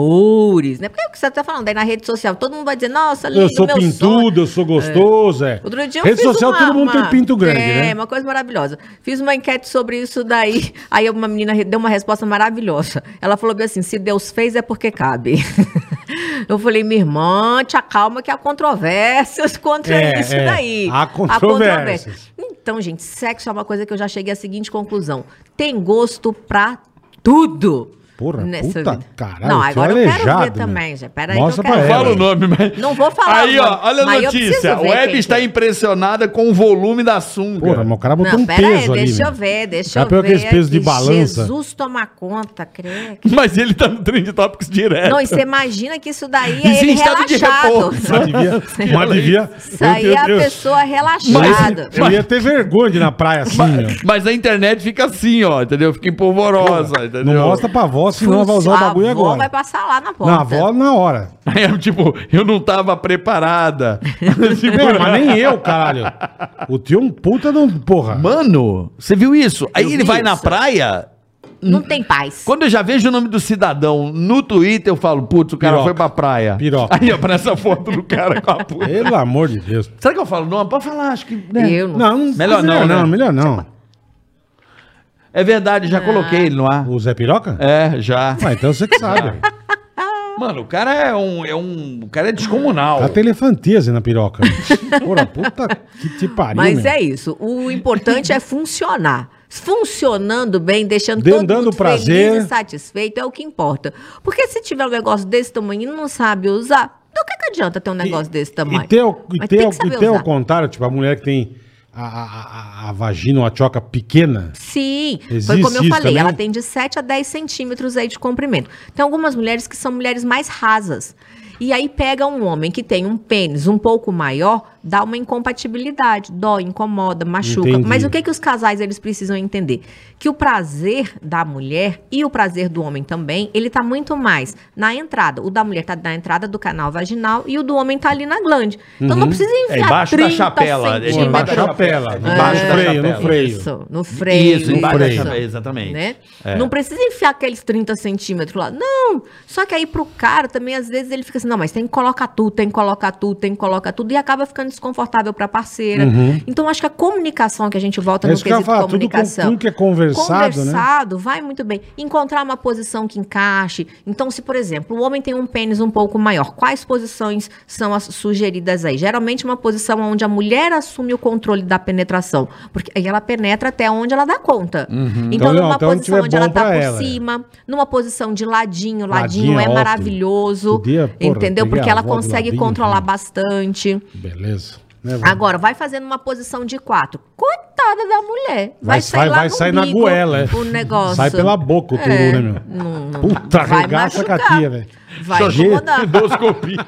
S4: bastidores, né? Porque é o que você tá falando aí na rede social. Todo mundo vai dizer, nossa, lindo,
S2: Eu sou
S4: meu sonho.
S2: pintudo, eu sou gostoso, é.
S4: Outro dia eu
S2: Rede
S4: fiz
S2: social,
S4: uma-
S2: todo mundo
S4: uma-
S2: tem pinto grande,
S4: é,
S2: né?
S4: uma coisa maravilhosa. Fiz uma enquete sobre isso daí. Aí uma menina re- deu uma resposta maravilhosa. Ela falou bem assim: se Deus fez é porque cabe. Eu falei, minha irmã, te acalma que há controvérsias contra
S2: É,
S4: isso
S2: é.
S4: daí.
S2: Há controvérsias.
S4: Então, gente, sexo é uma coisa que eu já cheguei à seguinte conclusão: tem gosto pra tudo.
S2: Porra,
S4: nessa
S2: puta,
S4: vida.
S2: caralho,
S4: Não,
S2: que
S4: agora eu quero ver
S2: aleijado,
S4: também,
S2: meu.
S4: gente. Peraí,
S2: Mostra
S4: que eu
S2: pra
S4: quero ver.
S2: ela. Fala o
S3: nome, mas...
S4: Não vou falar
S3: Aí,
S4: o
S3: ó,
S4: nome,
S3: olha a
S4: mas eu preciso
S3: notícia.
S4: ver
S3: Web
S4: quem
S3: está
S4: que é.
S3: impressionada com o volume da sunga.
S2: Porra, mas o cara botou
S4: não,
S2: um
S4: pera
S2: peso
S4: aí,
S2: ali.
S4: deixa
S2: meu.
S4: eu ver, deixa
S2: Cara,
S4: eu
S2: pior
S4: ver.
S2: que esse peso de
S4: aqui.
S2: balança.
S4: Jesus toma conta, creio.
S3: Mas ele tá no Trend Topics direto.
S4: Não, e você imagina que isso daí
S3: Isso
S4: é
S3: em
S4: ele
S3: estado de
S4: relaxado.
S3: repouso.
S2: Mas devia... Mas devia
S4: Isso aí é a pessoa relaxada.
S2: Eu ia ter vergonha de ir na praia assim, meu.
S3: Mas na internet fica assim, ó, entendeu? Fica empolvorosa, entendeu?
S2: Não mostra pra avó, senão ela vai usar o
S4: A
S2: bagulho
S4: avó
S2: agora.
S4: vai passar lá na porta.
S2: Na avó, na hora.
S3: Aí é tipo, eu não tava preparada. Tipo,
S2: É, mas nem eu, caralho. O tio é um puta de um. Porra.
S3: Mano, você viu isso? Aí
S4: Eu
S3: ele
S4: vi
S3: vai na
S4: isso.
S3: praia.
S4: Não tem paz.
S3: Quando eu já vejo o nome do cidadão no Twitter, eu falo, putz, o cara
S2: Piroca.
S3: foi pra praia.
S2: Piroca.
S3: Aí aparece a foto do cara com a puta.
S2: Pelo amor de Deus.
S3: Será que eu falo nome? Pode falar, acho que. né?
S4: Eu não.
S2: Não, não
S3: Melhor não, né?
S2: melhor não.
S3: É verdade, já coloquei ele no ar.
S2: O Zé Piroca?
S3: É, já.
S2: Ah, então você que sabe.
S3: Mano, o cara é um. É um o cara é descomunal.
S2: Ela tem elefantíase na piroca. Porra, puta que te pariu.
S4: Mas
S2: meu.
S4: é isso. O importante é funcionar. Funcionando bem, deixando
S2: De-
S4: todo
S2: dando
S4: mundo
S2: prazer.
S4: feliz e satisfeito é o que importa. Porque se tiver um negócio desse tamanho e não sabe usar, então o que, que adianta ter um negócio desse tamanho?
S2: E ter, o- e
S4: Mas
S2: ter,
S4: tem
S2: o-
S4: que saber
S2: e ter ao
S4: usar.
S2: contrário, tipo, a mulher que tem a, a, a- a vagina ou a tioca pequena.
S4: Sim, foi
S2: Existe
S4: como eu
S2: isso
S4: falei,
S2: também?
S4: ela tem de 7 a 10 centímetros aí de comprimento. Tem algumas mulheres que são mulheres mais rasas. E aí pega um homem que tem um pênis um pouco maior, dá uma incompatibilidade, dói, incomoda, machuca.
S2: Entendi.
S4: Mas o que que os casais eles precisam entender? Que o prazer da mulher e o prazer do homem também, ele tá muito mais na entrada. O da mulher tá na entrada do canal vaginal e o do homem tá ali na glande. Então
S2: Uhum.
S4: não precisa enfiar
S3: É embaixo da
S4: 30
S3: chapela, é
S2: Pô,
S3: Sim,
S2: embaixo
S4: centímetros.
S2: da
S3: mas-
S2: chapela.
S3: Embaixo
S2: no
S3: da
S2: freio, no
S3: chapela. É.
S2: freio.
S4: Isso, no freio.
S3: Isso, embaixo
S2: freio.
S3: da chapela, exatamente.
S4: Né?
S2: É.
S4: Não precisa enfiar aqueles 30 centímetros lá. Não! Só que aí pro cara também, às vezes, ele fica assim, não, mas tem que colocar tudo, tem que colocar tudo, tem que colocar tudo, e acaba ficando desconfortável pra parceira. Então, acho que a comunicação que a gente volta
S2: Uhum. É
S4: no
S2: isso que eu ia
S4: quesito
S2: falar, tudo, com,
S4: comunicação.
S2: tudo que é conversado, né?
S4: Conversado, vai muito bem. Encontrar uma posição que encaixe. Então, se, por exemplo, o homem tem um pênis um pouco maior, quais posições são as sugeridas aí? Geralmente, uma posição onde a mulher assume o controle da penetração. Porque aí ela penetra até onde ela dá conta. Então,
S2: Então,
S4: numa
S2: até onde
S4: posição
S2: tiver
S4: onde, ela
S2: bom
S4: tá
S2: pra
S4: por
S2: ela.
S4: cima, numa posição de ladinho. Ladinho,
S2: Ladinho é
S4: é
S2: ótimo.
S4: maravilhoso.
S2: Podia, porra,
S4: entendeu?
S2: peguei
S4: Porque
S2: a
S4: ela
S2: avó do
S4: consegue
S2: ladinho, né?
S4: controlar
S2: filho.
S4: bastante.
S2: Beleza. Né, vó?
S4: Agora, vai fazendo uma posição de quatro. Coitada da mulher.
S2: Vai,
S4: Vai,
S2: sai,
S4: sair lá
S2: vai
S4: no
S2: sair na
S4: umbigo
S2: goela, é.
S4: O negócio. É,
S2: Sai pela boca o turu, né, meu?
S4: Não, não.
S2: Puta,
S4: Vai
S2: arregaça com a
S4: machucar.
S2: tia, velho.
S4: Vai
S2: Jorge-
S4: incomodar.
S2: né?
S3: Endoscopia.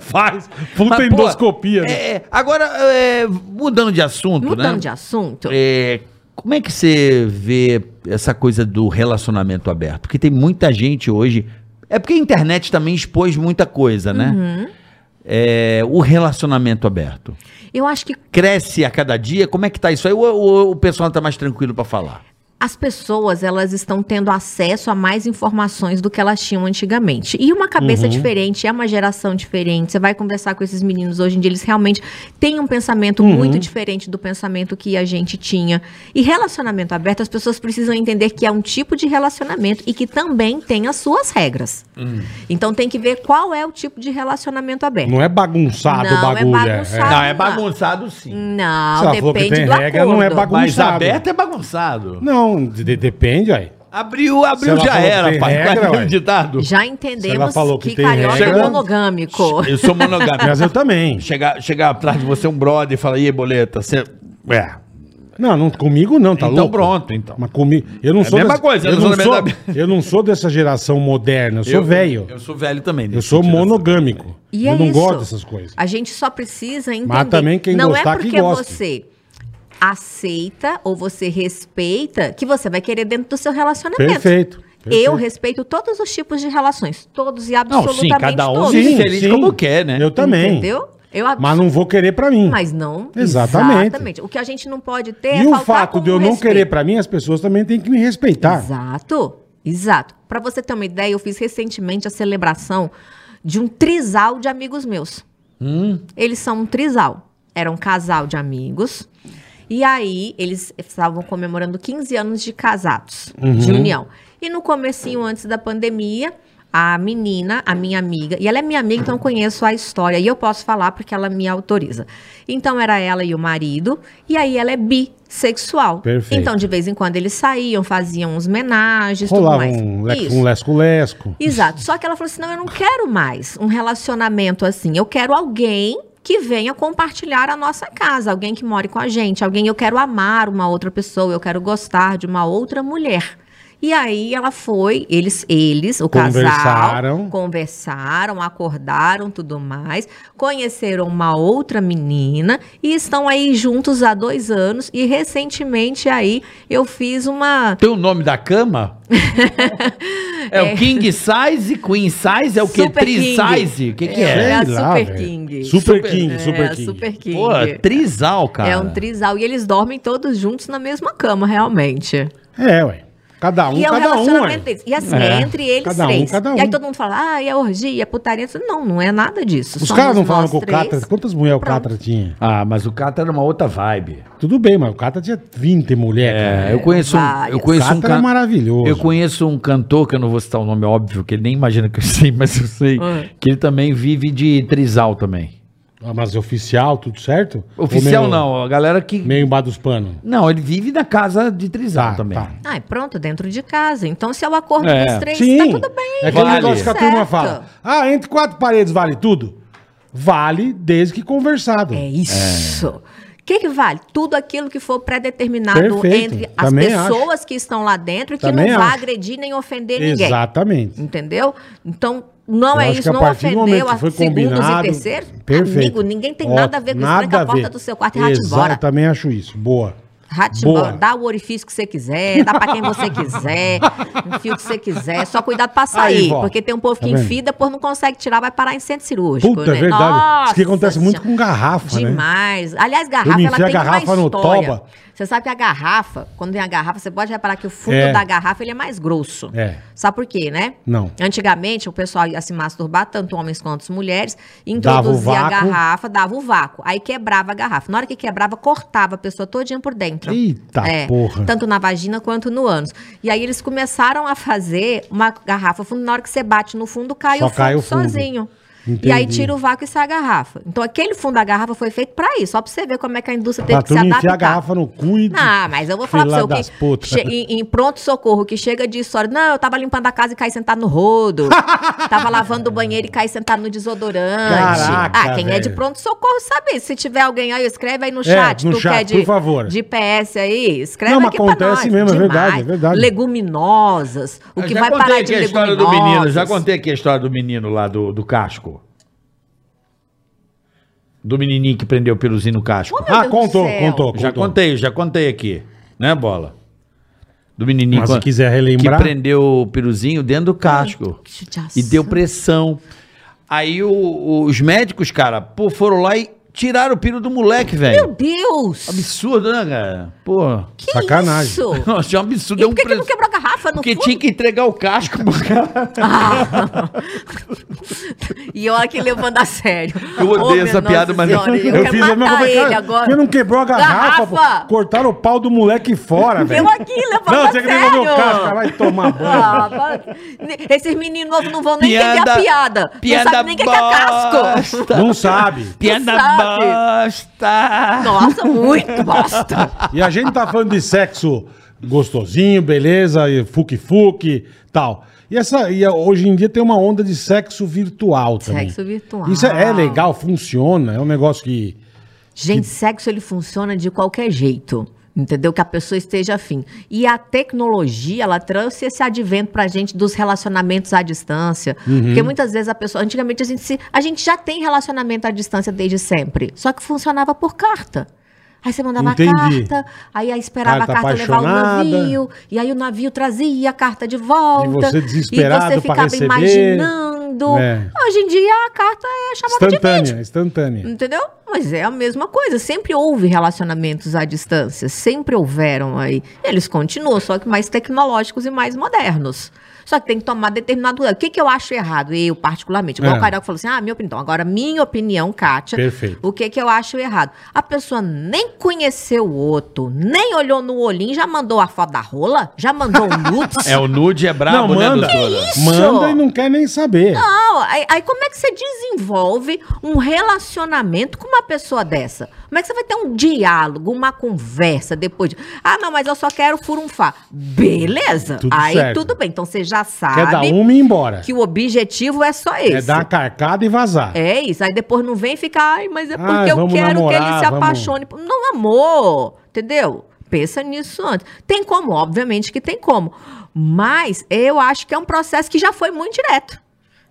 S2: Faz. Puta
S3: Mas, pô,
S2: endoscopia. né?
S3: é, agora, é, mudando de assunto, né?
S4: Mudando de assunto.
S3: É, como é que você vê essa coisa do relacionamento aberto? Porque tem muita gente hoje. É porque a internet também expôs muita coisa, né?
S4: Uhum.
S3: É, o relacionamento aberto.
S4: Eu acho que
S3: Cresce a cada dia? Como é que tá isso aí? Ou, ou o pessoal tá mais tranquilo pra falar?
S4: as pessoas elas estão tendo acesso a mais informações do que elas tinham antigamente. E uma
S2: Uhum.
S4: cabeça diferente, é uma geração diferente. Você vai conversar com esses meninos hoje em dia, eles realmente têm um pensamento
S2: Uhum.
S4: muito diferente do pensamento que a gente tinha. E relacionamento aberto, as pessoas precisam entender que é um tipo de relacionamento e que também tem as suas regras.
S2: Uhum.
S4: Então tem que ver qual é o tipo de relacionamento aberto.
S2: Não é bagunçado o
S4: Não, é
S2: bagulho. é.
S4: bagunçado.
S2: É.
S4: Não, é
S3: bagunçado
S4: Hum.
S3: sim.
S4: Não,
S2: Se ela falou que
S4: depende
S2: tem
S4: do
S2: regra,
S4: acordo.
S2: não é bagunça.
S3: Mas
S2: Bagunçado.
S3: aberto é bagunçado.
S2: Não, de- de- depende, aí.
S3: Abriu,
S2: Se
S3: abriu
S2: ela
S3: já
S2: falou que
S3: era,
S2: tem
S3: pai.
S2: regra,
S3: Tá
S2: ué.
S3: aquele ditado.
S4: Já
S2: Se ela
S4: entendemos
S2: falou que
S4: que,
S2: tem
S4: carioca
S2: regra-
S4: é monogâmico.
S3: Eu sou monogâmico.
S2: Mas eu também.
S3: chegar, chegar atrás de você um brother e falar, e aí, boleta, você. É.
S2: Não, não comigo não, tá
S3: então
S2: louco?
S3: pronto, então.
S2: Mas comigo. Eu não
S3: É a
S2: sou.
S3: mesma
S2: dessa-
S3: coisa,
S2: eu
S3: eu
S2: não,
S3: sou
S2: sou,
S3: da minha-
S2: eu não sou dessa geração moderna, eu sou velho. Eu,
S3: Eu sou velho também. nesse
S2: sou
S3: sentido. assim.
S2: monogâmico.
S4: E
S2: eu
S4: é
S2: não
S4: isso.
S2: gosto dessas coisas.
S4: A gente só precisa entender.
S2: também quem
S4: não
S2: gostar
S4: é
S2: que
S4: porque
S2: goste.
S4: você aceita ou você respeita que você vai querer dentro do seu relacionamento.
S2: Perfeito, perfeito.
S4: Eu respeito todos os tipos de relações, todos e
S3: Não,
S4: absolutamente
S3: sim, cada um
S4: todos.
S3: vive feliz como quer, né?
S2: Eu também.
S4: Entendeu? Eu ab-
S2: Mas não vou querer pra mim.
S4: mas não.
S2: Exatamente.
S4: O que a gente não pode ter
S2: e o
S4: É, faltar
S2: fato
S4: com
S2: de eu não
S4: respeito.
S2: querer pra mim, as pessoas também têm que me respeitar.
S4: Exato, exato. Pra você ter uma ideia, eu fiz recentemente a celebração de um trisal de amigos meus. Eles são um trisal. Era um casal de amigos. E aí, eles estavam comemorando 15 anos de casados,
S2: Uhum.
S4: de união. E no comecinho, antes da pandemia, a menina, a minha amiga, e ela é minha amiga, então eu conheço a história. E eu posso falar porque ela me autoriza. Então, era ela e o marido. E aí, ela é bissexual.
S2: Perfeito.
S4: Então, de vez em quando, eles saíam, faziam uns homenagens, tudo
S2: Rolava
S4: mais.
S2: um, le-
S4: Isso.
S2: um lesco-lesco.
S4: Exato. Só que ela falou assim: não, eu não quero mais um relacionamento assim. Eu quero alguém que venha compartilhar a nossa casa, alguém que more com a gente, alguém eu quero amar uma outra pessoa, eu quero gostar de uma outra mulher. E aí ela foi, eles, eles, o
S2: Conversaram.
S4: casal, conversaram, acordaram, tudo mais, conheceram uma outra menina e estão aí juntos há dois anos. E recentemente aí eu fiz uma
S3: Tem o nome da cama? é, o King Size, Queen Size, é o quê?
S4: Super
S3: Tri
S4: King.
S3: Size? O que, que é?
S4: É. a
S2: Sei
S4: Super
S2: velho.
S4: King.
S2: Super King,
S4: É,
S2: Super King.
S4: Super King.
S3: Pô, trisal, cara.
S4: É um trisal. E eles dormem todos juntos na mesma cama, realmente.
S2: É, ué. Cada um,
S4: e é um
S2: cada um,
S4: relacionamento
S2: ué.
S4: deles. E assim,
S2: É.
S4: é entre eles
S2: Cada um,
S4: três.
S2: cada
S4: E
S2: um.
S4: aí todo mundo fala, ah, é orgia, é putaria. Eu falo, Não, não é nada disso.
S2: Os
S4: Somos
S2: caras não
S4: nós
S2: falavam com o
S4: três.
S2: Catra. Quantas mulheres o
S4: Pronto.
S2: Catra tinha?
S3: Ah, mas o Cata era uma outra vibe.
S2: Tudo bem, mas o Catra tinha 20 mulheres.
S3: É, eu conheço um, eu
S4: várias.
S2: O
S3: conheço um
S2: Catra era
S3: can-
S2: maravilhoso.
S3: Eu conheço um cantor, que eu não vou citar o nome, óbvio, que ele nem imagina que eu sei, mas eu sei,
S4: Ah.
S3: que ele também vive de trisal também.
S2: Ah, Mas oficial, tudo certo?
S3: Oficial
S2: Ou meio-
S3: não, a galera que...
S2: Meio embaixo dos panos.
S3: Não, ele vive na casa de trisal
S2: Tá,
S3: também.
S2: tá.
S4: Ah, e pronto, dentro de casa. Então, se é o acordo
S3: É.
S4: dos três,
S2: Sim.
S4: tá tudo bem.
S2: É aquele
S3: Vale.
S2: negócio que a turma
S4: Certo.
S2: fala. Ah, entre quatro paredes vale tudo? Vale desde que conversado.
S4: É isso. O que, que vale? Tudo aquilo que for pré-determinado
S2: Perfeito.
S4: entre as
S2: Também
S4: pessoas que estão lá dentro e que
S2: Também
S4: não vai
S2: acho.
S4: é. agredir nem ofender ninguém.
S2: Exatamente.
S4: Entendeu? Então, Não
S2: Eu
S4: é
S2: acho que
S4: isso,
S2: a
S4: não
S2: partir do
S4: ofendeu
S2: momento
S4: a
S2: que foi
S4: segundos e
S2: combinado,
S4: terceiros.
S2: perfeito.
S4: Amigo, ninguém tem
S2: Ó,
S4: nada a ver com isso. Tranca a porta
S2: ver.
S4: do seu quarto e rate
S2: Exato,
S4: embora.
S2: também acho isso. Boa.
S4: Rate
S2: Boa.
S4: embora. Dá o orifício que você quiser, dá pra quem você quiser, enfia o que você quiser. Só cuidado pra sair,
S2: Aí, vó.
S4: porque tem um povo
S2: Tá
S4: que
S2: vendo?
S4: enfia, depois não consegue tirar, vai parar em centro cirúrgico.
S2: Puta, é
S4: né?
S2: verdade. isso que
S4: Nossa
S2: acontece muito
S4: Senhora.
S2: com garrafa, né?
S4: Demais. Aliás,
S2: Eu
S4: garrafa,
S2: me
S4: ela
S2: enfio a
S4: tem
S2: garrafa
S4: uma
S2: no
S4: história.
S2: toba.
S4: Você sabe que a garrafa, quando vem a garrafa, você pode reparar que o fundo
S2: É.
S4: da garrafa ele é mais grosso.
S2: É.
S4: Sabe por quê, né?
S2: Não.
S4: Antigamente, o pessoal ia se masturbar, tanto homens quanto as mulheres,
S2: Dava o
S4: introduzia a
S2: vácuo.
S4: garrafa, dava o vácuo. Aí quebrava a garrafa. Na hora que quebrava, cortava a pessoa todinha por dentro.
S2: Eita
S4: É,
S2: porra.
S4: Tanto na vagina quanto no ânus. E aí eles começaram a fazer uma garrafa fundo. Na hora que você bate no fundo, cai,
S2: Só
S4: o, fundo
S2: cai o fundo.
S4: sozinho.
S2: Entendi.
S4: E aí tira o vácuo e sai a garrafa. Então aquele fundo da garrafa foi feito pra isso, só pra você ver como é que a indústria teve
S2: Pra
S4: que se
S2: tu me enfiar a
S4: adaptar.
S2: garrafa no cu e...
S4: Não, mas eu vou falar
S2: Filha
S4: pra
S2: das
S4: você o
S2: putas.
S4: que. che- Em, em pronto-socorro, que chega de história. Não, eu tava limpando a casa e caí sentado no rodo. tava lavando o banheiro e caí sentado no desodorante.
S2: Caraca,
S4: ah, quem é de
S2: velho.
S4: pronto-socorro sabe. Se tiver alguém aí, escreve aí no
S2: É,
S4: chat.
S2: no
S4: tu
S2: chat,
S4: quer de,
S2: por favor.
S4: de PS aí, escreve
S2: Não, mas
S4: aqui pra nós.
S2: acontece mesmo, é verdade, é verdade.
S4: Leguminosas. O
S3: Eu
S4: que
S3: já
S4: vai
S3: contei
S4: parar
S3: aqui
S4: de
S3: a história
S4: leguminosas.
S3: do menino, já contei aqui a história do menino lá do, do casco. Do menininho que prendeu o peluzinho no casco.
S4: Meu
S2: Ah,
S4: Deus do
S2: contou,
S4: céu.
S2: contou, contou.
S3: já contei, já contei aqui. Né, bola? Do menininho
S2: Mas se
S3: quan-
S2: quiser relembrar-
S3: que prendeu o peluzinho dentro do casco.
S4: Que judiação.
S3: E deu pressão. Aí o- os médicos, cara, pô, foram lá e tiraram o piro do moleque,
S4: Meu
S3: velho.
S4: Deus!
S3: Absurdo, né, cara? Pô.
S4: Que
S2: Sacanagem.
S4: isso?
S3: Nossa, é um absurdo.
S4: E
S3: é
S4: por
S3: um
S4: que, que
S3: pre-
S4: não quebrou a garrafa no
S3: Porque
S4: fundo?
S3: tinha que entregar o casco pro cara.
S4: Ah. e olha que levando a sério.
S3: Eu odeio
S4: Ô, minha
S3: essa
S4: Nossa
S3: piada, mas eu-
S4: Senhora, eu,
S2: Eu fiz a
S4: quero
S2: mesma
S4: matar
S2: coisa.
S4: ele
S2: cara,
S4: agora.
S2: Porque é? não quebrou a garrafa,
S4: Garrafa!
S2: pô. Cortaram o pau do moleque fora, velho.
S4: Eu aqui levando
S2: Não,
S4: a
S2: você
S4: sério.
S2: que devolveu o casco, cara, vai tomar banho.
S4: Ah, vai- Esses meninos novos não vão nem entender a piada.
S3: piada
S4: não sabe nem o que é casco.
S3: bosta.
S2: Não sabe.
S3: Piada
S4: sabe.
S3: bosta.
S4: Nossa, muito bosta.
S2: E a gente tá falando de sexo gostosinho, beleza, e fuque-fuque, tal. E, essa, e é, hoje em dia tem uma onda de sexo virtual também.
S4: Sexo virtual.
S2: Isso é, é legal, funciona, é um negócio que...
S4: Gente, sexo ele funciona de qualquer jeito. Entendeu? Que a pessoa esteja afim. E a tecnologia, ela trouxe esse advento pra gente dos relacionamentos à distância.
S2: Uhum.
S4: Porque muitas vezes a pessoa. Antigamente a gente, se, a gente já tem relacionamento à distância desde sempre. Só que funcionava por carta. Aí você mandava
S2: Entendi.
S4: a carta, aí aí esperava
S2: Carta
S4: a carta levar
S2: apaixonada.
S4: o navio, e aí o navio trazia a carta de volta.
S2: E você desesperado pra
S4: ficava
S2: receber.
S4: imaginando.
S2: É.
S4: Hoje em dia a carta é chamada de vídeo.
S2: Instantânea, instantânea.
S4: Entendeu? Mas é a mesma coisa. Sempre houve relacionamentos à distância. Sempre houveram aí. Eles continuam, só que mais tecnológicos e mais modernos. Só que tem que tomar determinado. O que, que eu acho errado? Eu, particularmente. Igual
S2: É.
S4: o Carioca falou assim: ah, minha opinião. Então, agora, minha opinião, Kátia.
S2: Perfeito.
S4: O que, que eu acho errado? A pessoa nem conheceu o outro, nem olhou no olhinho, já mandou a foto da rola, já mandou o nudes.
S3: É, o nude é brabo,
S2: não,
S3: né,
S2: manda.
S3: doutora?
S2: Manda e não quer nem saber.
S4: Não, aí, aí como é que você desenvolve um relacionamento com uma pessoa dessa? Como é que você vai ter um diálogo, uma conversa depois de. Ah, não, mas eu só quero furunfar. Beleza.
S2: Tudo
S4: aí
S2: certo.
S4: tudo bem. Então você já
S2: Quer dar
S4: sabe
S2: uma e ir embora.
S4: que o objetivo é só esse.
S2: É dar uma carcada e vazar.
S4: É isso. Aí depois não vem ficar, ai, mas é porque
S2: Ai,
S4: eu
S2: Ah, vamos
S4: quero que ele
S2: namorar,
S4: se
S2: vamos."
S4: apaixone. por-" Não, amor, entendeu? Pensa nisso antes. Tem como, obviamente que tem como. Mas eu acho que é um processo que já foi muito direto.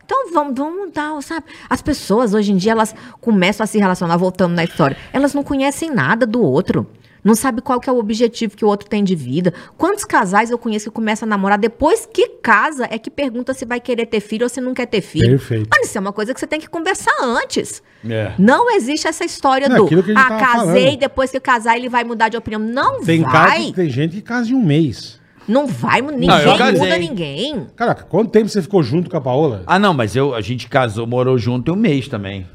S4: Então vamos, vamos dar, sabe? As pessoas hoje em dia elas começam a se relacionar, voltando na história. Elas não conhecem nada do outro. Não sabe qual que é o objetivo que o outro tem de vida. Quantos casais eu conheço que começam a namorar depois que casa é que pergunta se vai querer ter filho ou se não quer ter filho.
S2: Perfeito.
S4: Mas isso é uma coisa que você tem que conversar antes.
S3: É.
S4: Não existe essa história
S2: É
S4: do
S2: aquilo que a gente
S4: ah,
S2: tava
S4: casei,
S2: falando.
S4: depois que casar ele vai mudar de opinião. Não
S2: Tem, casa,
S4: vai.
S2: que- tem gente que casa em um mês.
S4: Não vai, ninguém
S3: eu
S4: muda
S3: casei.
S4: ninguém.
S2: Caraca, quanto tempo você ficou junto com a Paola?
S3: Ah, não, mas eu, a gente casou, morou junto um mês também.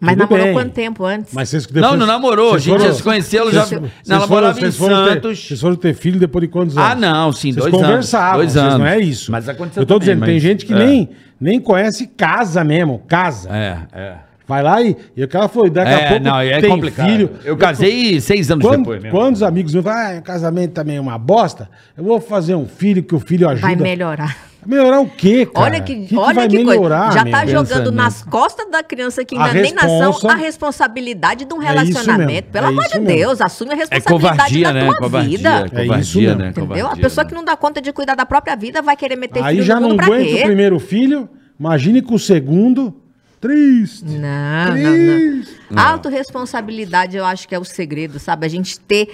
S4: Mas
S2: Tudo
S4: namorou
S2: bem.
S4: quanto tempo antes?
S2: Mas vocês
S3: Não, não namorou, a gente já se conheceu, ela já-
S2: Vocês,
S3: ela
S2: vocês
S3: morava
S2: foram, vocês
S3: em
S2: foram Ter,
S3: Santos.
S2: vocês foram ter filho depois de quantos anos?
S3: Ah, não, sim,
S2: vocês
S3: dois anos.
S2: conversavam,
S3: Dois
S2: vocês
S3: anos.
S2: não é isso.
S3: Mas aconteceu
S2: Eu tô
S3: também,
S2: dizendo, tem
S3: mas-
S2: gente que
S3: é.
S2: nem, nem conhece casa mesmo, casa.
S3: É, é.
S2: Vai lá e, e o cara foi, daqui a
S3: É,
S2: pouco
S3: não, é
S2: tem
S3: complicado.
S2: filho.
S3: Eu casei seis anos
S2: Quando,
S3: depois mesmo.
S2: quando os amigos me falam, ah, o casamento também é uma bosta, eu vou fazer um filho que o filho ajuda.
S4: Vai melhorar.
S2: Melhorar o quê, cara?
S4: Olha que,
S2: O que
S4: olha
S2: vai
S4: que
S2: melhorar,
S4: coisa. Já
S2: meu?
S4: tá
S3: Pensa né?
S4: jogando nas costas da criança que
S2: A
S4: ainda nem nasceu
S2: responsa-
S4: a responsabilidade de um
S2: É isso mesmo,
S4: relacionamento. Pelo
S2: é
S4: amor
S2: isso
S4: de
S2: mesmo.
S4: Deus, assume a
S3: É
S4: responsabilidade
S3: covardia,
S4: da
S3: né?
S4: tua
S3: Covardia,
S4: vida.
S3: covardia,
S2: É isso mesmo.
S3: né?
S4: Entendeu?
S3: Covardia,
S4: a pessoa
S3: né?
S4: que não dá conta de cuidar da própria vida vai querer meter
S2: Aí
S4: filho
S2: já
S4: no
S2: não
S4: mundo pra
S2: aguenta o
S4: quê?
S2: primeiro filho, Imagine com o segundo, triste.
S4: Ah, Não,
S2: É
S4: não, não. Autoresponsabilidade, eu acho que é o segredo, sabe? A gente ter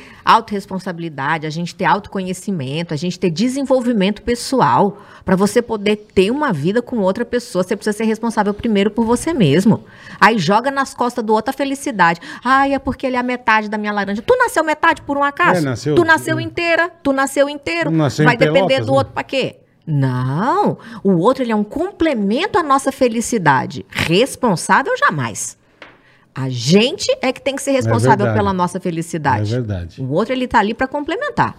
S4: autorresponsabilidade, a gente ter autoconhecimento, a gente ter desenvolvimento pessoal. Pra você poder ter uma vida com outra pessoa, você precisa ser responsável primeiro por você mesmo. Aí joga nas costas do outro a felicidade. Ai, é porque ele é a metade da minha laranja. Tu nasceu metade por um acaso?
S2: É, nasceu-
S4: tu nasceu inteira, tu nasceu inteiro.
S2: Não nasceu em
S4: Vai depender
S2: Pelotas,
S4: do
S2: né?
S4: outro pra quê? Não, o outro ele é um complemento à nossa felicidade. Responsável jamais. A gente é que tem que ser responsável
S2: verdade.
S4: pela nossa felicidade.
S2: É verdade.
S4: O outro ele tá ali para complementar.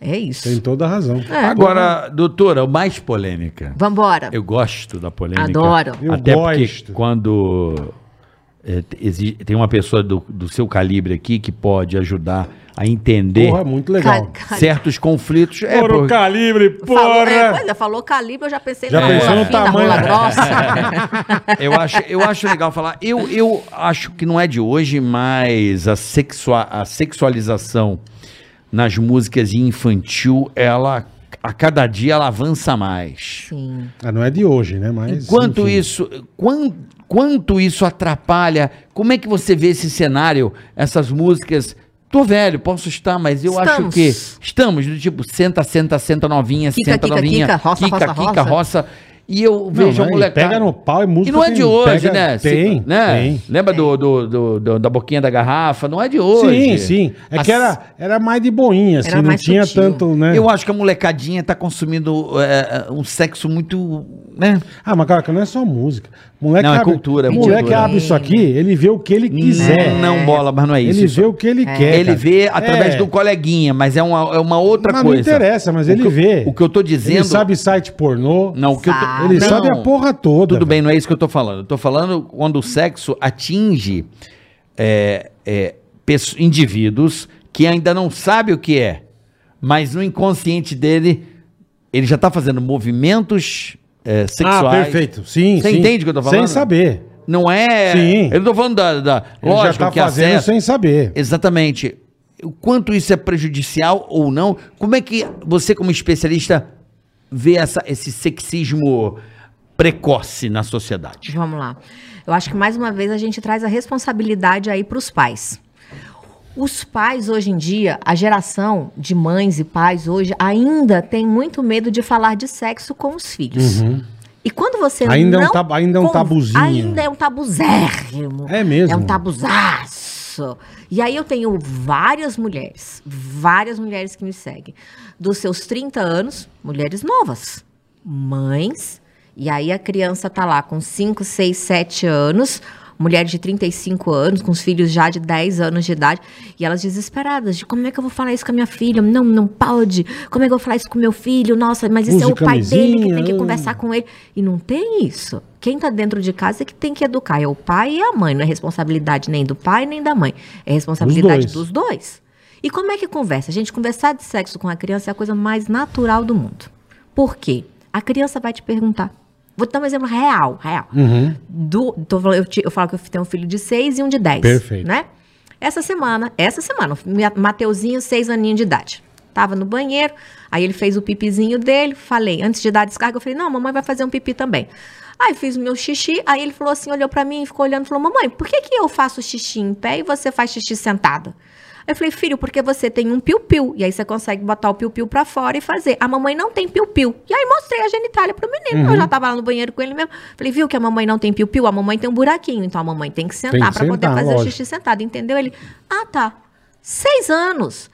S4: É isso.
S2: Tem toda a razão.
S4: É.
S3: Agora, doutora, o mais polêmica.
S4: Vambora.
S3: Eu gosto da polêmica.
S4: Adoro.
S2: Eu
S3: Até
S2: gosto.
S3: porque quando é, te- exi- tem uma pessoa do, do seu calibre aqui que pode ajudar a entender
S2: Porra, muito É legal.
S4: Ca- ca-
S3: certos conflitos. É,
S2: Ouro
S3: porque-
S2: calibre,
S4: Falou, é, pois é, falou calibre, eu já pensei
S2: Já
S4: na
S2: pensou
S4: rola
S2: no
S4: fina,
S2: tamanho.
S4: rola grossa.
S3: eu, acho, eu acho legal falar. Eu, eu acho que não é de hoje, mas a, sexua, a sexualização nas músicas infantil, ela a cada dia ela avança mais.
S4: Sim.
S2: Ah, não é de hoje, né? Mas.
S3: Quanto
S2: enfim.
S3: isso, quan- quanto, isso atrapalha? Como é que você vê esse cenário, essas músicas? Tô velho, posso estar, mas eu acho
S4: Estamos.
S3: que estamos do tipo senta, senta, senta novinha,
S4: Quica,
S3: senta
S4: quica,
S3: novinha,
S4: quica, roça,
S3: quica,
S4: roça,
S3: quica, roça. E eu vejo a
S2: mas
S3: molecada.
S2: pega no pau, é música
S3: E não é de
S2: tem-
S3: hoje,
S2: pega-
S3: né? Se-
S2: tem,
S3: né?
S2: tem.
S3: Lembra do, do- do- do- da boquinha da garrafa? Não é de
S2: Sim,
S3: hoje.
S2: sim. É
S3: As-
S2: que era, era mais de boinha, assim,
S4: Era
S2: não
S4: mais
S2: tinha
S4: sutil.
S2: tanto, né?
S3: Eu acho que a molecadinha tá consumindo é, um sexo muito. Né?
S2: Ah, mas cara, que não é só música. Moleque
S3: Não, é
S2: abre-
S3: cultura, é
S2: Moleque
S3: cultura.
S2: abre isso aqui, ele vê o que ele quiser.
S3: Não, bola, mas não é isso.
S2: ele vê o que ele quer.
S3: Ele
S2: cara.
S3: vê através
S2: É,
S3: do coleguinha, mas é uma, é uma outra
S2: Mas não
S3: coisa.
S2: interessa, mas
S3: O
S2: ele
S3: que eu-
S2: vê.
S3: O que eu tô dizendo.
S2: Ele sabe site pornô.
S3: Não, o que eu tô-
S4: Sabe.
S2: Ele
S3: Ah, Não,
S2: sabe a porra toda.
S3: Tudo
S2: velho.
S3: bem, não é isso que eu tô falando. Eu tô falando quando o sexo atinge é, é, pesso- indivíduos que ainda não sabem o que é, mas no inconsciente dele, ele já tá fazendo movimentos é, sexuais.
S2: Ah, perfeito. Sim,
S3: Você
S2: sim.
S3: entende o que eu tô falando?
S2: Sem saber.
S3: Não é.
S2: Sim.
S3: Eu não tô falando da. da
S2: Ele
S3: lógico
S2: já tá
S3: que é
S2: fazendo
S3: acesso-
S2: sem saber.
S3: Exatamente. O quanto isso é prejudicial ou não? Como é que você, como especialista, vê essa- esse sexismo precoce na sociedade?
S4: Vamos lá. Eu acho que mais uma vez a gente traz a responsabilidade aí para os pais. Os pais hoje em dia, a geração de mães e pais hoje ainda tem muito medo de falar de sexo com os
S2: Uhum.
S4: filhos. E quando você
S2: Ainda é um
S4: não
S2: tabu- ainda é um
S4: conv-
S2: tabuzinho.
S4: Ainda é um tabuzérrimo.
S2: É mesmo?
S4: É um tabuzaço. E aí eu tenho várias mulheres, várias mulheres que me seguem, dos seus 30 anos, mulheres novas, mães, e aí a criança tá lá com 5, 6, 7 anos, mulheres de 35 anos, com os filhos já de 10 anos de idade, e elas desesperadas de como é que eu vou falar isso com a minha filha? Não, não pode. Como é que eu vou falar isso com meu filho? Nossa, mas esse é o
S2: Use
S4: pai dele que tem que
S2: camisinha,
S4: conversar conversar com ele. E não tem isso. Quem tá dentro de casa é que tem que educar. É o pai e a mãe. Não é responsabilidade nem do pai nem da mãe. É responsabilidade
S2: Dos dois.
S4: dos dois. E como é que conversa? Gente, conversar de sexo com a criança é a coisa mais natural do mundo. Por quê? A criança vai te perguntar. Vou te dar um exemplo real, real.
S2: uhum.
S4: Do, tô falando- eu, te- eu falo que eu tenho um filho de 6 e um de 10.
S2: Perfeito.
S4: Né? Essa semana, essa semana, minha- Mateuzinho, seis aninhos de idade. Tava no banheiro, aí ele fez o pipizinho dele, falei, antes de dar a descarga, eu falei, não, mamãe vai fazer um pipi também. Aí fiz o meu xixi, aí ele falou assim, olhou pra mim, ficou olhando, falou, mamãe, por que que eu faço xixi em pé e você faz xixi sentada? Aí eu falei, filho, porque você tem um piu-piu, e aí você consegue botar o piu-piu pra fora e fazer. A mamãe não tem piu-piu. E aí mostrei a genitália pro menino, eu
S2: Uhum.
S4: já tava lá no banheiro com ele mesmo. Falei, viu que a mamãe não tem piu-piu? A mamãe tem um buraquinho, então a mamãe tem que sentar
S2: que
S4: pra poder
S2: sentar,
S4: fazer o
S2: lógico.
S4: xixi xixi sentado, entendeu? Ele, ah, tá. Seis anos.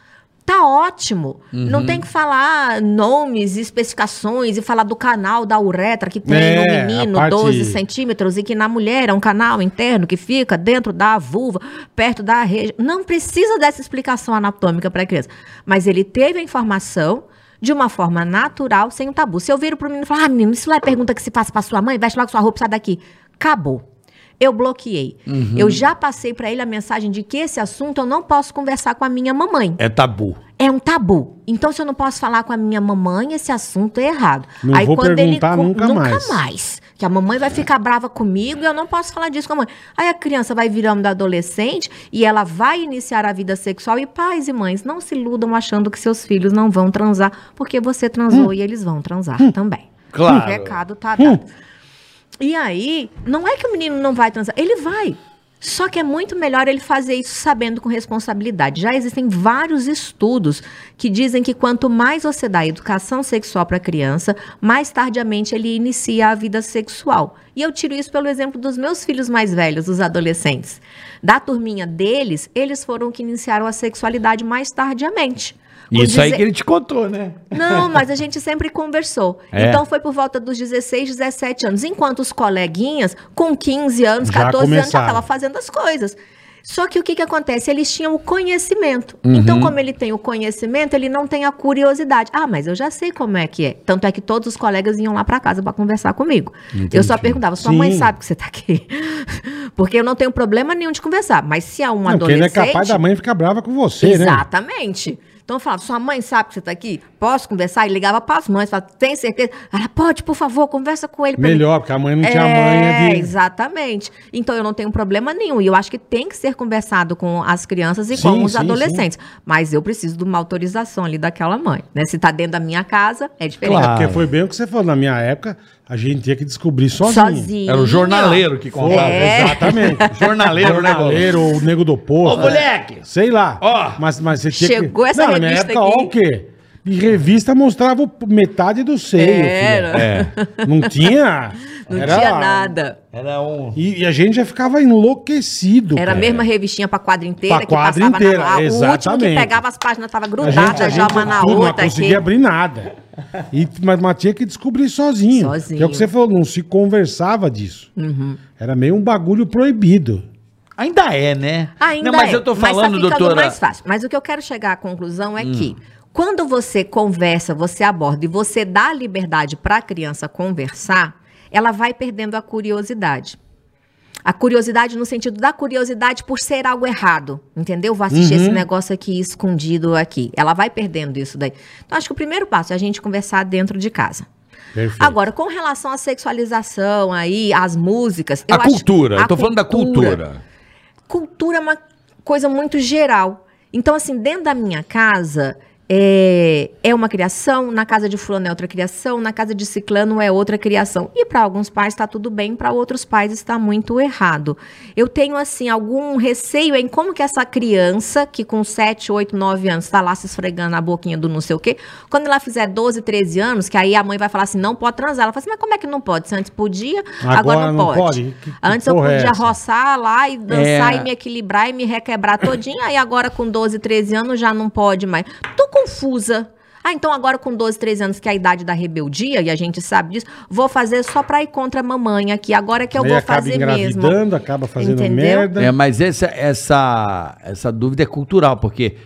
S4: Tá ótimo.
S2: Uhum.
S4: Não tem que falar nomes, especificações e falar do canal da uretra que tem
S2: É,
S4: no
S2: a
S4: menino,
S2: parte-
S4: 12 centímetros, e que na mulher é um canal interno que fica dentro da vulva, perto da região. Não precisa dessa explicação anatômica para a criança. Mas ele teve a informação de uma forma natural, sem um tabu. Se eu viro pro menino e falar, ah, menino, isso lá é pergunta que se passa pra sua mãe, veste logo sua roupa e sai daqui. Acabou. Eu bloqueei. Eu já passei para ele a mensagem de que esse assunto eu não posso conversar com a minha mamãe.
S3: É tabu.
S4: É um tabu. Então, se eu não posso falar com a minha mamãe, esse assunto é errado.
S2: Não vou perguntar
S4: co-
S2: nunca mais.
S4: Nunca mais. Que a mamãe vai ficar brava comigo e eu não posso falar disso com a mãe. Aí a criança vai virando adolescente e ela vai iniciar a vida sexual. E pais e mães, não se iludam achando que seus filhos não vão
S2: Hum.
S4: transar, porque você transou e eles vão transar também.
S3: Claro. Hum.
S4: O recado tá dado. E aí, não é que o menino não vai transar, ele vai. Só que é muito melhor ele fazer isso sabendo com responsabilidade. Já existem vários estudos que dizem que quanto mais você dá educação sexual para a criança, mais tardiamente ele inicia a vida sexual. E eu tiro isso pelo exemplo dos meus filhos mais velhos, os adolescentes. Da turminha deles, eles foram que iniciaram a sexualidade mais tardiamente. Com
S3: Isso aí
S4: deze-
S3: que ele te contou, né?
S4: não, mas a gente sempre conversou.
S3: É.
S4: Então foi por volta dos 16, 17 anos. Enquanto os coleguinhas, com 15 anos,
S2: Já
S4: 14 anos, já
S2: começaram.
S4: estavam fazendo as coisas. Só que o que, que acontece? Eles tinham o conhecimento.
S2: Uhum.
S4: Então, como ele tem o conhecimento, ele não tem a curiosidade. Ah, mas eu já sei como é que é. Tanto é que todos os colegas iam lá pra casa pra conversar comigo. Eu só perguntava: sua mãe
S2: Sim.
S4: sabe que você tá aqui? Porque eu não tenho problema nenhum de conversar. Mas se é um
S2: Não, porque ele é
S4: adolescente.
S2: capaz da mãe ficar brava com você, né?
S4: Exatamente. Então eu falava, sua mãe sabe que você tá aqui? Posso conversar? E ligava para as mães, falava, tem certeza? Ela, pode, por favor, conversa com ele. pra mim."
S2: Melhor, porque a mãe não tinha
S4: É,
S2: manha de...
S4: exatamente. Então eu não tenho problema nenhum. E eu acho que tem que ser conversado com as crianças e
S2: Sim,
S4: com os
S2: sim,
S4: adolescentes. Mas eu preciso de uma autorização ali daquela mãe. Né? Se tá dentro da minha casa, é diferente.
S2: Claro.
S3: Claro.
S2: Porque foi bem o que você falou. Na minha época, a gente tinha que descobrir sozinho. Sozinho.
S4: Sozinho.
S3: Era o jornaleiro que
S2: Pô,
S3: contava.
S4: É.
S2: Exatamente.
S3: Jornaleiro, né, Bola?
S2: Jornaleiro, o nego do posto. é,
S3: Ô, moleque!
S2: Sei lá.
S3: Ó.
S2: Mas, mas você tinha
S4: Chegou
S2: que...
S4: essa
S2: na minha
S4: revista
S2: época, ó
S4: aqui.
S2: o quê? E revista mostrava o- metade do seio.
S4: Era.
S2: filho. É. Não tinha...
S4: Não
S2: era-
S4: tinha nada.
S3: Era um.
S2: E, e a gente já ficava enlouquecido.
S4: Era a
S2: cara.
S4: mesma revistinha pra quadra inteira,
S2: Pra quadra
S4: que passava
S2: inteira,
S4: na o último que
S2: exatamente.
S4: pegava as páginas tava
S2: A gente, a
S4: grudada
S2: gente
S4: já uma na
S2: tudo, não
S4: outra.
S2: conseguia
S4: aqui.
S2: abrir nada. E, mas, mas tinha que descobrir sozinho.
S4: Sozinho. Uhum.
S2: Que é o que você falou, não se conversava disso. Era meio um bagulho proibido.
S3: Ainda é, né?
S4: Ainda
S3: Não, mas
S4: é,
S3: eu tô
S4: mas tá
S3: falando,
S4: ficando
S3: doutora.
S4: mais fácil. Mas o que eu quero chegar à conclusão é que quando você conversa, você aborda e você dá liberdade para a criança conversar, ela vai perdendo a curiosidade. A curiosidade no sentido da curiosidade por ser algo errado, entendeu? Vou assistir esse negócio aqui escondido aqui. Ela vai perdendo isso daí. Então acho que o primeiro passo é a gente conversar dentro de casa.
S2: Perfeito.
S4: Agora, com relação à sexualização aí, às músicas,
S6: A
S4: eu acho-
S6: cultura,
S4: a
S6: eu tô falando da cultura.
S4: cultura é uma coisa muito geral. Então, assim, dentro da minha casa é, é uma criação, na casa de fulano é outra criação, na casa de ciclano é outra criação. E para alguns pais está tudo bem, para outros pais está muito errado. Eu tenho, assim, algum receio em como que essa criança, que com 7, 8, 9 anos está lá se esfregando na boquinha do não sei o quê, quando ela fizer 12, 13 anos, que aí a mãe vai falar assim, não pode transar. Ela fala assim, mas como é que não pode? Se antes podia, agora, não, pode.
S2: Que- que
S4: Antes eu
S2: porra é
S4: podia
S2: essa?
S4: roçar lá e dançar
S3: É.
S4: e me equilibrar e me requebrar todinha. Aí agora com 12, 13 anos já não pode mais. Tô confusa. Ah, então agora com 12, 13 anos, que é a idade da rebeldia, e a gente sabe disso, vou fazer só pra ir contra a mamãe aqui. Agora é que eu
S2: Aí
S4: vou
S2: acaba
S4: fazer mesmo.
S2: engravidando, acaba fazendo
S4: Entendeu?
S2: merda.
S3: É, mas essa, essa, essa dúvida é cultural, porque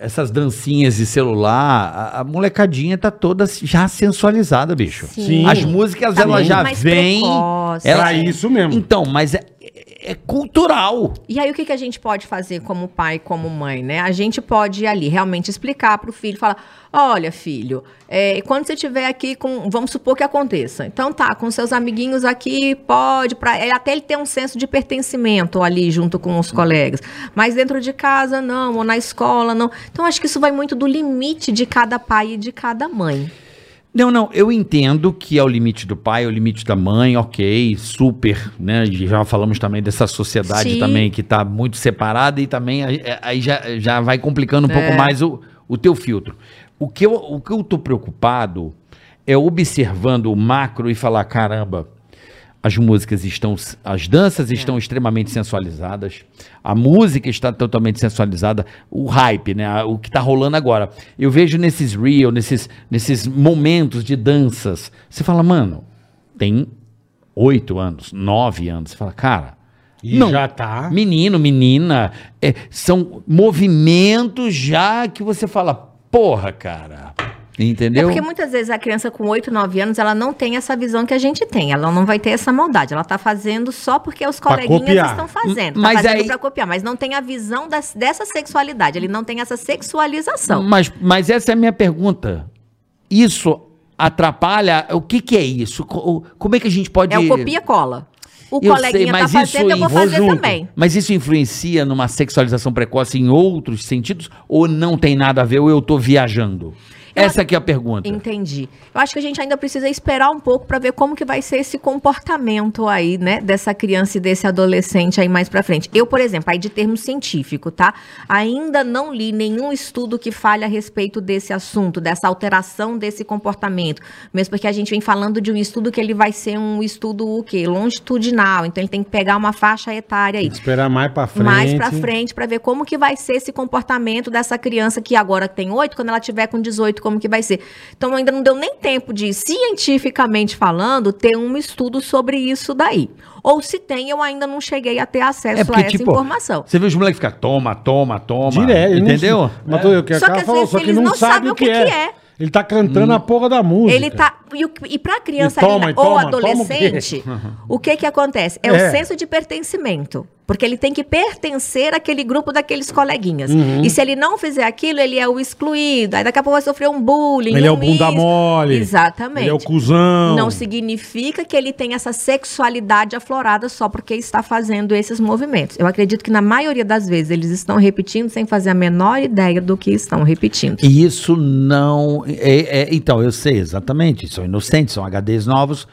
S3: essas dancinhas de celular, a, a molecadinha tá toda já sensualizada, bicho.
S2: Sim.
S3: As músicas,
S4: Tá
S3: ela
S4: muito
S3: já
S4: mais
S3: vem.
S4: precoce.
S3: Ela...
S2: Pra isso mesmo.
S3: Então, mas é, é- é cultural.
S4: E aí, o que, que a gente pode fazer como pai, como mãe, né? A gente pode ir ali, realmente explicar pro filho, falar, olha, filho, é, quando você estiver aqui com... Vamos supor que aconteça. Então tá, com seus amiguinhos aqui, pode, pra, é, até ele ter um senso de pertencimento ali junto com os colegas. Mas dentro de casa, não, ou na escola, não. Então, acho que isso vai muito do limite de cada pai e de cada mãe.
S3: Não, não, eu entendo que é o limite do pai, é o limite da mãe, ok, super, né? E Já falamos também dessa sociedade
S4: Sim.
S3: também que tá muito separada e também aí- aí já, já vai complicando um pouco mais o, o teu filtro. O que, eu, o que eu tô preocupado é observando o macro e falar, caramba, as músicas estão, as danças estão extremamente sensualizadas, a música está totalmente sensualizada, o hype, né, a- o que está rolando agora. Eu vejo nesses reel, nesses, nesses momentos de danças, você fala, mano, tem oito anos, nove anos, você fala, cara,
S2: E
S3: não,
S2: já
S4: Ah.
S2: tá.
S3: menino, menina, é, são movimentos já que você fala, porra, cara,
S4: É
S3: entendeu?
S4: porque muitas vezes a criança com 8, 9 anos, ela não tem essa visão que a gente tem. Ela não vai ter essa maldade. Ela tá fazendo só porque os
S2: Pra
S4: coleguinhas
S2: copiar.
S4: estão fazendo.
S3: Mas
S4: tá fazendo
S3: aí-
S4: pra copiar, mas não tem a visão das- dessa sexualidade. Ele não tem essa sexualização.
S3: Mas, mas essa é a minha pergunta. Isso atrapalha? O que, que é isso? Co- o- Como é que a gente pode.
S4: É o copia-cola. O
S3: Eu
S4: coleguinha
S3: sei, mas
S4: tá fazendo,
S3: isso
S4: eu vou
S3: aí,
S4: fazer
S2: junto.
S4: também.
S3: Mas isso influencia numa sexualização precoce em outros sentidos? Ou não tem nada a ver? Ou eu tô viajando?
S4: Eu Então.
S3: Essa aqui é a pergunta.
S4: Entendi. Eu acho que a gente ainda precisa esperar um pouco para ver como que vai ser esse comportamento aí, né, dessa criança e desse adolescente aí mais para frente. Eu, por exemplo, aí de termo científico, tá? Ainda não li nenhum estudo que fale a respeito desse assunto, dessa alteração desse comportamento, mesmo porque a gente vem falando de um estudo que ele vai ser um estudo o quê? Longitudinal, então ele tem que pegar uma faixa etária aí
S2: Tem que esperar mais pra frente.
S4: mais pra frente pra ver como que vai ser esse comportamento dessa criança que agora tem 8, quando ela tiver com 18, como que vai ser. Então ainda não deu nem tempo de, cientificamente falando, ter um estudo sobre isso daí. Ou se tem, eu ainda não cheguei a ter acesso a essa informação.
S3: Você viu os moleques ficar toma, toma, toma.
S2: Direto. ele não-
S3: entendeu?
S2: Mas tô- eu que
S4: É. Só
S2: acaba
S4: que, às
S2: falando,
S4: vezes,
S2: só que
S4: eles
S2: não, sabe o que, é.
S4: que é.
S2: Ele tá cantando
S3: Hum.
S2: a porra da música.
S4: Ele tá. E, o- e pra criança
S2: E toma,
S4: ainda,
S2: e toma,
S4: ou
S2: toma o quê?
S4: adolescente, o que que acontece? É,
S2: É.
S4: o senso de pertencimento. Porque ele tem que pertencer àquele grupo daqueles coleguinhas.
S2: Uhum.
S4: E se ele não fizer aquilo, ele é o excluído. Aí daqui a pouco vai sofrer um bullying.
S2: Ele é o
S4: um
S2: bunda mole.
S4: Exatamente.
S2: Ele é o cuzão.
S4: Não significa que ele tem essa sexualidade aflorada só porque está fazendo esses movimentos. Eu acredito que na maioria das vezes eles estão repetindo sem fazer a menor ideia do que estão repetindo.
S3: E isso não. é- é- então, eu sei exatamente. São inocentes, são HDs novos.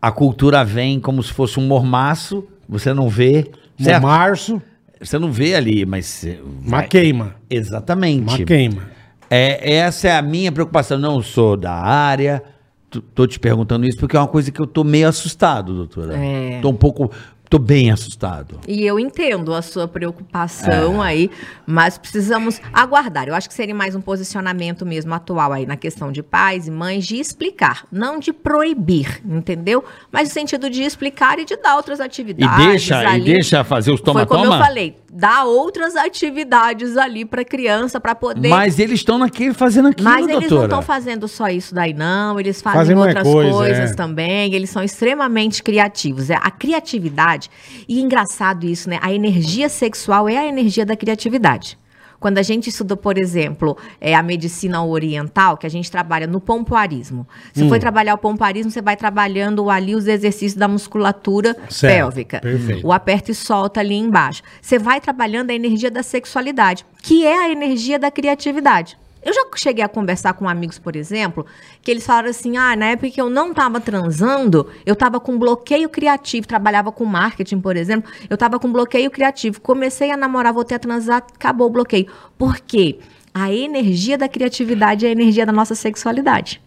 S3: A cultura vem como se fosse um mormaço. Você não vê. certo?
S2: Março,
S3: Você não vê ali, mas.
S2: mas queima. Mas
S3: Exatamente.
S2: queima.
S3: É, essa é a minha preocupação. Não sou da área. t- Tô te perguntando isso porque é uma coisa que eu tô meio assustado, doutora.
S4: É.
S3: Tô um pouco. Tô bem assustado.
S4: E eu entendo a sua preocupação
S3: É.
S4: aí, mas precisamos aguardar. Eu acho que seria mais um posicionamento mesmo atual aí na questão de pais e mães de explicar, não de proibir, entendeu? Mas no sentido de explicar e de dar outras
S3: E
S4: atividades.
S3: deixa, e
S4: ali.
S3: deixa fazer os
S4: Ah, Foi como
S3: toma-toma.
S4: eu falei, dar outras atividades ali para criança para poder
S3: Mas eles estão naquele fazendo aquilo,
S4: mas
S3: doutora.
S4: eles não estão fazendo só isso daí, não. Eles fazem
S2: Fazem mais
S4: outras
S2: coisa,
S4: coisas
S2: é.
S4: também. Eles são extremamente criativos. É A criatividade, e é engraçado isso, né? A energia sexual é a energia da criatividade. Quando a gente estudou, por exemplo, é, a medicina oriental, que a gente trabalha no pompoarismo. Se
S2: Hum.
S4: for trabalhar o pompoarismo, você vai trabalhando ali os exercícios da musculatura
S2: Certo,
S4: pélvica.
S2: perfeito.
S4: O aperta e solta ali embaixo. Você vai trabalhando a energia da sexualidade, que é a energia da criatividade. Eu já cheguei a conversar com amigos, por exemplo, que eles falaram assim: ah, na época que eu não estava transando, eu estava com bloqueio criativo, trabalhava com marketing, por exemplo, eu estava com bloqueio criativo. Comecei a namorar, voltei a transar, acabou o bloqueio. Por quê? A energia da criatividade é a energia da nossa sexualidade.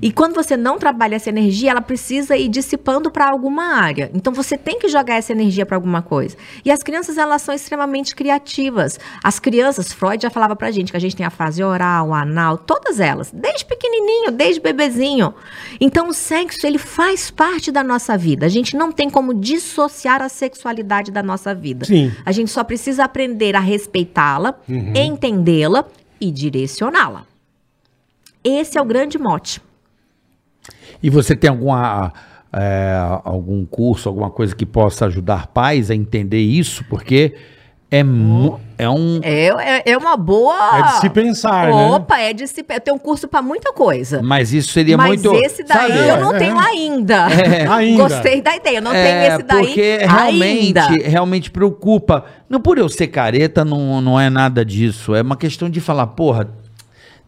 S4: E quando você não trabalha essa energia, ela precisa ir dissipando para alguma área. Então você tem que jogar essa energia para alguma coisa. E as crianças, elas são extremamente criativas. As crianças, Freud já falava pra gente que a gente tem a fase oral, anal, todas elas, desde pequenininho, desde bebezinho. Então o sexo, ele faz parte da nossa vida. A gente não tem como dissociar a sexualidade da nossa vida.
S2: Sim.
S4: A gente só precisa aprender a respeitá-la, entendê-la e direcioná-la. Esse é o grande mote.
S3: E você tem alguma, é, algum curso, alguma coisa que possa ajudar pais a entender isso? Porque é, mu- é um.
S4: É, é, é uma boa.
S2: É de se pensar, né?
S4: Opa, é de se. Eu tenho um curso para muita coisa.
S3: Mas isso seria
S4: mas
S3: muito.
S4: esse daí
S3: sabe?
S4: eu não
S2: É.
S4: tenho ainda.
S2: Ainda.
S4: Gostei da ideia. Eu não
S3: É,
S4: tenho esse daí.
S3: Porque realmente,
S4: ainda.
S3: realmente preocupa. Não por eu ser careta, não, não é nada disso. É uma questão de falar, porra,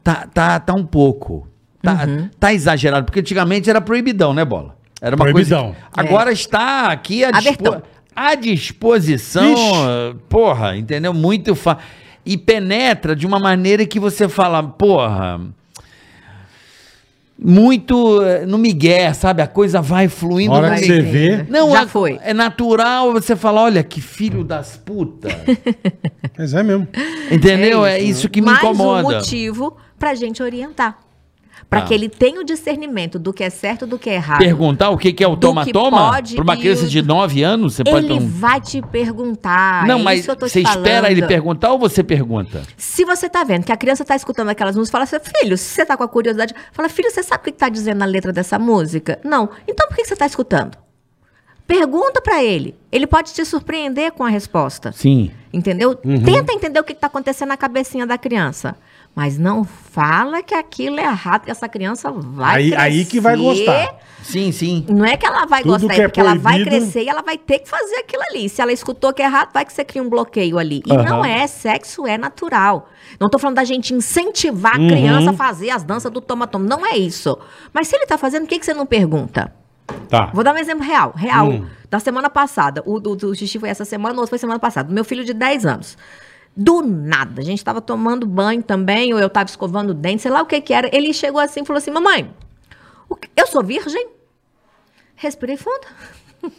S3: tá, tá, tá um pouco. Tá,
S4: Uhum.
S3: tá exagerado. Porque antigamente era proibidão, né, Bola? Era uma
S2: Proibidão.
S3: coisa. que- Agora está aqui à, dispo-
S4: É. Abertão.
S3: à disposição.
S2: Ixi.
S3: Porra, entendeu? Muito fa... E penetra de uma maneira que você fala, porra muito eh, no migué, sabe? A coisa vai fluindo.
S2: Hora
S3: no
S2: que
S4: vai
S2: você
S4: ter,
S2: vê.
S4: né?
S3: Não,
S4: Já
S3: é,
S4: foi.
S3: é natural você falar, olha que filho das puta.
S4: É
S2: Mas é mesmo.
S3: Entendeu? É isso, que me
S4: Mais um
S3: incomoda.
S4: motivo pra gente orientar. Pra
S3: Tá.
S4: que ele tenha o discernimento do que é certo do que é errado.
S3: Perguntar o que, que é o
S4: Do que
S3: toma-toma
S4: pode
S3: para uma
S4: e
S3: criança
S4: o-
S3: de 9 anos, você pode
S4: Ele
S3: perguntar.
S4: vai te perguntar.
S3: Não,
S4: é
S3: mas
S4: isso que eu tô
S3: você
S4: te falando.
S3: espera ele perguntar ou você pergunta?
S4: Se você tá vendo que a criança tá escutando aquelas músicas, fala assim, filho, se você tá com a curiosidade, fala, filho, você sabe o que que tá dizendo na letra dessa música? Não. Então por que que você tá escutando? Pergunta pra ele. Ele pode te surpreender com a resposta.
S3: Sim.
S2: Uhum.
S4: Entendeu? Tenta entender o que que tá acontecendo na cabecinha da criança. Mas não fala que aquilo é errado, que essa criança vai
S2: Aí- aí que vai
S4: crescer.
S2: gostar.
S3: Sim, sim.
S4: Não é que ela vai
S2: Tudo
S4: gostar,
S2: que
S4: é
S2: é
S4: porque ela vai
S2: proibido-
S4: crescer e ela vai ter que fazer aquilo ali. Se ela escutou que é errado, vai que você cria um bloqueio ali. E
S3: Aham.
S4: não é, sexo é natural. Não tô falando da gente incentivar a
S2: Uhum.
S4: criança a fazer as danças do toma-toma. Não é isso. Mas se ele tá fazendo, por que, que você não pergunta?
S2: Tá.
S4: Vou dar um exemplo real, real.
S2: Hum.
S4: Da semana passada. O do, do xixi foi essa semana, o outro foi semana passada. Meu filho de 10 anos. Do nada, a gente tava tomando banho também, ou eu tava escovando o dente, sei lá o que que era. Ele chegou assim e falou assim: Mamãe, o que- eu sou virgem? Respirei fundo.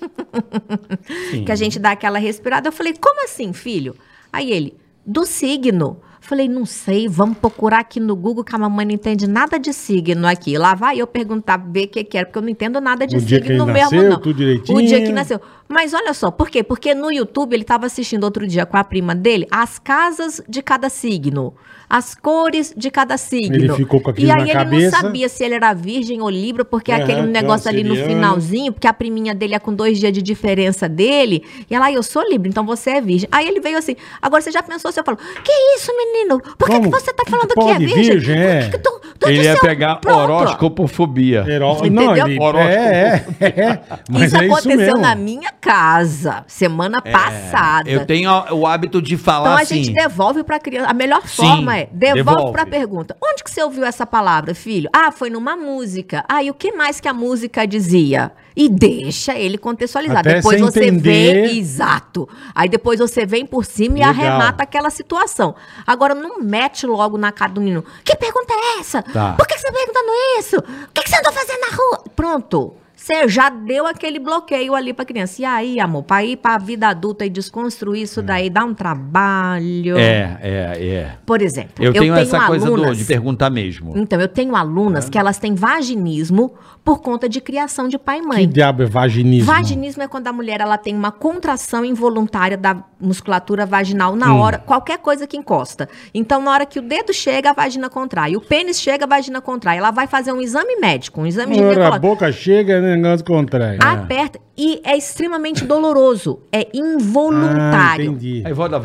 S4: que a gente dá aquela respirada. Eu falei: Como assim, filho? Aí ele: Do signo. Falei, não sei, vamos procurar aqui no Google que a mamãe não entende nada de signo aqui. Lá vai eu perguntar, ver o que que era, porque eu não entendo nada de
S2: O dia que
S4: signo
S2: ele
S4: mesmo,
S2: nasceu,
S4: não.
S2: tudo direitinho.
S4: O dia que nasceu. Mas olha só, por quê? Porque no YouTube ele estava assistindo outro dia com a prima dele as casas de cada signo, as cores de cada signo.
S2: Ele ficou com aquilo
S4: E aí
S2: na
S4: ele
S2: cabeça.
S4: não sabia se ele era virgem ou libra, porque
S2: Aham,
S4: aquele negócio ali no
S2: canceriano.
S4: finalzinho, porque a priminha dele é com dois dias de diferença dele, e ela, "Ah, eu sou libra, então você é virgem. Aí ele veio assim, agora você já pensou, você falou, que isso, menino? Por que, que
S2: Como?
S4: você tá falando que é
S2: Pode
S4: virgem?
S2: virgem, é.
S4: Por que que tu- tu
S3: Ele
S4: disse,
S3: ia
S4: "Eu-"
S3: pegar
S4: Pronto.
S3: horóscopofobia.
S2: Heró-
S4: Entendeu?
S2: Não, ele...
S3: Horóscopo.
S2: É, é, é. Mas
S4: isso
S2: é
S4: aconteceu
S2: mesmo. É,
S4: na minha casa, semana passada.
S3: Eu tenho a- o hábito de falar
S4: Então a
S3: assim.
S4: gente devolve pra criança. A melhor
S3: Sim,
S4: forma é devolve
S3: devolve.
S4: pra pergunta. Onde que você ouviu essa palavra, filho? Ah, foi numa música. Ah, e o que mais que a música dizia? E deixa ele contextualizar.
S2: Até
S4: depois
S2: você
S4: você
S2: entender.
S4: vê, exato. Aí depois você vem por cima
S2: Legal.
S4: e arremata aquela situação. Agora não mete logo na cara do menino. Que pergunta é essa?
S3: Tá.
S4: Por que que você tá perguntando isso? O que que você andou fazendo na rua? Pronto. Você já deu aquele bloqueio ali pra criança. E aí, amor, pra ir pra vida adulta e desconstruir isso daí, dá um trabalho.
S3: Hum. É, é, é.
S4: Por exemplo,
S3: Eu, tenho, essa coisa do-
S4: alunas-
S3: de perguntar mesmo.
S4: Então, eu tenho alunas que elas têm vaginismo por conta de criação de pai e
S2: Que
S4: mãe.
S2: diabo é vaginismo?
S4: Vaginismo é quando a mulher ela tem uma contração involuntária da musculatura vaginal
S2: Hum.
S4: na hora, qualquer coisa que encosta. Então, na hora que o dedo chega, a vagina contrai. O pênis chega, a vagina contrai. Ela vai fazer um exame médico, um exame
S2: Ora, a
S4: ginecológico.
S2: boca chega, né, negócio contrário.
S4: Aperta e é extremamente doloroso. É involuntário.
S2: Ah, entendi.
S3: Aí vou dar.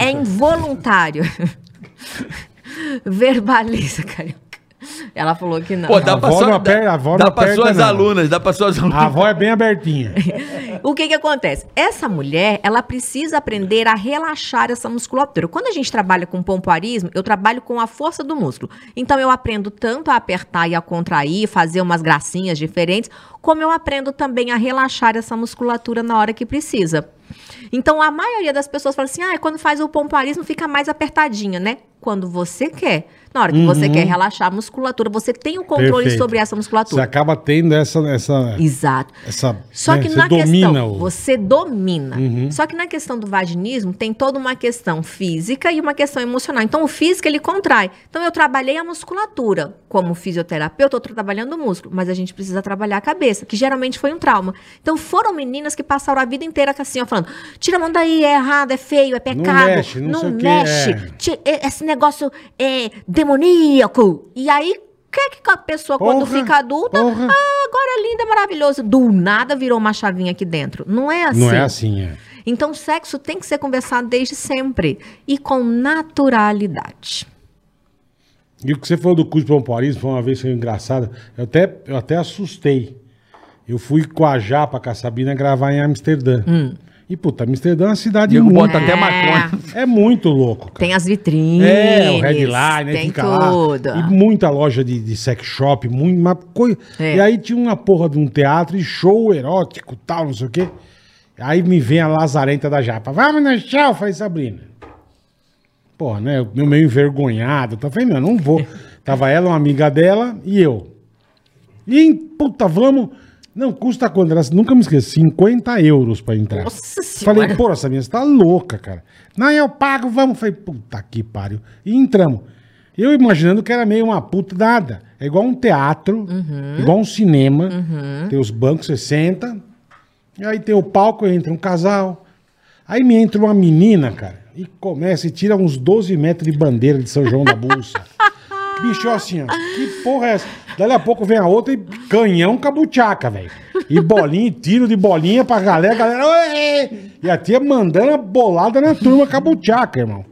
S4: É involuntário. Verbaliza, carioca. Ela falou que não.
S3: Pô, dá
S2: A
S3: pra,
S2: avó
S3: sua-
S2: não aperta- a
S3: dá,
S2: avó
S3: dá
S2: não
S3: pra
S2: aperta,
S3: suas
S2: não.
S3: alunas, dá pra suas alunas.
S2: A avó é bem abertinha.
S4: O que que acontece? Essa mulher, ela precisa aprender a relaxar essa musculatura. Quando a gente trabalha com pompoarismo, eu trabalho com a força do músculo. Então eu aprendo tanto a apertar e a contrair, fazer umas gracinhas diferentes, como eu aprendo também a relaxar essa musculatura na hora que precisa. Então a maioria das pessoas fala assim: "Ah, quando faz o pompoarismo fica mais apertadinha, né?" Quando você quer. Na hora que você quer relaxar a musculatura, você tem o controle
S2: Perfeito.
S4: sobre essa
S2: Você
S4: musculatura.
S2: acaba tendo essa. essa,
S4: Exato.
S2: essa
S4: Só
S2: né,
S4: que
S2: você
S4: na
S2: domina
S4: questão,
S2: o. Uhum.
S4: você domina. Só que na questão do vaginismo tem toda uma questão física e uma questão emocional. Então o físico ele contrai. Então eu trabalhei a musculatura como fisioterapeuta, eu tô trabalhando o músculo, mas a gente precisa trabalhar a cabeça, que geralmente foi um trauma. Então foram meninas que passaram a vida inteira assim, ó, falando: "Tira a mão daí, é errado, é feio, é pecado, não
S2: mexe,
S4: mexe,
S2: não sei o quê, é."
S4: ti- é- esse negócio é demoníaco". E aí o que, que a pessoa, quando
S2: Porra,
S4: fica adulta,
S2: porra.
S4: ah, agora é lindo, é maravilhoso. Do nada virou uma chavinha aqui dentro. Não é assim.
S2: Não é assim, é.
S4: Então, sexo tem que ser conversado desde sempre e com naturalidade.
S2: E o que você falou do curso de pompoarismo foi uma vez que foi engraçada. Eu até, eu até assustei. Eu fui com a Japa, com a Sabina, gravar em Amsterdã. E, puta, Amsterdã é uma cidade
S3: Diego
S2: muito...
S3: bota até maconha.
S2: É muito louco, cara.
S4: Tem as vitrines.
S2: É, o headline, né?
S4: tem
S2: Fica
S4: tudo.
S2: lá. E muita loja de, de sex shop, muito, uma coisa.
S4: É.
S2: E aí tinha uma porra de um teatro e show erótico tal, não sei o quê. Aí me vem a lazarenta da japa. Vamos no show, faz Sabrina. Porra, né? Eu eu meio envergonhado. Tá falei, meu, não vou. Tava ela, uma amiga dela e eu. E, em- puta, vamos. Não, custa quanto? Ela, nunca me esqueci, 50 euros pra entrar.
S4: Nossa Senhora.
S2: Falei, pô, essa minha, você tá louca, cara. Não, eu pago, vamos. Falei, puta que pariu. E entramos. Eu imaginando que era meio uma puta nada. É igual um teatro, igual um cinema. Tem os bancos, você senta. E aí tem o palco, entra um casal. Aí me entra uma menina, cara, e começa e tira uns 12 metros de bandeira de São João da Bolsa. Bicho, eu assim, ó, que porra é essa? Dali a pouco vem a outra e canhão com a buchaca, velho. E bolinha, e tiro de bolinha pra galera, a galera. "Ué!" E a tia mandando a bolada na turma com a buchaca, irmão.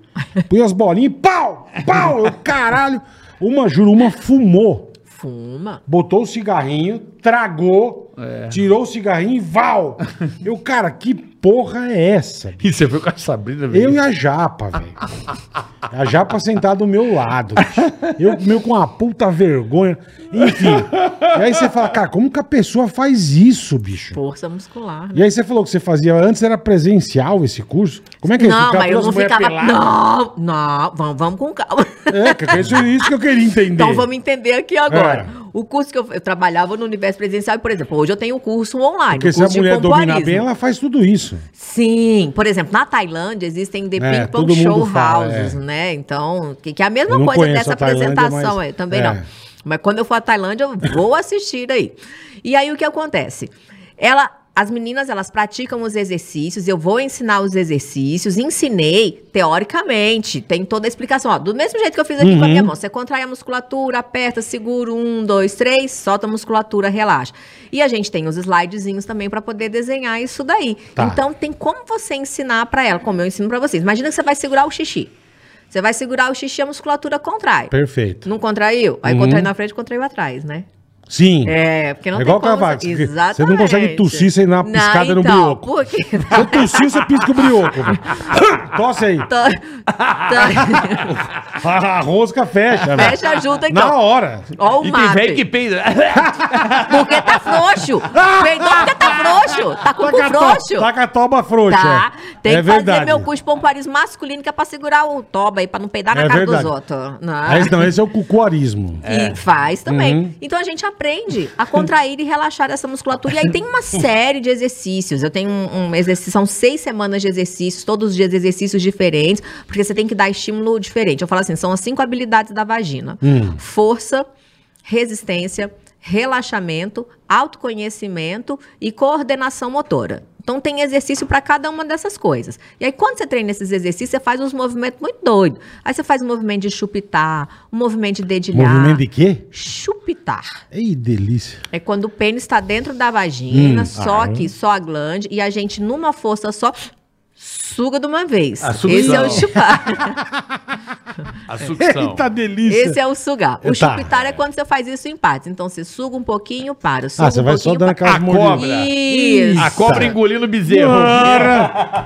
S2: Põe as bolinhas e pau! Pau! eu, Caralho! Uma, juro, uma fumou.
S4: Fuma.
S2: Botou o cigarrinho, tragou, tirou o cigarrinho e val! Eu, cara, que porra é essa?
S3: E você foi com a Sabrina,
S2: Eu e a japa, velho. A japa sentada do meu lado. bicho. Eu meu com uma puta vergonha. Enfim. E aí você fala, cara, como que a pessoa faz isso, bicho?
S4: Força muscular. né?
S2: E aí você falou que você fazia, antes era presencial esse curso. Como é que é isso?
S4: Não,
S2: Ficava
S4: mas eu
S2: todas
S4: não
S2: as mulher
S4: ficava.
S2: pelada?
S4: Não, não, vamos, vamos com calma.
S2: É, que é isso, isso que eu queria entender.
S4: Então vamos entender aqui agora.
S2: É.
S4: O curso que eu, eu trabalhava no universo presencial, por exemplo, hoje eu tenho um curso online.
S2: Porque
S4: um
S2: se a
S4: curso
S2: mulher dominar
S4: pompoarismo.
S2: bem, ela faz tudo isso.
S4: Sim, por exemplo, na Tailândia existem The
S2: É,
S4: Ping Pong
S2: todo mundo
S4: Show
S2: fala,
S4: Houses,
S2: é.
S4: né? Então, que, que é a
S2: Eu
S4: mesma
S2: não
S4: coisa
S2: conheço
S4: dessa
S2: a Tailândia,
S4: apresentação
S2: mas-
S4: aí, também
S2: é.
S4: não. Mas quando eu for à Tailândia, eu vou assistir aí. E aí o que acontece? Ela as meninas, elas praticam os exercícios, eu vou ensinar os exercícios, ensinei teoricamente, tem toda a explicação. Ó, do mesmo jeito que eu fiz aqui com a
S2: Uhum.
S4: minha mão, você contrai a musculatura, aperta, segura, um, dois, três, solta a musculatura, relaxa. E a gente tem os slidezinhos também para poder desenhar isso daí.
S2: Tá.
S4: Então, então tem como você ensinar pra ela, como eu ensino pra vocês. Imagina que você vai segurar o xixi. Você vai segurar o xixi, a musculatura contrai.
S2: Perfeito. Uhum.
S4: Não contraiu? Aí contrai na frente, contraiu atrás, né?
S2: Sim.
S4: É, porque não
S2: É
S4: tem
S2: igual
S4: como...
S2: cavaco, você-
S4: Exatamente.
S2: você não consegue tossir sem dar uma
S4: Não,
S2: piscada no
S4: então,
S2: brioco.
S4: por quê?
S2: Se eu tossir, você pisca o brioco. velho. Tosse aí.
S4: Tô- tô-
S2: A rosca fecha, velho.
S4: Fecha junto, então.
S2: Na hora.
S4: Ó o
S3: E tem
S4: mate.
S3: velho que peida.
S4: Porque tá frouxo. Peidou porque tá frouxo. Tá com
S2: Tá
S4: o
S2: com
S4: cu
S2: a to-
S4: frouxo.
S2: Tá com a toba frouxa.
S4: Tá. Tem
S2: é
S4: que fazer
S2: verdade.
S4: meu curso pompoarismo masculino, que é pra segurar o toba aí, pra não peidar na
S2: É
S4: cara
S2: verdade.
S4: dos outros. Não.
S2: Ah, esse não, esse é o cucuarismo.
S4: E faz também. Então a gente aprende a contrair e relaxar essa musculatura. E aí tem uma série de exercícios. Eu tenho um, um exercício, são seis semanas de exercícios, todos os dias exercícios diferentes, porque você tem que dar estímulo diferente. Eu falo assim: são as cinco habilidades da vagina: força, resistência, relaxamento, autoconhecimento e coordenação motora. Então tem exercício para cada uma dessas coisas. E aí quando você treina esses exercícios, você faz uns movimentos muito doidos. Aí você faz um movimento de chupitar, um movimento de dedilhar.
S2: Movimento de quê?
S4: Chupitar.
S2: Ei, delícia.
S4: É quando o pênis está dentro da vagina,
S2: Hum,
S4: só
S2: ah,
S4: aqui, só a glande, e a gente numa força só suga de uma vez.
S3: A sucção.
S4: Esse é o chupar.
S3: A sucção.
S2: Eita, delícia.
S4: Esse é o sugar. O
S2: Tá.
S4: chupitar é quando você faz isso em partes. Então você suga um pouquinho, para. Suga
S2: Ah, você
S4: um
S2: vai só
S4: pouquinho,
S2: dando
S4: para.
S2: aquelas
S3: A
S2: mordidas.
S3: cobra.
S4: Isso.
S3: A cobra engolindo o bezerro.
S2: Bora!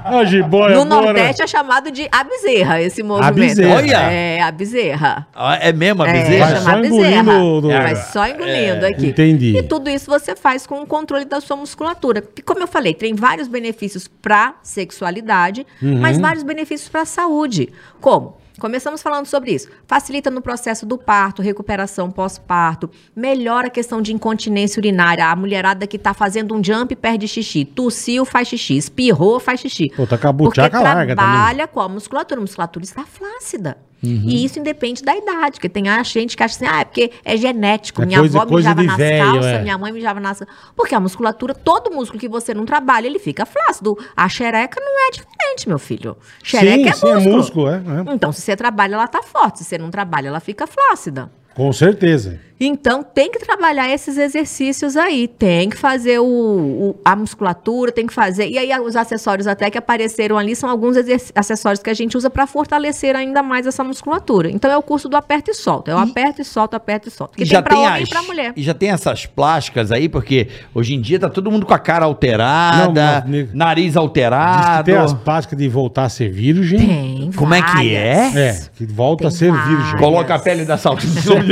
S2: A Ah, jiboia,
S4: No
S2: bora.
S4: Nordeste é chamado de abezerra esse movimento.
S2: Abezerra.
S3: Olha!
S4: É, abezerra.
S3: Ah, É mesmo a
S4: É,
S2: Vai
S3: bezerra?
S2: só
S4: chamado
S2: engolindo
S4: bezerra.
S2: do-
S4: É, Vai só engolindo aqui.
S2: Entendi.
S4: E tudo isso você faz com o controle da sua musculatura. Que, como eu falei, tem vários benefícios para sexualidade,
S2: Uhum.
S4: mas vários benefícios para a saúde. Como? Começamos falando sobre isso. Facilita no processo do parto, recuperação pós-parto, melhora a questão de incontinência urinária. A mulherada que tá fazendo um jump perde xixi, tossiu faz xixi, espirrou faz xixi.
S2: Pô, tá com a buchaca larga também. Uhum.
S4: trabalha com a musculatura, a musculatura está flácida. E isso independe da idade, porque tem a gente que acha assim, ah, é porque é genético,
S2: É
S4: minha
S2: coisa-
S4: avó
S2: coisa
S4: mijava
S2: de
S4: nas
S2: velho,
S4: calças,
S2: é.
S4: minha mãe mijava nas calças. Porque a musculatura, todo músculo que você não trabalha, ele fica flácido. A xereca não é diferente, meu filho.
S2: Sim,
S4: Xereca
S2: sim,
S4: é,
S2: é
S4: músculo.
S2: músculo, é, é.
S4: Então, se você trabalha, ela tá forte. Se você não trabalha, ela fica flácida.
S2: Com certeza.
S4: Então tem que trabalhar esses exercícios aí, tem que fazer o, o- a musculatura, tem que fazer. E aí os acessórios até que apareceram ali são alguns exerc- acessórios que a gente usa para fortalecer ainda mais essa musculatura. Então é o curso do aperta e solta. Eu aperto e solto, aperto e solto. Que
S3: E já
S4: tem para
S3: tem
S4: homem
S3: as-
S4: e para mulher.
S3: E já tem essas plásticas aí, porque hoje em dia tá todo mundo com a cara alterada,
S2: Não, mas-
S3: nariz
S2: Diz que
S3: alterado.
S2: tem as plásticas de voltar a ser virgem.
S4: Tem.
S3: Como é que é?
S4: várias.
S2: É, que volta a
S4: Tem
S2: ser virgem.
S4: várias.
S3: Coloca a pele da salsicha.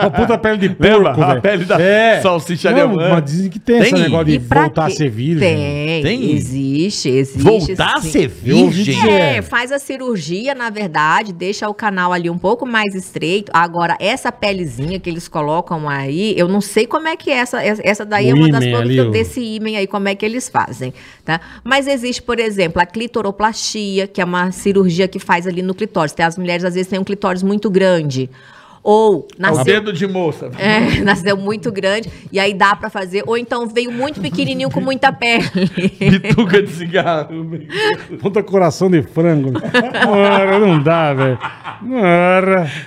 S2: Uma puta pele de
S3: Lembra?
S2: porco,
S3: A
S2: velho. É.
S3: pele da salsicha
S2: Não,
S3: alemã.
S2: Mas dizem que tem, esse
S3: Tem?
S2: negócio de
S4: E pra
S2: voltar a
S4: quê?
S2: ser virgem.
S4: Tem,
S3: Tem?
S4: Existe, existe.
S3: Voltar a
S4: sim.
S3: ser
S2: Eu ouvi
S3: virgem.
S2: dizer.
S4: É, faz a cirurgia, na verdade, deixa o canal ali um pouco mais estreito. Agora, essa pelezinha que eles colocam aí, eu não sei como é que é essa, essa essa daí
S2: O
S4: é uma das
S2: ímã ali,
S4: produtos
S2: o-
S4: desse ímã aí, como é que eles fazem, tá? Mas existe, por exemplo, a clitoroplastia, que é uma cirurgia que faz ali no clitóris. Tem as mulheres, às vezes, têm um clitóris muito grande. Ou
S2: É
S3: O
S4: nasceu
S3: dedo de moça.
S4: é, nasceu muito grande e aí dá pra fazer. Ou então veio muito pequenininho com muita pele.
S3: Pituca de cigarro.
S2: Puta coração de frango. Mano, não dá, velho.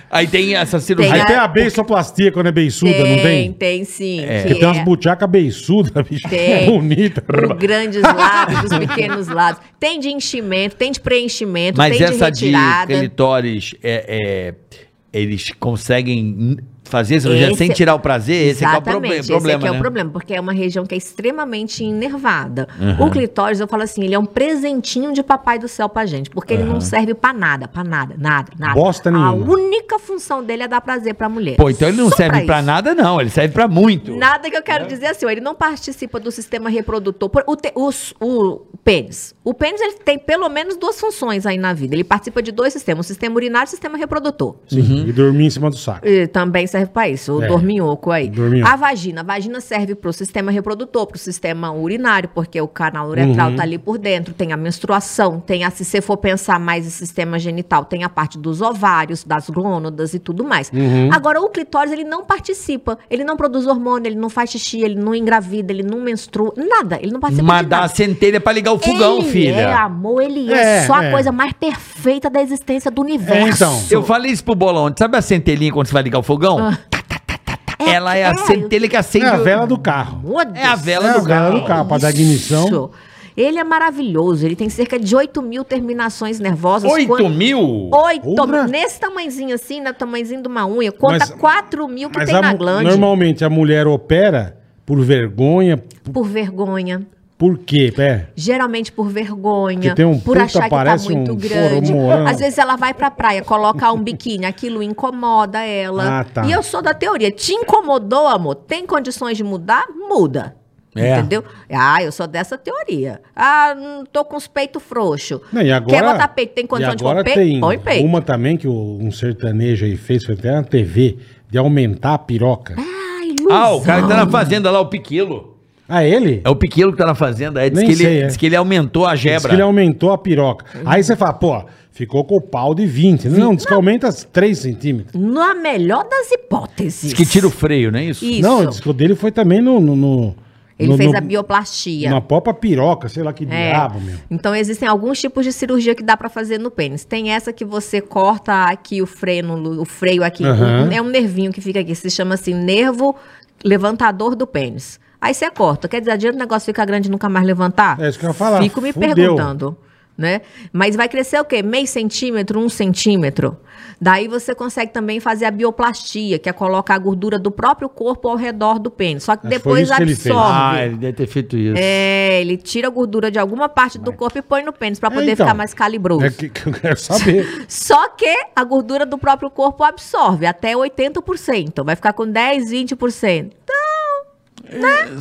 S3: Aí tem essa cirurgia.
S4: Tem
S2: Aí
S4: a-
S2: tem a beiçoplastia quando é beiçuda, não tem?
S4: Tem sim.
S2: Porque
S4: que
S2: tem umas
S4: é-
S2: butiacas beiçudas, bicho. É
S4: Tem. Uhum.
S2: Bonita.
S4: Com grandes lábios, pequenos lábios. Tem de enchimento, tem de preenchimento,
S3: Mas
S4: tem
S3: essa
S4: de
S3: de
S4: retirada.
S3: clitóris, é, é, eles conseguem fazer essa cirurgia
S4: Esse-
S3: sem tirar o prazer? Esse é que é o proble-
S4: Exatamente, esse
S3: problema,
S4: aqui é
S3: né?
S4: o problema, porque é uma região que é extremamente enervada.
S3: Uhum.
S4: O clitóris, eu falo assim, ele é um presentinho de papai do céu pra gente, porque
S3: Uhum.
S4: ele não serve pra nada, pra nada, nada, nada.
S2: Bosta
S4: A
S2: nenhuma.
S4: única função dele é dar prazer pra mulher.
S3: Pô, então ele não
S4: Só
S3: serve pra,
S4: isso.
S3: nada, não. Ele serve pra muito.
S4: Nada que eu quero dizer assim, ó, ele não participa do sistema reprodutor. Por- O, te- os- o pênis. O pênis ele tem pelo menos duas funções aí na vida. Ele participa de dois sistemas: o sistema urinário e o sistema reprodutor.
S2: Sim, E dormir em cima do saco.
S4: E eh, também serve para isso, o
S2: É.
S4: dorminhoco aí.
S2: Dorminhoco.
S4: A vagina. A vagina serve para o sistema reprodutor, para o sistema urinário, porque o canal uretral tá ali por dentro, tem a menstruação, tem a, se você for pensar mais em sistema genital, tem a parte dos ovários, das glônadas e tudo mais. Agora, o clitóris, ele não participa, ele não produz hormônio, ele não faz xixi, ele não engravida, ele não menstrua, nada, ele não participa
S3: Mas
S4: de
S3: dá a
S4: nada.
S3: centelha pra ligar o fogão,
S4: ele
S3: filha.
S4: é amor, ele é,
S2: É,
S4: só a
S2: é.
S4: coisa mais perfeita da existência do universo.
S2: então.
S3: Eu falei isso pro Bolão. ontem. Sabe a centelhinha quando você vai ligar o fogão? Tá, tá, tá, tá, tá. Ela é a
S4: Ah. é,
S3: centelha que acende.
S2: É a
S3: o-
S2: vela do carro.
S4: Amor
S3: É a
S4: do
S3: vela
S2: É a
S3: do
S2: vela
S3: carro.
S2: do carro, pra dar ignição.
S4: Isso. Ele é maravilhoso. Ele tem cerca de 8 mil terminações nervosas.
S5: 8 mil?
S4: 8
S2: Porra.
S4: mil. Nesse tamanhozinho assim, na tamanhozinho de uma unha, conta
S2: Mas-
S4: 4 mil que
S2: Mas
S4: tem
S2: a
S4: na
S2: mu-
S4: glande.
S2: normalmente a mulher opera por vergonha.
S4: Por vergonha.
S2: Por quê? É.
S4: Geralmente por vergonha,
S2: Porque tem um
S4: por
S2: puta,
S4: achar que tá
S2: parece
S4: muito
S2: um
S4: grande.
S2: foromorão.
S4: Às vezes ela vai pra praia colocar um biquíni, aquilo incomoda ela.
S2: Ah, tá.
S4: E eu sou da teoria, te incomodou, amor? Tem condições de mudar? Muda.
S2: É.
S4: Entendeu? Ah, eu sou dessa teoria. Ah, não tô com os peitos frouxos.
S2: Não, e agora,
S4: Quer botar peito? Tem condição
S2: e
S4: de
S2: agora
S4: pôr peito?
S2: tem
S4: Põe peito.
S2: Uma também que o- um sertanejo aí fez, foi até na TV, de aumentar a piroca.
S4: Ai,
S3: Ah, o cara que tá
S4: ilusão.
S3: na fazenda lá, o Piquilo.
S2: Ah, ele?
S3: É o Piquilo que tá na fazenda. É, diz,
S2: Nem
S3: que ele,
S2: sei, é.
S3: diz que ele aumentou a
S2: Diz
S3: gebra.
S2: que ele é um aumentou a piroca.
S4: Uhum.
S2: Aí você fala, pô, ficou com o pau de 20. Não, diz que aumenta 3 centímetros.
S4: Na melhor das hipóteses.
S3: Diz que tira o freio, não é isso?
S4: Isso.
S2: Não, diz que o dele foi também no... no, no-
S4: Ele
S2: no-
S4: fez
S2: no-
S4: a É. bioplastia.
S2: Na própria piroca, sei lá que diabo, meu.
S4: Então existem alguns tipos de cirurgia que dá pra fazer no pênis. Tem essa que você corta aqui o freno, o freio aqui,
S2: Aham.
S4: um- é um nervinho que fica aqui, se chama assim nervo levantador do pênis. Aí você corta, quer dizer, adianta o negócio ficar grande e nunca mais levantar?
S2: É isso que eu ia falar,
S4: Fico me
S2: fudeu.
S4: perguntando, né? Mas vai crescer o quê? Meio centímetro, um centímetro. Daí você consegue também fazer a bioplastia, que é colocar a gordura do próprio corpo ao redor do pênis. Só que
S2: Acho que foi
S4: depois
S2: isso que ele fez.
S4: absorve.
S3: Ah, ele deve ter feito isso.
S4: É, ele tira a gordura de alguma parte do corpo e põe no pênis pra
S2: É,
S4: poder
S2: então.
S4: ficar mais calibroso.
S2: É que, que eu quero saber.
S4: Só que a gordura do próprio corpo absorve até 80%. Vai ficar com 10, 20%.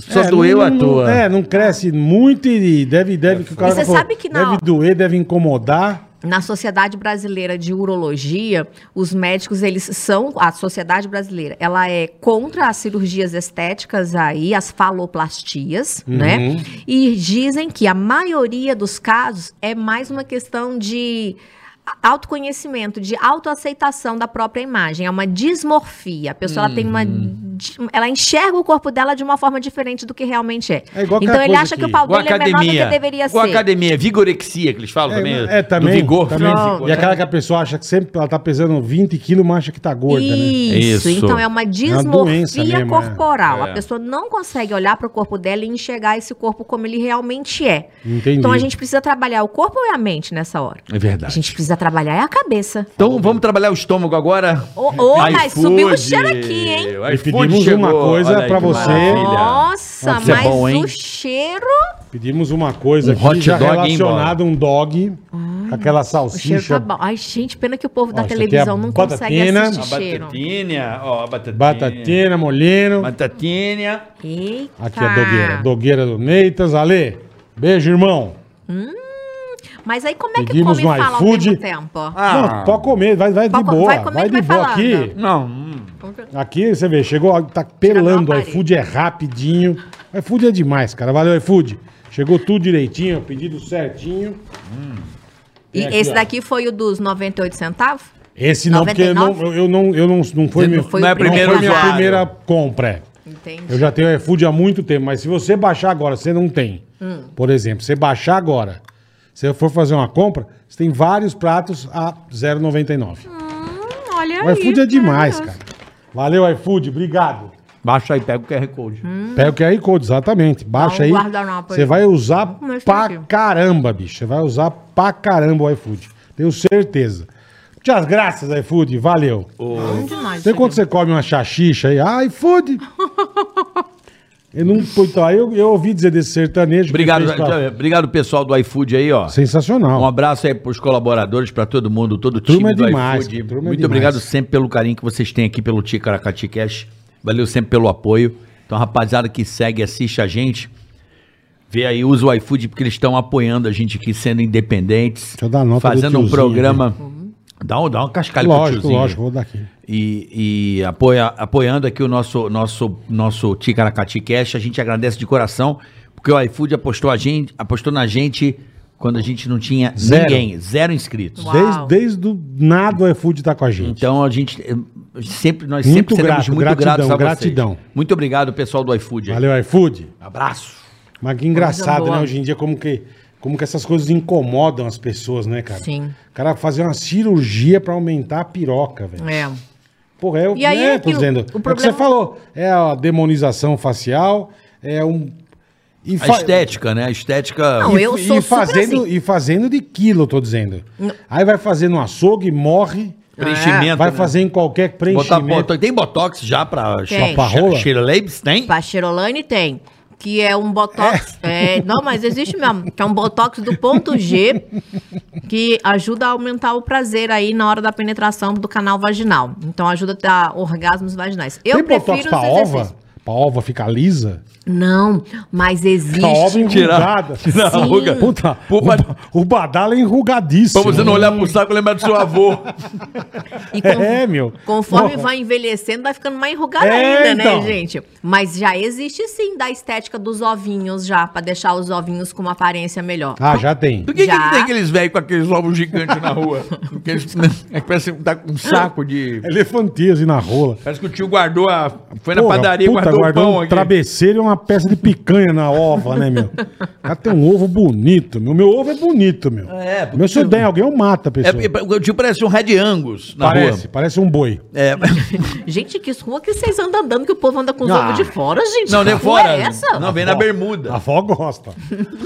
S3: Só
S2: É,
S3: doeu
S2: não-
S3: à
S2: não-
S3: toa. É
S2: É, não cresce muito e deve... deve que o cara
S4: você
S2: falou,
S4: sabe que na-
S2: Deve doer, deve incomodar.
S4: Na Sociedade Brasileira de Urologia, os médicos, eles são... A Sociedade Brasileira, ela é contra as cirurgias estéticas aí, as faloplastias,
S2: Uhum.
S4: né? E dizem que a maioria dos casos é mais uma questão de autoconhecimento, de autoaceitação da própria imagem. É uma dismorfia. A pessoa ela tem uma...
S2: Uhum.
S4: di- Ela enxerga o corpo dela de uma forma diferente do que realmente é.
S2: É igual aquela
S4: então ele
S2: coisa
S4: acha que
S2: que-
S4: o pau
S3: Com a
S4: dele é menor do que
S3: academia.
S4: deveria
S3: Com a
S4: ser.
S3: academia. Vigorexia, que eles falam também.
S2: É, é, também.
S3: Do vigor.
S2: também.
S3: físico,
S2: E
S3: né?
S2: aquela que a pessoa acha que sempre ela tá pesando 20 quilos, mas acha que tá gorda, né?
S4: Isso,
S3: Isso.
S4: então é uma
S2: doença
S4: dismorfia
S2: mesmo, né?
S4: corporal.
S3: É.
S4: A pessoa não consegue olhar para o corpo dela e enxergar esse corpo como ele realmente é.
S2: Entendi.
S4: Então a gente precisa trabalhar o corpo ou a mente nessa hora?
S3: É
S4: A
S3: verdade.
S4: gente precisa trabalhar é a cabeça.
S3: Então vamos trabalhar o estômago agora.
S4: Ô, ô, mas
S3: iFood.
S4: subiu o cheiro aqui, hein?
S3: O
S2: E
S3: iFood
S2: pedimos
S3: chegou.
S2: uma coisa
S3: Olha aí,
S2: pra
S3: que
S2: você.
S3: maravilha.
S4: Nossa,
S3: Isso é
S4: mas
S3: bom, hein?
S4: o cheiro,
S2: Pedimos uma coisa
S3: Um
S2: aqui
S3: hot
S2: já
S3: dog, hein,
S2: relacionada um dog, com aquela
S4: Ah, o cheiro tá
S2: salsicha,
S4: bom. Ai, gente, pena que o povo da
S2: Ó, isso aqui é
S4: televisão não consegue
S2: batatina.
S4: assistir
S3: A
S4: cheiro.
S3: batatinha. Ó, a batatinha.
S2: batatina, molhino.
S3: Batatinha.
S4: Eita.
S2: Aqui é a dogueira, dogueira do Neitas. Ale, beijo, irmão.
S4: Mas aí como é que
S2: Pedimos
S4: come e
S2: no
S4: fala ao
S2: iFood.
S4: mesmo tempo?
S3: Ah.
S2: Não, pode comer, vai, vai de
S4: Pode co-
S2: boa.
S4: vai
S2: Vai,
S4: comendo e
S2: de
S4: vai
S2: boa
S4: falando.
S2: aqui.
S3: Não. hum.
S2: Aqui você vê, chegou, ó, tá pelando.
S4: Chegou
S2: O
S4: a
S2: iFood é rapidinho. O iFood é demais, cara. Valeu, iFood. Chegou tudo direitinho, pedido certinho.
S4: E
S2: Tem É aqui,
S4: esse
S2: ó.
S4: daqui foi o dos 98 centavos?
S2: Esse não, porque eu não,
S4: 99?
S2: eu eu não, eu não, não foi,
S3: Você
S2: meu,
S3: não foi
S2: não
S3: o
S2: foi
S3: primeiro
S2: minha
S3: usuário.
S2: primeira compra. é.
S4: Entendi.
S2: Eu já tenho iFood há muito tempo, mas se você baixar agora, você não tem.
S4: Hum.
S2: Por exemplo, você baixar agora, se eu for fazer uma compra, você tem vários pratos a R$ 0,99.
S4: Olha
S2: O iFood
S4: Hum. aí,
S2: é demais,
S4: maravilhoso.
S2: cara. Valeu, iFood, obrigado.
S3: Baixa aí, pega o QR Code.
S4: Hum.
S2: Pega o QR Code, exatamente. Baixa
S4: Dá um
S2: aí.
S4: guardanapo aí.
S2: Você vai usar
S4: comer isso
S2: pra
S4: aqui.
S2: caramba, bicho. Você vai usar pra caramba o iFood. Tenho certeza. Muitas graças, iFood. Valeu.
S4: Bom demais.
S2: Tem quando você come uma chachicha aí, ah, iFood. eu não, então, aí eu, eu ouvi dizer desse sertanejo. que
S3: Obrigado,
S2: fez pra-
S3: obrigado pessoal do iFood aí, ó. Um
S2: Sensacional.
S3: abraço aí pros colaboradores, pra todo mundo, todo o
S2: Turma
S3: time
S2: é
S3: do
S2: demais,
S3: iFood.
S2: turma é
S3: Muito
S2: demais.
S3: obrigado sempre pelo carinho que vocês têm aqui pelo Ticaracati Cash. Valeu sempre pelo apoio. Então, rapaziada que segue, assiste a gente, vê aí, usa o iFood, porque eles estão apoiando a gente aqui, sendo independentes.
S2: eu dar a nota do
S3: Fazendo um
S2: tiozinho
S3: programa. Dá, um, dá uma cascalho pro
S2: Lógico,
S3: tiozinho.
S2: lógico, vou daqui.
S3: E, e apoia, apoiando aqui o nosso, nosso, nosso Ticaracati Cash. A gente agradece de coração, porque o iFood apostou, a gente, apostou na gente quando a gente não tinha
S2: Zero.
S3: ninguém, zero inscritos.
S4: Uau.
S2: Desde, desde o nada o iFood tá com a gente.
S3: Então a gente eh, sempre, nós
S2: Muito
S3: sempre seremos
S2: grato,
S3: muito
S2: gratidão,
S3: gratos a vocês.
S2: gratidão.
S3: Muito obrigado, pessoal do iFood. aí.
S2: Valeu, iFood.
S3: Abraço.
S2: Mas que engraçado,
S4: Coisa boa.
S2: né? Hoje em dia, como que, como que essas coisas incomodam as pessoas, né, cara?
S4: Sim.
S2: O cara fazer uma cirurgia pra aumentar a piroca, velho.
S4: É.
S2: Porra, é o
S4: E aí
S2: né,
S4: é
S2: tô
S4: que o-
S2: dizendo.
S4: o
S2: É o que
S4: problema-
S2: você falou. É a demonização facial, é um. E
S3: A
S2: fa-
S3: estética, né? A estética.
S4: Não, eu
S2: e,
S4: sou
S2: e
S4: super
S2: fazendo,
S4: assim.
S2: e fazendo de quilo, eu tô dizendo. Aí vai fazer no açougue, morre.
S3: Preenchimento.
S2: Vai
S3: né?
S2: fazer em qualquer
S3: Botar
S2: preenchimento.
S3: botox. Tem botox já pra
S4: Tem.
S2: Pra rola?
S3: Shirley's? Tem?
S4: Pacherolane tem. Que é um botox. É. não, mas existe mesmo. Que é um botox do ponto G que ajuda a aumentar o prazer aí na hora da penetração do canal vaginal. Então ajuda a ter orgasmos vaginais. Eu
S2: Tem
S4: prefiro
S2: botox pra
S4: os
S2: ova?
S4: exercícios.
S2: Pra ova ficar lisa?
S4: Não, mas
S2: Pra ova
S4: existe.
S2: enrugada.
S3: Tirar a
S4: Sim.
S3: ruga.
S2: Puta,
S3: Pô,
S2: o,
S3: mas-
S2: ba- o badalo é enrugadíssimo.
S3: Pra você não olhar pro saco e lembrar do seu avô.
S4: E con-
S2: É, meu.
S4: Conforme
S2: Pô.
S4: vai envelhecendo, vai ficando mais enrugada
S2: É,
S4: ainda,
S2: então.
S4: né, gente? Mas já existe sim da estética dos ovinhos já, pra deixar os ovinhos com uma aparência melhor.
S2: Ah, já tem.
S3: Por que, que
S4: Já.
S3: tem aqueles velhos com aqueles ovos gigantes na rua? Porque eles é que parece que tá com um saco de.
S2: Elefantíase na rola.
S3: Parece que o tio guardou a. Foi na
S2: Porra,
S3: padaria,
S2: puta,
S3: guardou, o pão
S2: um
S3: aqui.
S2: travesseiro e uma peça de picanha na ova, né, meu? O cara tem um ovo bonito, meu. Meu ovo é bonito, meu.
S3: É, porque-
S2: meu, se eu der em alguém, eu mato a
S3: É,
S2: pessoa.
S3: é, o tio parece um Red Angus na
S2: parece,
S3: rua.
S2: parece um boi.
S3: É,
S4: Gente, que rua que vocês andam andando que o povo anda com os
S2: Ah.
S4: ovos de fora, gente?
S3: não, nem
S4: Que rua
S3: fora.
S4: é essa?
S3: Não, vem na
S2: Ó, A
S3: bermuda.
S2: avó gosta.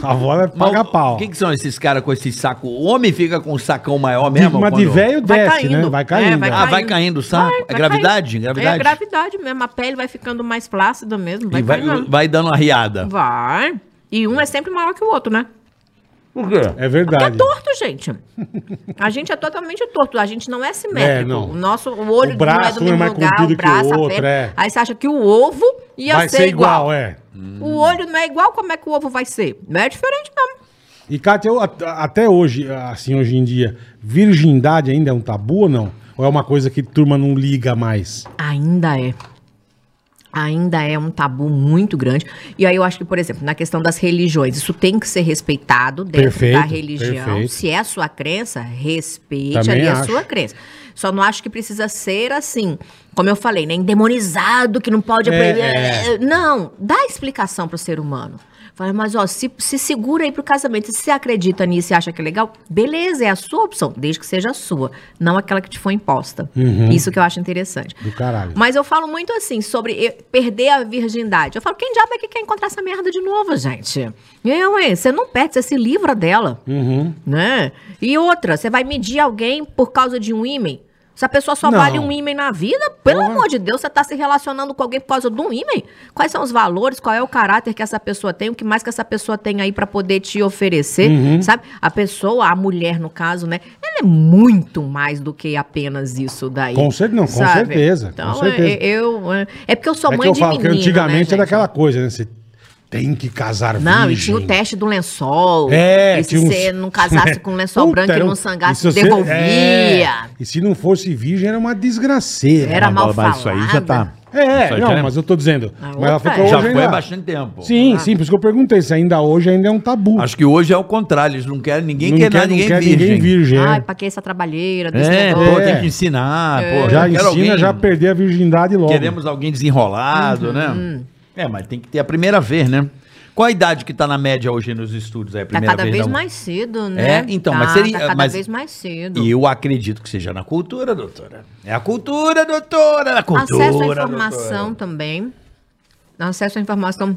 S2: A avó vai
S3: Mas
S2: pagar
S3: o-
S2: pau.
S3: O que, que são esses caras com esse saco? O homem fica com um sacão maior
S2: De-
S3: mesmo?
S2: mas de
S3: quando-
S2: velho
S4: Vai
S2: desce,
S4: caindo.
S2: né? Vai
S4: É,
S2: caindo.
S4: vai
S3: Ah, vai caindo o saco? É gravidade?
S4: caindo.
S3: Gravidade?
S4: É gravidade mesmo. A pele vai ficando mais flácida mesmo. Vai
S3: E vai,
S4: caindo.
S3: vai dando uma riada.
S4: Vai. E um é sempre maior que o outro, né?
S5: Por quê?
S2: É
S4: Porque é
S2: verdade.
S4: torto, gente. A gente é totalmente torto. A gente não é simétrico.
S2: É, não.
S4: O nosso o olho
S2: O braço
S4: não é do
S2: um é mais
S4: mesmo lugar,
S2: comprido
S4: o braço,
S2: que o
S4: a
S2: outro,
S4: perna.
S2: é.
S4: Aí você acha que o ovo ia
S2: Vai
S4: ser,
S2: ser igual,
S4: igual.
S2: é.
S4: O olho não é igual, como é que o ovo vai ser? Não é diferente mesmo.
S2: E, Kátia, eu at- até hoje, assim, hoje em dia, virgindade ainda é um tabu ou não? Ou é uma coisa que turma não liga mais?
S4: Ainda é. Ainda é um tabu muito grande. E aí eu acho que, por exemplo, na questão das religiões, isso tem que ser respeitado dentro
S2: Perfeito,
S4: da religião.
S2: perfeito.
S4: Se é a sua crença, respeite
S2: Também
S4: ali
S2: acho.
S4: a sua crença. Só não acho que precisa ser assim, como eu falei, né? Endemonizado, que não pode.
S2: É, é.
S4: Não, dá explicação pro ser humano. Fala, mas ó, se, se segura aí pro casamento. Se você acredita nisso e acha que é legal, beleza, é a sua opção, desde que seja a sua, não aquela que te foi imposta. Isso que eu acho interessante.
S2: Uhum. Do caralho.
S4: Mas eu falo muito assim sobre eh, perder a virgindade. Eu falo, quem diabo é que quer encontrar essa merda de novo, gente? Eu, hein? Você não perde, você se livra dela.
S2: Uhum. É
S4: Né? E outra, você vai medir alguém por causa de um ímen? Se a pessoa só
S2: Não.
S4: vale um ímen na vida, pelo
S2: Porra.
S4: amor de Deus, você tá se relacionando com alguém por causa de um ímen? Quais são os valores? Qual é o caráter que essa pessoa tem? O que mais que essa pessoa tem aí pra poder te oferecer?
S2: Uhum.
S4: Sabe? A pessoa, a mulher no caso, né? Ela é muito mais do que apenas isso daí.
S2: Com cer- não, com certeza, com
S4: Então,
S2: certeza.
S4: é- eu, é, é porque eu sou
S2: é
S4: mãe
S2: que eu
S4: de
S2: falo
S4: menino,
S2: que antigamente
S4: né,
S2: era
S4: gente?
S2: aquela coisa, né? Você tem que casar
S4: Não, e
S2: virgem.
S4: tinha o teste do lençol.
S2: É,
S4: e se
S2: tinha uns-
S4: você não casasse com o lençol
S2: Puta,
S4: branco e
S2: era um-
S4: não sangasse,
S2: se você-
S4: devolvia.
S2: é, E se não fosse virgem, era uma desgraceira.
S4: Era
S3: Ah,
S4: mal
S3: Mas
S4: falado.
S3: isso aí já tá.
S2: É,
S3: Isso aí
S2: não,
S3: já é-
S2: mas eu tô dizendo.
S4: Ah,
S2: mas ela
S4: outra
S2: falou que
S4: é.
S3: Já
S2: hoje
S3: foi há
S2: ainda-
S3: bastante tempo. Ah.
S2: Sim, sim, por isso que eu perguntei se ainda hoje ainda é um tabu.
S3: Acho que hoje é o contrário, eles não querem ninguém
S2: não
S3: quer, nada,
S2: não
S3: ninguém
S2: quer
S3: virgem.
S2: ninguém virgem.
S4: Ai,
S2: é.
S4: pra que essa trabalheira desse
S3: É,
S4: negócio?
S3: pô,
S2: É.
S3: tem que ensinar, pô.
S2: Já
S3: eu
S2: ensina
S3: quero alguém-
S2: já perder a virgindade logo.
S4: Uhum.
S3: Queremos alguém desenrolado, né? É, mas tem que ter a primeira vez, né? Qual a idade que tá na média hoje nos estúdios? É a
S4: Tá
S3: primeira
S4: cada vez
S3: não?
S4: mais cedo, né?
S3: É, então,
S4: Tá,
S3: mas seria-
S4: Tá cada
S3: mas-
S4: vez mais cedo.
S3: E eu acredito que seja na cultura, doutora. É a cultura, doutora. É a cultura,
S4: acesso à informação
S3: doutora.
S4: também. Acesso à informação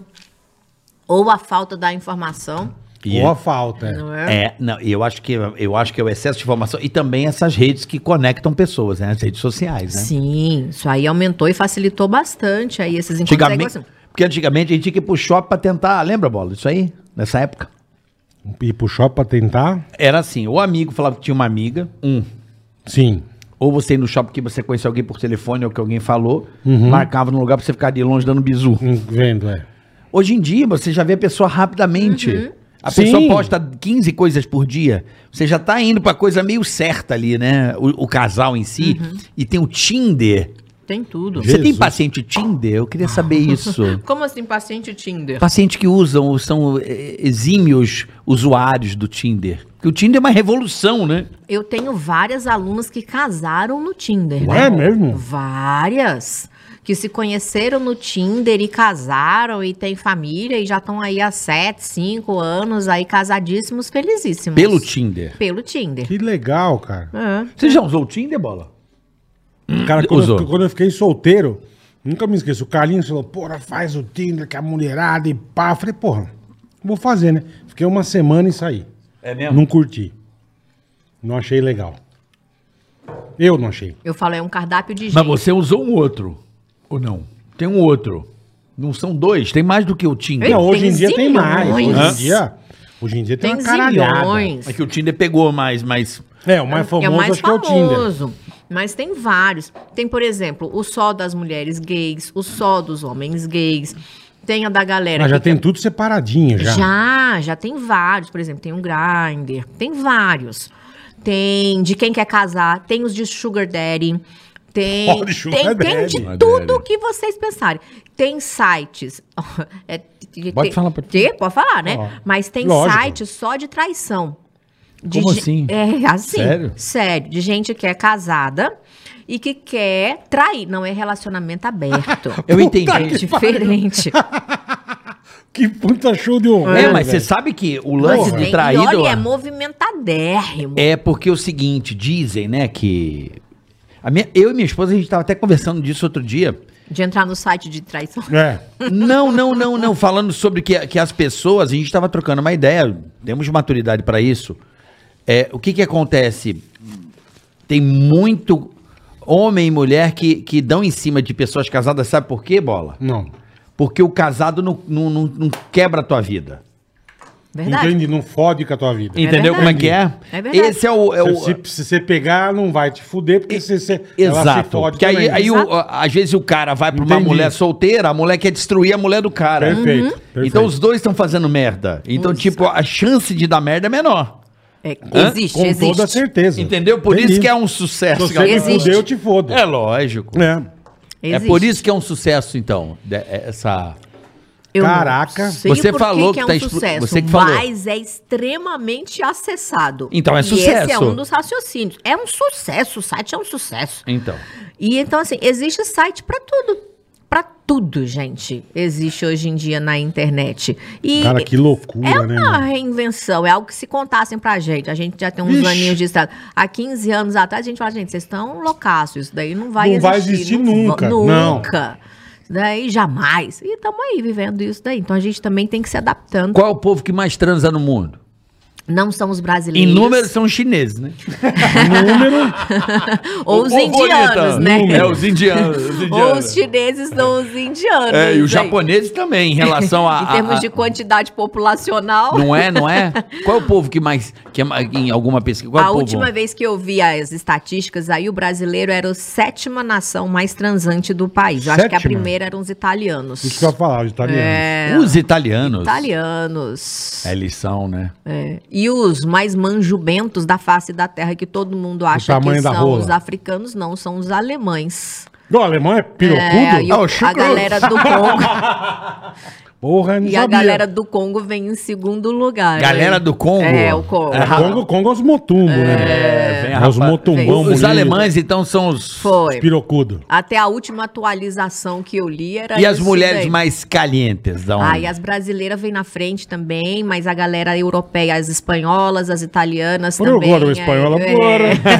S4: ou a falta da informação.
S3: E-
S2: Boa falta. é.
S4: Não é?
S3: É, não, eu acho que eu acho que é o excesso de informação e também essas redes que conectam pessoas, né? As redes sociais, né?
S4: Sim, isso aí aumentou e facilitou bastante aí esses encontros. É igual
S3: Antigamente,
S4: assim,
S3: porque antigamente a gente tinha que ir pro shopping pra tentar. Lembra, bola? Isso aí? Nessa época?
S2: E pro shopping pra tentar?
S3: Era assim: o amigo falava que tinha uma amiga, um.
S2: Sim.
S3: Ou você ir no shopping que você conhece alguém por telefone ou que alguém falou,
S2: Uhum.
S3: marcava num lugar pra você ficar de longe dando bizu.
S2: Hum, Vendo, é.
S3: Hoje em dia, você já vê a pessoa rapidamente. A
S2: Sim.
S3: pessoa posta 15 coisas por dia. Você já tá indo pra coisa meio certa ali, né? O, o casal em si. E tem o Tinder.
S4: Tem tudo.
S2: Je-
S3: Você tem
S2: Jesus.
S3: paciente Tinder? Eu queria saber isso.
S4: Como assim, paciente Tinder?
S3: Pacientes que usam, são eh, exímios usuários do Tinder. Porque o Tinder é uma revolução, né?
S4: Eu tenho várias alunas que casaram no Tinder, né?
S2: É mesmo?
S4: Várias. Que se conheceram no Tinder e casaram e têm família e já estão aí há 7, 5 anos, aí casadíssimos, felizíssimos.
S3: Pelo Tinder.
S4: Pelo Tinder.
S2: Que legal, cara.
S4: É.
S3: Você já usou o Tinder, Bola?
S2: Cara, quando
S3: Hum. Usou.
S2: eu, quando eu fiquei solteiro, nunca me esqueço. O Carlinhos falou, porra, faz o Tinder que a mulherada e pá. Eu falei, porra, vou fazer, né? Fiquei uma semana e saí.
S3: É
S2: Não curti. Não achei legal. Eu não achei.
S4: Eu falo, é um cardápio de gente.
S3: Mas você usou um outro, ou não? Tem um outro. Não são dois, tem mais do que o Tinder.
S4: Ei,
S2: não, hoje
S4: tem
S2: em dia tem mais. Hoje
S4: zilhões.
S2: em dia, hoje em dia tem,
S4: tem
S2: uma caralhada.
S4: zilhões.
S3: É que o Tinder pegou mais, mas...
S2: É, o mais famoso
S4: é o mais
S2: acho que é o Tinder.
S4: famoso. Mas tem vários. Tem, por exemplo, o só das mulheres gays, o só dos homens gays. Tem a da galera.
S2: Mas já
S4: que-
S2: tem tudo separadinho já.
S4: já, já tem vários. Por exemplo, tem um Grindr. Tem vários. Tem de quem quer casar. Tem os de Sugar Daddy. Tem,
S2: Olha, Sugar
S4: tem, tem
S2: Daddy.
S4: de
S3: Sugar
S4: tudo
S3: Daddy.
S4: que vocês pensarem. Tem sites. É,
S3: Pode
S4: tem-
S3: falar, pode
S4: Sim, pode falar, né?
S2: Ó,
S4: Mas tem
S2: lógico.
S4: sites só de traição. De
S3: Como
S4: ge-
S3: assim?
S4: É, assim.
S3: Sério?
S4: Sério, de gente que é casada e que quer trair. Não é relacionamento aberto.
S3: Eu
S4: É
S3: entendi.
S4: diferente.
S2: Que puta show de horror. né,
S3: É, mas você
S2: velho.
S3: sabe que o
S4: Mas
S3: lance
S4: tem-
S3: de
S4: E
S3: traído...
S4: olha, é movimentadérrimo.
S3: É porque é o seguinte, dizem, né, que... a minha- eu e minha esposa, a gente tava até conversando disso outro dia.
S4: De entrar no site de traição.
S2: É.
S3: Não, não, não, não. Falando sobre que, que as pessoas, a gente estava trocando uma ideia, temos maturidade para isso. É, o que que acontece? Tem muito homem e mulher que, que dão em cima de pessoas casadas, sabe por quê, Bola?
S2: Não.
S3: Porque o casado não, não, não, não quebra a tua vida.
S4: Verdade.
S2: Entende? Não fode com a tua vida.
S3: Entendeu
S4: verdade.
S3: como é que é?
S4: É verdade.
S3: Esse é o... é o-
S2: Se, se você pegar, não vai te fuder, porque se você. Ela se
S3: Exato.
S2: fode
S3: Porque aí,
S2: também.
S3: aí o-
S4: Exato.
S3: às vezes o cara vai pra uma
S2: Entendi.
S3: mulher solteira, a mulher quer destruir a mulher do cara.
S2: Perfeito,
S4: Uhum.
S2: perfeito.
S3: Então os dois estão fazendo merda. Então, tipo, a chance de dar merda é menor.
S4: É,
S3: Hã?
S4: existe,
S2: Com
S4: existe.
S2: toda certeza.
S3: Entendeu? Por
S2: Entendi.
S3: isso que é um
S2: Se
S3: sucesso.
S2: você
S3: galera.
S2: me
S4: Existe.
S2: fuder, eu te fodo.
S3: É lógico.
S2: É.
S3: É
S4: existe.
S3: por isso que é um sucesso, então. de- Essa.
S4: Eu não
S2: Caraca.
S4: sei
S3: Você
S4: por que
S3: falou
S4: que é
S3: que tá
S4: um
S3: expl-
S4: sucesso,
S3: você que falou.
S4: mas é extremamente acessado.
S3: Então é
S4: E esse é
S3: sucesso.
S4: um dos raciocínios. É um sucesso, o site é um sucesso.
S3: Então.
S4: E então, assim, existe site pra tudo. Pra tudo, gente, existe hoje em dia na internet. E
S2: Cara, que loucura,
S4: é
S2: né?
S4: uma
S2: mano?
S4: reinvenção, é algo que se contassem pra gente. A gente já tem uns
S2: Ixi.
S4: aninhos de estrada. Há 15 anos atrás, a gente fala, gente, vocês estão loucaços, isso daí não vai
S2: Não
S4: existir.
S2: vai existir nunca,
S4: va-
S2: não.
S4: Nunca. Isso daí jamais. E estamos aí vivendo isso daí. Então a gente também tem que se adaptando.
S3: Qual é o povo que mais transa no mundo?
S4: Não são os
S3: Em
S4: brasileiros.
S3: números são os chineses, né?
S2: É um Número.
S4: Ou os
S3: O- o
S4: indianos,
S3: bonita.
S4: né?
S3: É, os indianos. Os
S4: Ou os
S3: indianos.
S4: chineses são os indianos.
S3: É, e os
S4: aí.
S3: japoneses também, em relação a.
S4: em termos
S3: a-
S4: de quantidade populacional.
S3: Não é, não é? Qual é o povo que mais. Que é, ma- em alguma pesquisa? Qual é
S4: a
S3: o povo?
S4: última vez que eu vi as estatísticas, aí o brasileiro era a sétima nação mais transante do país. Eu acho que a
S2: Sétima?
S4: primeira eram os italianos.
S2: Isso que eu ia falar, os italianos.
S4: É.
S3: Os italianos.
S4: Italianos.
S3: É, eles são, né?
S4: É. E os mais manjubentos da face da terra, que todo mundo acha que
S2: tamanho da
S4: são
S2: rola.
S4: os africanos, não, são os alemães.
S2: O alemão é pirocudo?
S4: É, aí o-
S3: Ah, o
S4: a
S3: chucro.
S4: galera do Congo.
S2: Porra, eu não
S4: e a
S2: sabia.
S4: galera do Congo vem em segundo lugar.
S3: Galera
S4: né?
S3: do Congo.
S4: É, o Congo.
S2: Congo, Congo é os motumbos, né?
S3: É, vem
S2: Os
S3: rapaz?
S2: motumbão
S3: Os
S2: bonito.
S3: alemães, então, são os...
S4: Foi.
S2: Pirocudo.
S4: Até a última atualização que eu li era
S3: E as
S4: isso
S3: mulheres
S4: daí.
S3: mais calientes
S2: Então,
S3: da
S4: Ah,
S3: onde?
S4: e as brasileiras vêm na frente também, mas a galera europeia, as espanholas, as italianas
S2: Por eu
S4: também. é.
S2: gosto de espanhola.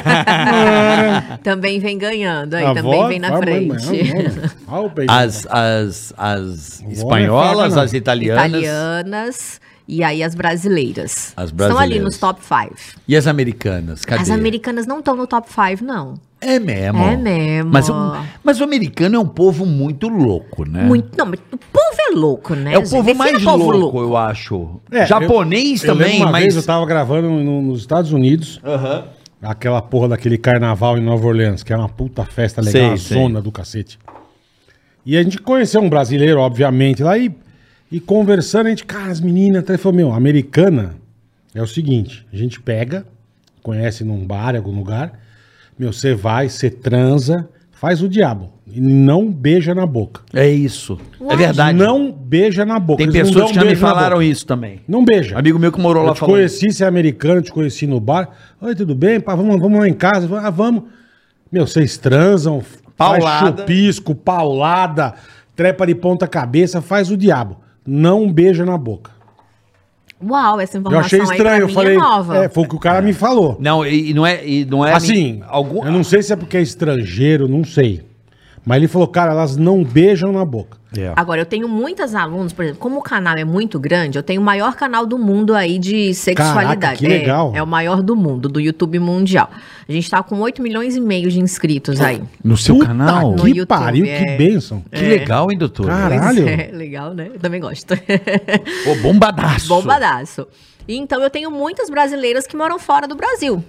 S2: Bora.
S4: também vem ganhando aí,
S2: A né?
S4: também
S2: avó,
S4: vem na
S2: vai, mãe,
S4: frente.
S2: mãe, olha, olha o né? peito.
S3: As, as, as
S2: homem é
S3: espanholas,
S2: fraco, não.
S3: as italianas
S4: Italianas e aí as brasileiras.
S3: As
S4: Estão ali
S3: brasileiras.
S4: nos top 5.
S3: e as americanas. Cadê?
S4: As americanas não estão no top 5, não.
S3: É mesmo.
S4: É mesmo.
S3: Mas, o- mas o americano é um povo muito louco, né?
S4: Muito, não, mas o povo é louco, né?
S3: É o
S4: gente?
S3: povo
S4: Defina
S3: mais
S4: povo
S3: louco, eu acho.
S2: É,
S3: Japonês
S2: eu- eu
S3: também,
S2: lembro uma
S3: mas.
S2: vez eu tava gravando no- nos Estados Unidos. Aquela porra daquele carnaval em Nova Orleans, que é uma puta festa legal,
S3: Sei,
S2: uma
S3: sei.
S2: zona do cacete. E a gente conheceu um brasileiro, obviamente, lá e, e conversando, a gente, cara, as meninas, até falou, meu, americana é o seguinte, a gente pega, conhece num bar, em algum lugar, meu, você vai, você transa, faz o diabo, e não beija na boca.
S3: É isso.
S4: Uai.
S3: É verdade.
S2: Não beija na boca.
S3: Tem
S2: eles não dão
S3: pessoas que já
S2: um
S3: me
S2: beijo na
S3: falaram
S2: boca.
S3: isso também.
S2: Não beija.
S3: Amigo meu que morou
S2: Eu
S3: lá
S2: te
S3: falou.
S2: conheci, você é americano, te conheci no bar. Oi, tudo bem? Pá, vamos, vamos lá em casa. Ah, vamos. Meu, vocês transam, faz
S3: Paulada.
S2: chupisco, paulada, trepa de ponta cabeça, faz o diabo. Não beija na boca.
S4: Uau, essa
S2: Eu
S4: informação
S2: achei
S4: aí
S2: estranho,
S4: pra
S2: eu
S4: mim
S2: falei.
S4: é nova.
S2: É, foi o que o cara me falou.
S3: Não, e e não é. E não é
S2: Assim,
S3: algum,
S2: eu não sei se é porque é estrangeiro, não sei. Mas ele falou, cara, elas não beijam na boca.
S3: Ah,
S4: Agora, eu tenho muitas alunos, por exemplo, como o canal é muito grande, eu tenho o maior canal do mundo aí de sexualidade.
S2: Caraca, que
S4: É,
S2: legal.
S4: É, o maior do mundo, do YouTube mundial. A gente tá com 8 milhões e meio de inscritos aí.
S3: No seu
S2: Puta
S3: canal?
S2: Que
S4: No YouTube,
S2: pariu, que
S4: é.
S2: bênção.
S3: Que legal, hein, doutor?
S2: Cara.
S4: Pois
S2: Caralho.
S4: é, legal, né? Eu também gosto.
S3: Ô, bombadaço.
S4: Bombadaço. Então, eu tenho muitas brasileiras que moram fora do Brasil.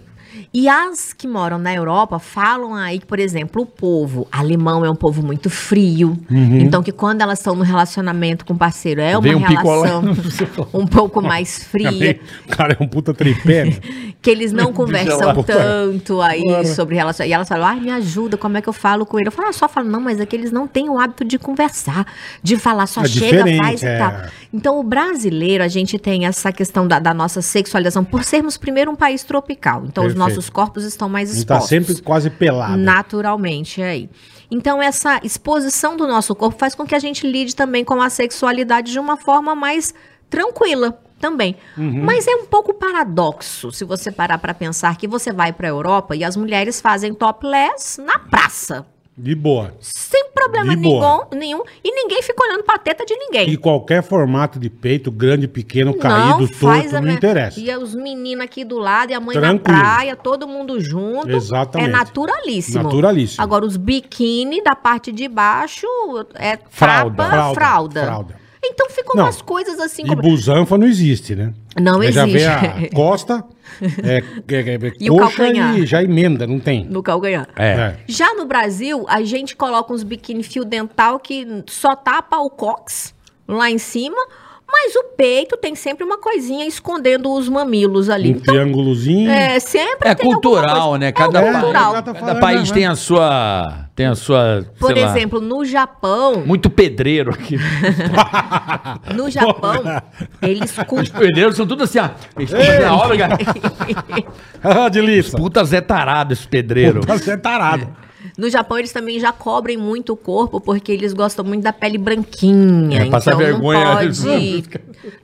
S4: E as que moram na Europa falam aí que, por exemplo, o povo alemão é um povo muito frio. Então, que quando elas estão no relacionamento com o parceiro, é uma
S3: Uhum. Vem um picolé.
S4: relação um pouco mais fria.
S2: O cara é um puta tripé. né?
S4: que eles não conversam
S2: gelado.
S4: tanto aí sobre relação. E elas falam, ai, me ajuda, como é que eu falo com ele? Eu falo, "Ah, só falo, não, mas é que eles não têm o hábito de conversar, de falar, só
S2: É
S4: chega,
S2: diferente,
S4: faz
S2: é.
S4: e tal. Então, o brasileiro, a gente tem essa questão da, da nossa sexualização, por sermos primeiro um país tropical. Então,
S2: Perfeito.
S4: os nossos corpos estão mais
S2: A gente tá
S4: expostos.
S2: sempre quase pelado.
S4: Naturalmente, é aí. Então, essa exposição do nosso corpo faz com que a gente lide também com a sexualidade de uma forma mais tranquila também.
S2: Uhum.
S4: Mas é um pouco paradoxo se você parar pra pensar que você vai pra Europa e as mulheres fazem topless na praça.
S2: De boa.
S4: Sem problema
S2: De boa.
S4: nenhum, nenhum. E ninguém fica olhando pra teta de ninguém.
S2: E qualquer formato de peito, grande, pequeno, caído, torto, não
S4: me-
S2: interessa.
S4: E os meninos aqui do lado, e a mãe
S2: Tranquilo.
S4: na praia, todo mundo junto.
S2: Exatamente.
S4: É naturalíssimo.
S2: Naturalíssimo.
S4: Agora, os biquíni da parte de baixo é
S3: Fralda.
S4: fralda.
S2: Fralda,
S4: fralda.
S2: fralda.
S4: Então ficam
S2: Não.
S4: umas coisas assim
S2: E
S4: como.
S2: busanfa não existe, né?
S4: Não
S2: Aí Já vê
S4: existe.
S2: a costa, é, é, é, é,
S4: E o
S2: coxa
S4: calcanhar.
S2: e já emenda, não tem.
S4: No calcanhar.
S3: É.
S4: Já no Brasil, a gente coloca uns biquíni fio dental que só tapa o cox lá em cima, mas o peito tem sempre uma coisinha escondendo os mamilos ali. tá.
S2: Um triângulozinho.
S4: É, sempre
S3: É
S4: tem alguma
S3: cultural,
S4: coisa.
S3: né? Cada,
S4: é
S2: pa-
S4: cultural.
S2: Cada-
S3: cada,
S2: falando,
S3: país
S2: né?
S3: tem a sua. Tem a sua.
S4: Por
S3: sei lá,
S4: exemplo, no Japão,
S3: muito pedreiro aqui.
S4: no Japão, eles
S3: Os
S4: culturam.
S3: pedreiros são tudo assim, ó. Eles estão fazendo a obra, cara.
S2: Ah, de liça.
S3: Puta Zé Tarado esse pedreiro.
S2: Puta, Você é tarado.
S4: No Japão, eles também já cobrem muito o corpo, porque eles gostam muito da pele branquinha. então
S3: É, passar
S2: né?
S3: vergonha.
S4: Não pode,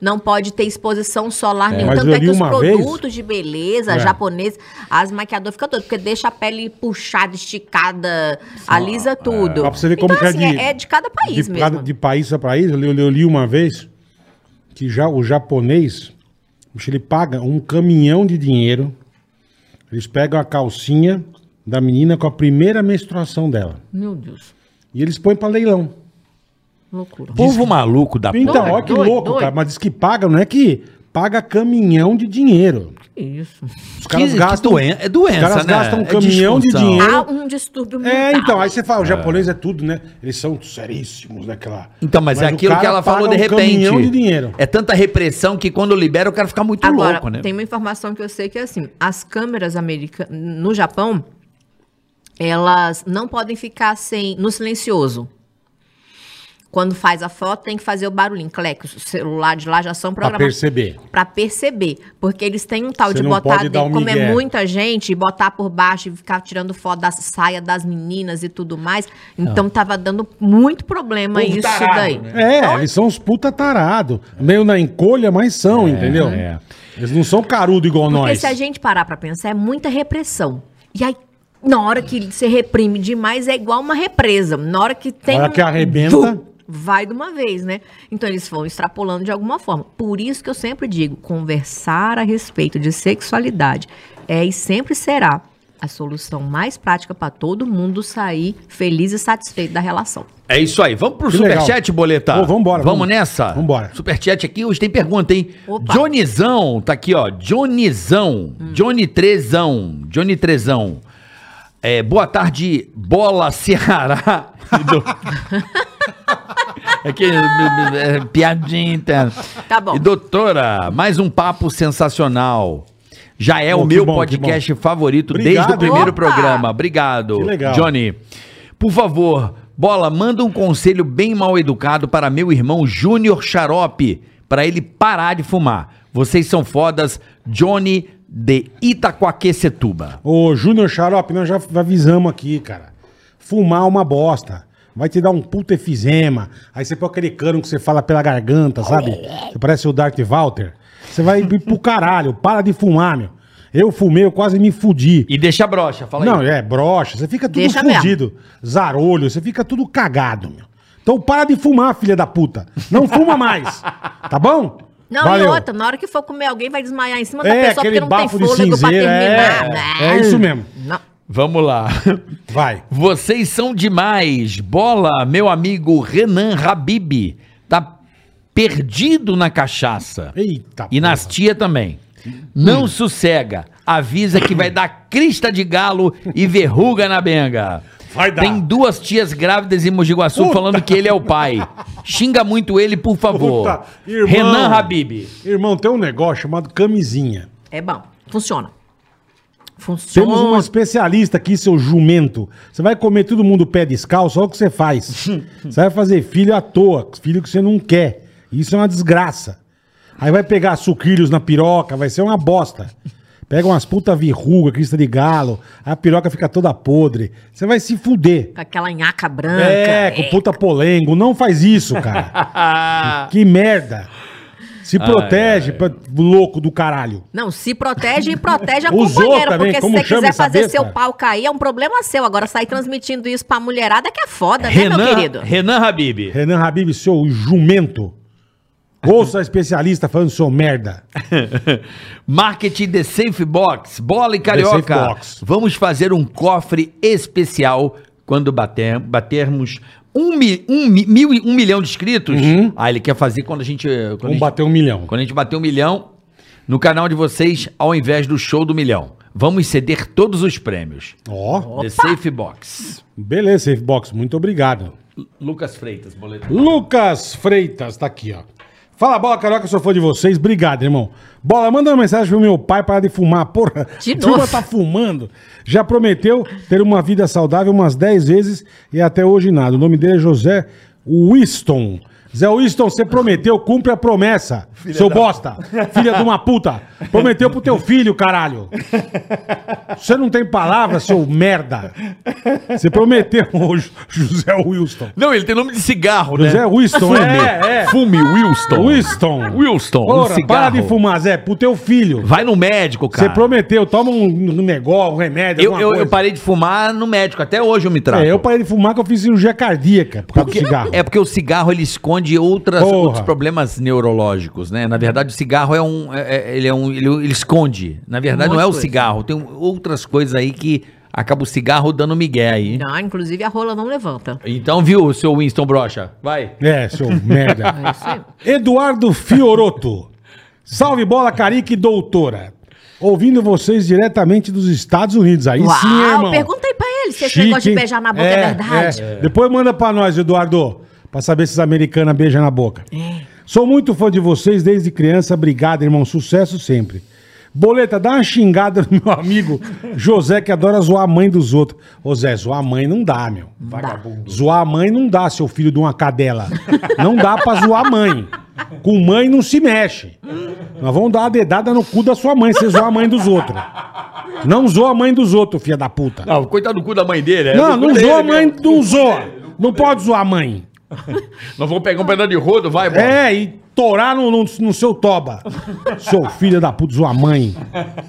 S4: não pode ter exposição solar nenhuma.
S2: mas
S4: Tanto
S2: eu
S4: é
S2: li
S4: que os
S2: uma vez-
S4: produtos de beleza
S2: É.
S4: japoneses, as maquiadoras ficam todas, porque deixa a pele puxada, esticada, alisa tudo.
S2: Ó, pra você ver como
S4: então,
S2: que é
S4: assim,
S2: de-
S4: é de cada país
S2: de,
S4: mesmo.
S2: cada- de país a país, eu, li- eu li uma vez que já o japonês, bicho, ele paga um caminhão de dinheiro. Eles pegam a calcinha da menina com a primeira menstruação dela.
S4: Meu Deus,
S2: E eles põem pra leilão.
S4: loucura.
S3: Povo maluco da
S2: Então,
S3: porra.
S2: olha que
S4: Ah, doido,
S2: louco,
S4: doido.
S2: cara. Mas diz que paga, não é que paga caminhão de dinheiro.
S4: Que isso?
S2: Os caras
S3: Que- que
S2: gastam.
S3: doen- é doença,
S2: os caras
S3: né?
S2: gastam um
S3: É
S2: caminhão de
S3: disfunção.
S2: dinheiro.
S4: Há um distúrbio mental.
S2: É, então, aí você fala, o japonês é tudo, né? Eles são seríssimos naquela.
S3: Então, mas, é
S2: o
S3: aquilo que
S2: cara
S3: ela falou
S2: paga
S3: de
S2: um
S3: repente.
S2: caminhão de dinheiro.
S3: É tanta repressão que quando libera o cara fica muito
S4: Agora,
S3: louco, né?
S4: tem uma informação que eu sei que é assim, as câmeras americanas no Japão, elas não podem ficar sem no silencioso. Quando faz a foto, tem que fazer o barulhinho. Cleque, o celular de lá já são
S2: Pra
S4: programados.
S2: perceber.
S4: Pra perceber. Porque eles têm um tal
S2: Você
S4: de
S2: não
S4: botar,
S2: pode dar um
S4: dentro, como
S2: migué.
S4: é muita gente, e botar por baixo e ficar tirando foto da saia das meninas e tudo mais. Então tava dando muito problema
S5: Povo
S4: isso
S5: tarado,
S4: daí.
S5: né?
S2: É, eles são uns puta tarado. Meio na encolha, mas
S3: É,
S2: são, entendeu? Eles não são carudo igual
S4: Porque
S2: nós.
S4: se a gente parar pra pensar, é muita repressão. E aí, na hora que você reprime demais, é igual uma represa. Na hora que tem. um
S2: Na hora que arrebenta.
S4: vai de uma vez, né? Então eles vão extrapolando de alguma forma. Por isso que eu sempre digo: conversar a respeito de sexualidade é e sempre será a solução mais prática pra todo mundo sair feliz e satisfeito da relação.
S3: É isso aí. Vamos pro
S2: Que
S3: superchat,
S2: legal.
S3: boleta.
S2: Ô, vambora,
S3: Vamos,
S2: vamos.
S3: nessa?
S2: Vambora.
S3: Superchat aqui, hoje tem pergunta, hein?
S4: Opa. Hum.
S3: Johnizão, tá aqui, ó. Johnizão. Johnny Trezão. Johnny Trezão. É, boa tarde, Bola Ceará. É que, é, piadinha interna.
S4: Tá bom.
S3: E doutora, mais um papo sensacional. Já é
S2: Pô,
S3: o
S2: que
S3: meu
S2: bom, que
S3: podcast favorito desde o
S2: Obrigado.
S3: primeiro
S4: Opa!
S3: programa. Obrigado,
S2: Que legal.
S3: Johnny. Por favor, Bola, manda um conselho bem mal educado para meu irmão Júnior Xarope, para ele parar de fumar. Vocês são fodas, Johnny de Itaquaquecetuba.
S2: Ô, Júnior Xarope, nós já avisamos aqui, cara. Fumar é uma bosta. Vai te dar um puta efizema. Aí você põe aquele cano que você fala pela garganta, sabe? Você parece o Darth Walter. Você vai ir pro caralho. Para de fumar, meu. Eu fumei, eu quase me fudi.
S3: E deixa a brocha, fala
S2: Não,
S3: aí.
S2: é brocha, você fica tudo
S4: Deixa
S2: fudido. Zarolho, você fica tudo cagado, meu. Então para de fumar, filha da puta. Não fuma mais. Tá bom?
S4: Não,
S2: Valeu.
S4: e outra, na hora que for comer alguém, vai desmaiar em cima da
S2: É,
S4: pessoa
S2: aquele
S4: porque não tem
S2: bafo de
S4: fôlego pra
S2: cinzeira.
S4: terminar. Ah.
S2: É, é isso mesmo.
S4: Não.
S3: Vamos lá.
S2: Vai.
S3: Vocês são demais. Bola, meu amigo Renan Habib. Tá perdido na cachaça.
S2: Eita.
S3: E nas
S2: porra.
S3: tia também. Não
S2: Hum.
S3: sossega. Avisa que vai dar crista de galo e verruga na benga.
S2: Vai dar.
S3: Tem duas tias grávidas em Mogi Guaçu
S2: Puta.
S3: falando que ele é o pai. Xinga muito ele, por favor.
S2: Puta, irmão.
S3: Renan Habib.
S2: Irmão, tem um negócio chamado camisinha.
S4: É bom. Funciona. Funciona.
S2: Temos uma especialista aqui, seu jumento. Você vai comer todo mundo pé descalço, olha o que você faz. Você vai fazer filho à toa, filho que você não quer. Isso é uma desgraça. Aí vai pegar sucrilhos na piroca, vai ser uma bosta. Pega umas puta verruga, crista de galo, a piroca fica toda podre. Você vai se fuder.
S4: Com aquela nhaca branca.
S2: É, com puta polengo. Não faz isso, cara.
S3: Ah.
S2: que merda. Se protege, pra- louco do caralho.
S4: Não, se protege e protege a
S2: Usou
S4: companheira.
S2: também,
S4: porque
S2: como
S4: se você
S2: chama
S4: quiser
S2: essa
S4: fazer
S2: besta?
S4: seu pau cair, é um problema seu. Agora, sair transmitindo isso pra mulherada que é foda, né, meu
S3: Renan,
S4: querido?
S3: Renan Habib.
S2: Renan Habib, seu jumento. Ouça a especialista falando seu merda.
S3: Marketing The Safe Box, bola e
S2: Safe
S3: carioca.
S2: Box.
S3: Vamos fazer um cofre especial quando bater, batermos um, mi- um mi- mil, e- um milhão de inscritos. Ah, ele quer fazer quando a gente. Quando a
S2: Uhum. Vamos
S3: gente-
S2: bater um milhão.
S3: Quando a gente bater um milhão, no canal de vocês, ao invés do show do milhão. Vamos ceder todos os prêmios.
S2: Ó,
S3: The Safe Box.
S2: beleza, Safebox, muito obrigado.
S3: Lucas Freitas, boleto.
S2: Lucas Freitas, tá aqui, ó. Fala, bola, carioca, eu sou fã de vocês. Obrigado, irmão. Bola, manda uma mensagem pro meu pai parar de fumar, porra.
S4: De
S2: a turma
S4: novo.
S2: tá fumando. Já prometeu ter uma vida saudável umas 10 vezes e até hoje nada. O nome dele é José Winston. Zé Winston, você prometeu, cumpre a promessa. seu bosta, filha de uma puta. Prometeu pro teu filho, caralho. Você não tem palavra, seu merda. Você prometeu, ô, Jo- José Wilson.
S3: Não, ele tem nome de cigarro, né?
S2: José Wilson,
S3: Fume.
S2: é, é.
S3: Fume, Wilson.
S2: Wilson.
S3: Wilson, um
S2: Ora, para de
S3: cigarro.
S2: fumar, Zé, pro teu filho.
S3: Vai no médico, cara.
S2: Você prometeu, toma um um negócio, um remédio,
S3: Eu,
S2: alguma
S3: eu,
S2: coisa.
S3: eu parei de fumar no médico, até hoje eu me trato.
S2: É, eu parei de fumar que eu fiz cirurgia cardíaca por causa do cigarro.
S3: É porque o cigarro ele esconde outras,
S2: Porra.
S3: outros problemas neurológicos, né? Na verdade, o cigarro é um. é- é- ele, é um ele, ele esconde. Na verdade,
S4: Um
S3: não
S4: monte
S3: é o
S4: de coisa.
S3: cigarro. Tem outras coisas aí que acaba o cigarro dando migué aí.
S4: Não, inclusive a rola não levanta.
S3: Então, viu, seu Winston Brocha? Vai.
S2: É, seu merda.
S4: É isso aí.
S2: Eduardo Fioroto. Salve bola, Carica e doutora. Ouvindo vocês diretamente dos Estados Unidos. Aí
S4: Uau,
S2: sim, irmão.
S4: pergunta aí pra ele se esse
S2: Chique,
S4: negócio de
S2: hein?
S4: beijar na boca é, verdade.
S2: Depois manda pra nós, Eduardo, pra saber se as americanas
S4: É.
S2: beijam na boca. Sou muito fã de vocês desde criança. Obrigado, irmão. Sucesso sempre. Boleta, dá uma xingada no meu amigo José, que adora zoar a mãe dos outros. Ô Zé, zoar a mãe não dá, meu.
S4: Vagabundo.
S2: Zoar a mãe não dá, seu filho de uma cadela. Não dá pra zoar a mãe. Com mãe não se mexe. Nós vamos dar uma dedada no cu da sua mãe, se você zoar a mãe dos outros. Não zoa a mãe dos outros, filha da puta.
S3: Não, coitado do cu da mãe dele. é
S2: Não,
S3: do cu
S2: não
S3: dele
S2: zoa a
S3: mesmo. é
S2: mãe, não zoa. Não pode zoar a mãe.
S3: Nós vamos pegar um pedaço de rodo, vai, bora.
S2: É, e torar no, no, no seu toba. Seu filho da puta, sua mãe.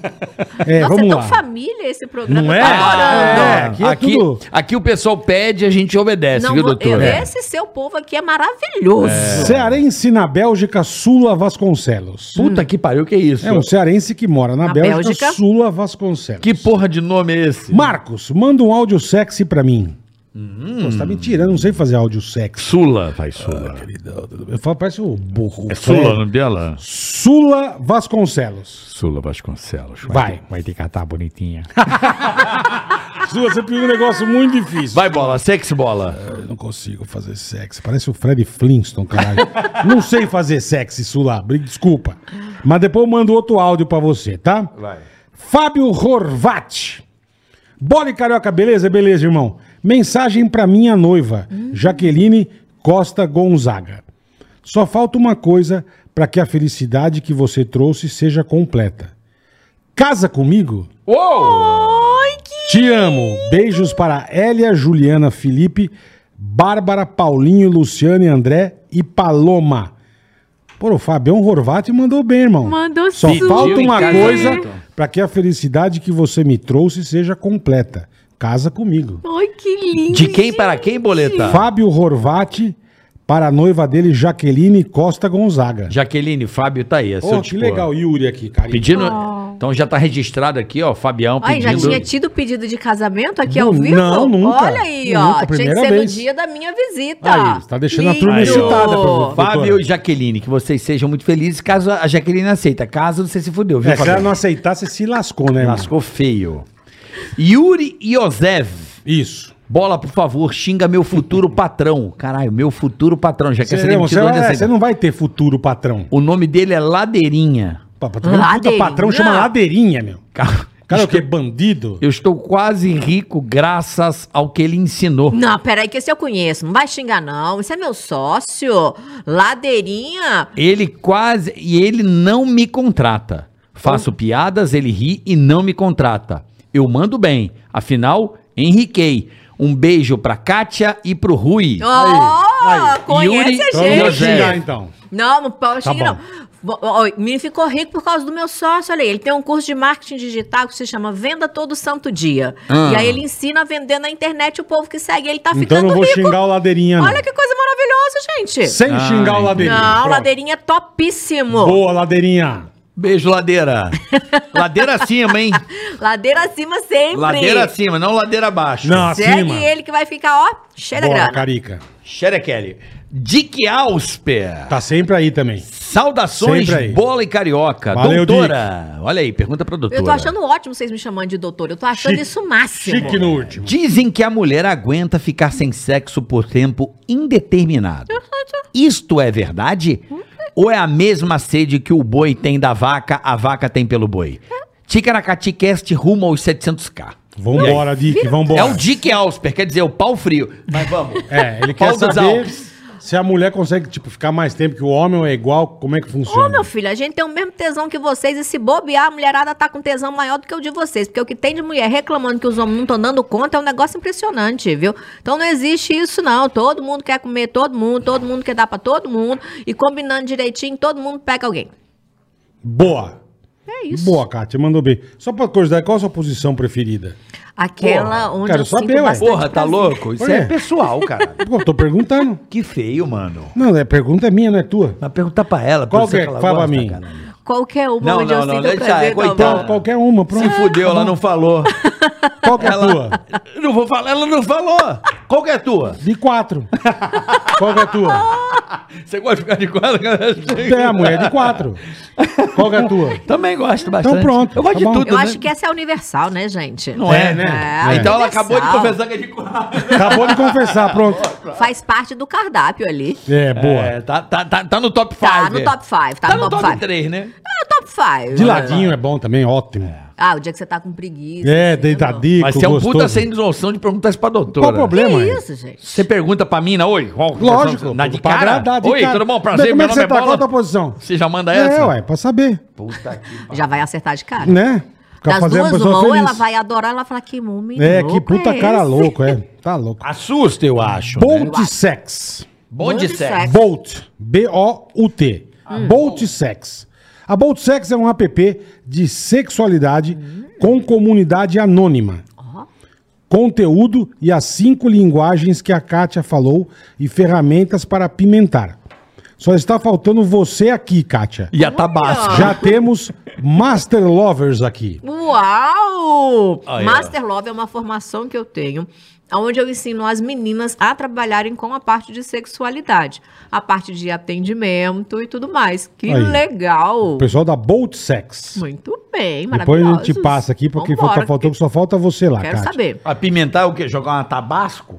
S2: É,
S4: Nossa, é
S2: vamos
S4: tão
S2: lá.
S4: família esse programa.
S2: Não é?
S4: Tá adorando.
S2: É,
S3: aqui,
S2: aqui é
S3: aqui,
S2: tudo-
S3: o pessoal pede, a gente
S2: É,
S3: obedece,
S4: Não,
S3: viu,
S4: mo-
S3: doutor?
S4: eu- Esse seu povo aqui é maravilhoso.
S2: É. Cearense na Bélgica, Sula Vasconcelos.
S3: Puta que pariu, que isso?
S2: É um cearense que mora na,
S4: Na
S2: Bélgica,
S4: Bélgica.
S2: Sula Vasconcelos.
S3: Que porra de nome é esse?
S2: Marcos, manda um áudio sexy pra mim.
S3: Hum.
S2: Pô, você tá me tirando, não sei fazer áudio sexy.
S3: Sula, vai Sula.
S2: Eu falo, parece o burro.
S3: é Sula o nome dela?
S2: Sula Vasconcelos.
S3: Sula Vasconcelos.
S2: Vai.
S5: Vai ter que catar bonitinha.
S2: Sula, você pediu um negócio muito difícil.
S3: Vai bola, sexy bola.
S2: Eu não consigo fazer sexy. Parece o Fred Flintstone, caralho. não sei fazer sexy, Sula. Bri- Desculpa. Mas depois eu mando outro áudio pra você, tá? Vai. Fábio Horvat. Bola e carioca, beleza? Beleza, irmão. Mensagem pra minha noiva, Jaqueline Costa Gonzaga. Só falta uma coisa pra que a felicidade que você trouxe seja completa. Casa comigo?
S3: Uou!
S4: Ai, que
S2: Te amo. Beijos para Elia, Juliana, Felipe, Bárbara, Paulinho, Luciane, André e Paloma. Pô, o é Fabião Horvati mandou bem, irmão.
S4: Mandou
S2: Só
S4: super.
S2: falta uma
S3: Pediu em
S2: coisa
S3: casamento.
S2: para que a felicidade que você me trouxe seja completa. Casa comigo.
S4: Ai, que lindo.
S3: De quem para quem, boleta?
S2: Fábio Horvati para a noiva dele, Jaqueline Costa Gonzaga.
S3: Jaqueline, Fábio tá aí. É seu
S2: Pô, que
S3: dispor.
S2: legal, Yuri aqui, cara.
S3: Pedindo. Então já tá registrado aqui, ó. Fabião
S4: Ah. Ai,
S3: pedindo.
S4: já tinha tido pedido de casamento aqui
S2: Não,
S4: ao vivo?
S2: não, nunca.
S4: Olha aí,
S2: Nunca,
S4: ó. Tinha
S2: primeira
S4: que ser
S2: vez.
S4: no dia da minha visita.
S2: Aí, você tá deixando a turma
S4: Lindo.
S2: excitada, pelo-
S3: Fábio e Jaqueline, que vocês sejam muito felizes, caso a Jaqueline aceita. Caso você se fudeu, viu,
S2: É, se ela
S3: Fabião?
S2: não aceitar, você se lascou, né? irmão?
S3: Lascou feio. Yuri Iosef.
S2: Isso.
S3: Bola, por favor, xinga meu futuro patrão. Caralho, meu futuro patrão. Já quer ser
S2: Você, não-
S3: demitido
S2: você-
S3: antes
S2: é,
S3: ainda.
S2: você não vai ter futuro, patrão.
S3: O nome dele é Ladeirinha.
S2: Pá, pra tu ver, um puta
S4: Ladeirinha.
S2: patrão chama ladeirinha, meu.
S3: Cara,
S2: Cara, o que? Bandido?
S3: eu estou quase rico graças ao que ele ensinou.
S4: Não, peraí, que esse eu conheço. Não vai xingar, não. Esse é meu sócio. Ladeirinha.
S3: Ele quase. E ele não me contrata. Faço piadas, ele ri e não me contrata. Eu mando bem. Afinal, enriquei. Um beijo pra Kátia e pro Rui.
S4: Ó,
S2: aí.
S4: conhece
S3: Yuri-
S4: a
S2: Então, eu vou
S4: gente.
S3: José.
S2: xingar, então.
S4: Não, não pode
S2: Tá
S4: xingar,
S2: bom.
S4: não. Vo- ó, O menino ficou rico por causa do meu sócio. Olha aí, ele tem um curso de marketing digital que se chama Venda Todo Santo Dia.
S3: Ah.
S4: E aí ele ensina a vender na internet o povo que segue. Ele tá
S2: Então eu
S4: ficando
S2: não vou
S4: rico.
S2: xingar o ladeirinha, não.
S4: Olha que coisa maravilhosa, gente.
S2: Sem
S3: Ai.
S2: xingar o ladeirinha.
S4: Não,
S2: Pronto.
S4: ladeirinha é topíssimo.
S2: Boa, ladeirinha.
S3: Beijo, ladeira. ladeira acima, hein?
S4: Ladeira acima sempre.
S3: Ladeira acima, não ladeira abaixo.
S2: Não,
S4: Segue
S2: acima.
S4: ele que vai ficar, ó, cheio da
S2: Bora,
S4: grana.
S2: Carica.
S3: Xera Kelly. Dick Ausper.
S2: Tá sempre aí também.
S3: Saudações,
S2: Sempre aí.
S3: bola e carioca.
S2: Valeu,
S3: doutora. Olha aí, pergunta pra doutora.
S4: Eu tô achando ótimo vocês me chamando de doutor. Eu tô achando
S2: Chique.
S4: isso o máximo.
S2: Chique né? no último.
S3: Dizem que a mulher aguenta ficar sem sexo por tempo indeterminado. Isto é verdade? Ou é a mesma sede que o boi tem da vaca, a vaca tem pelo boi? Ticaracatecast rumo aos 700k.
S2: Vambora, Dick,
S4: um
S2: vambora.
S3: É o Dick Ausper, quer dizer, o pau frio. Mas vamos.
S2: É, ele quer
S3: Paulo dos
S2: saber
S3: Alpes.
S2: se a mulher consegue, tipo, ficar mais tempo que o homem ou é igual, como é que
S4: Ô,
S2: funciona.
S4: meu filho, a gente tem o mesmo tesão que vocês. E se bobear, a mulherada tá com tesão maior do que o de vocês. Porque o que tem de mulher reclamando que os homens não estão dando conta é um negócio impressionante, viu? Então não existe isso, não. Todo mundo quer comer todo mundo, todo mundo quer dar pra todo mundo. E combinando direitinho, todo mundo pega alguém.
S2: Boa.
S4: É isso.
S2: Boa, Kátia, mandou bem. Só pra curiosidade, qual a sua posição preferida?
S4: Aquela
S2: Porra,
S4: onde
S2: quero
S4: eu sinto
S2: saber, ué.
S4: bastante
S3: Porra, tá
S4: prazer.
S3: louco? Isso
S2: Por quê?
S3: é pessoal, cara.
S2: Pô, tô perguntando.
S3: Que feio, mano.
S2: Não, a pergunta é minha, não é tua.
S3: Mas pergunta pra ela.
S2: Qual
S3: pra você
S2: que é?
S3: ela
S2: Fala pra
S3: gosta,
S2: mim.
S3: caralho.
S4: Qualquer uma
S3: Não,
S4: onde
S3: não,
S4: eu
S3: não,
S4: sinto
S3: deixa,
S4: prazer,
S3: é, coitado.
S4: tá bom.
S2: Qualquer uma, pronto.
S3: Se fudeu, ela não falou.
S2: Qual que é a
S3: Ela,
S2: tua?
S3: não vou falar, ela não falou. Qual que é a tua?
S2: De quatro. Qual que é a tua?
S3: Você gosta de ficar de quatro? né?
S2: É, a mulher de quatro. Qual que é a tua?
S3: Também gosto bastante.
S2: pronto,
S3: Eu gosto
S2: tá
S3: de
S2: bom.
S3: tudo,
S4: Eu
S3: né?
S4: acho que essa é a universal, né, gente?
S3: Não é, né?
S4: É,
S3: Então ela
S4: universal.
S3: acabou de confessar que é de quatro.
S2: Acabou de confessar, pronto.
S4: Faz parte do cardápio ali.
S2: É, boa.
S3: É, tá, tá, tá, tá no top 5.
S4: Tá no top 5, tá, no top 5.
S3: 3, né?
S4: Ah, top 5.
S2: De ladinho é bom também, ótimo.
S4: Ah, o dia que você tá com preguiça.
S2: É,
S4: assim, né,
S2: deitadico,
S3: Mas você é um puta
S2: gostoso.
S3: sem noção de perguntar isso pra doutora.
S2: Qual o problema?
S4: amor? Que
S2: é?
S4: isso, gente?
S3: Você pergunta pra mina, oi? qual-
S2: Lógico,
S3: Na de
S2: pra
S3: cara?
S2: agradar, de
S3: oi,
S2: cara.
S3: tudo bom?
S2: Daí
S3: Prazer,
S2: como é que
S3: meu nome
S2: você
S3: é
S2: tá? Qual a
S3: Bola.
S2: tua posição?
S3: Você já manda essa?
S2: É, ué, pra saber,
S3: Puta que
S4: Já vai acertar de cara.
S2: né? Ficar
S4: Das
S2: fazendo a
S4: duas,
S2: pessoa
S4: uma, ou
S2: feliz.
S4: ela vai adorar, ela fala que momento
S2: É,
S4: louco
S2: que puta
S4: é
S2: cara
S4: esse?
S2: louco, é. Tá louco.
S3: Assusta, eu acho. né?
S2: Bolt Sex.
S3: Bom de
S4: Bom de
S3: sexo.
S4: sexo.
S2: Bolt. B-O-U-T.
S4: Ah,
S2: Bolt Sex. A Bolt Sex é um app de sexualidade com comunidade anônima.
S4: Ó,
S2: conteúdo e as cinco linguagens que a Kátia falou e ferramentas para pimentar. Só está faltando você aqui, Kátia.
S3: E a
S4: Ah.
S3: tabasco.
S2: Já temos Master Lovers aqui.
S4: Uau!
S3: Aí, ó.
S4: Master Love é uma formação que eu tenho, onde eu ensino as meninas a trabalharem com a parte de sexualidade, a parte de atendimento e tudo mais. Que
S2: Aí.
S4: legal!
S2: O pessoal da Bolt Sex.
S4: Muito bem,
S2: Depois
S4: maravilhoso.
S2: a gente passa aqui, porque tá falta, faltou, só falta você lá,
S4: Quero
S2: Kátia.
S4: saber.
S3: Apimentar o quê? Jogar uma tabasco?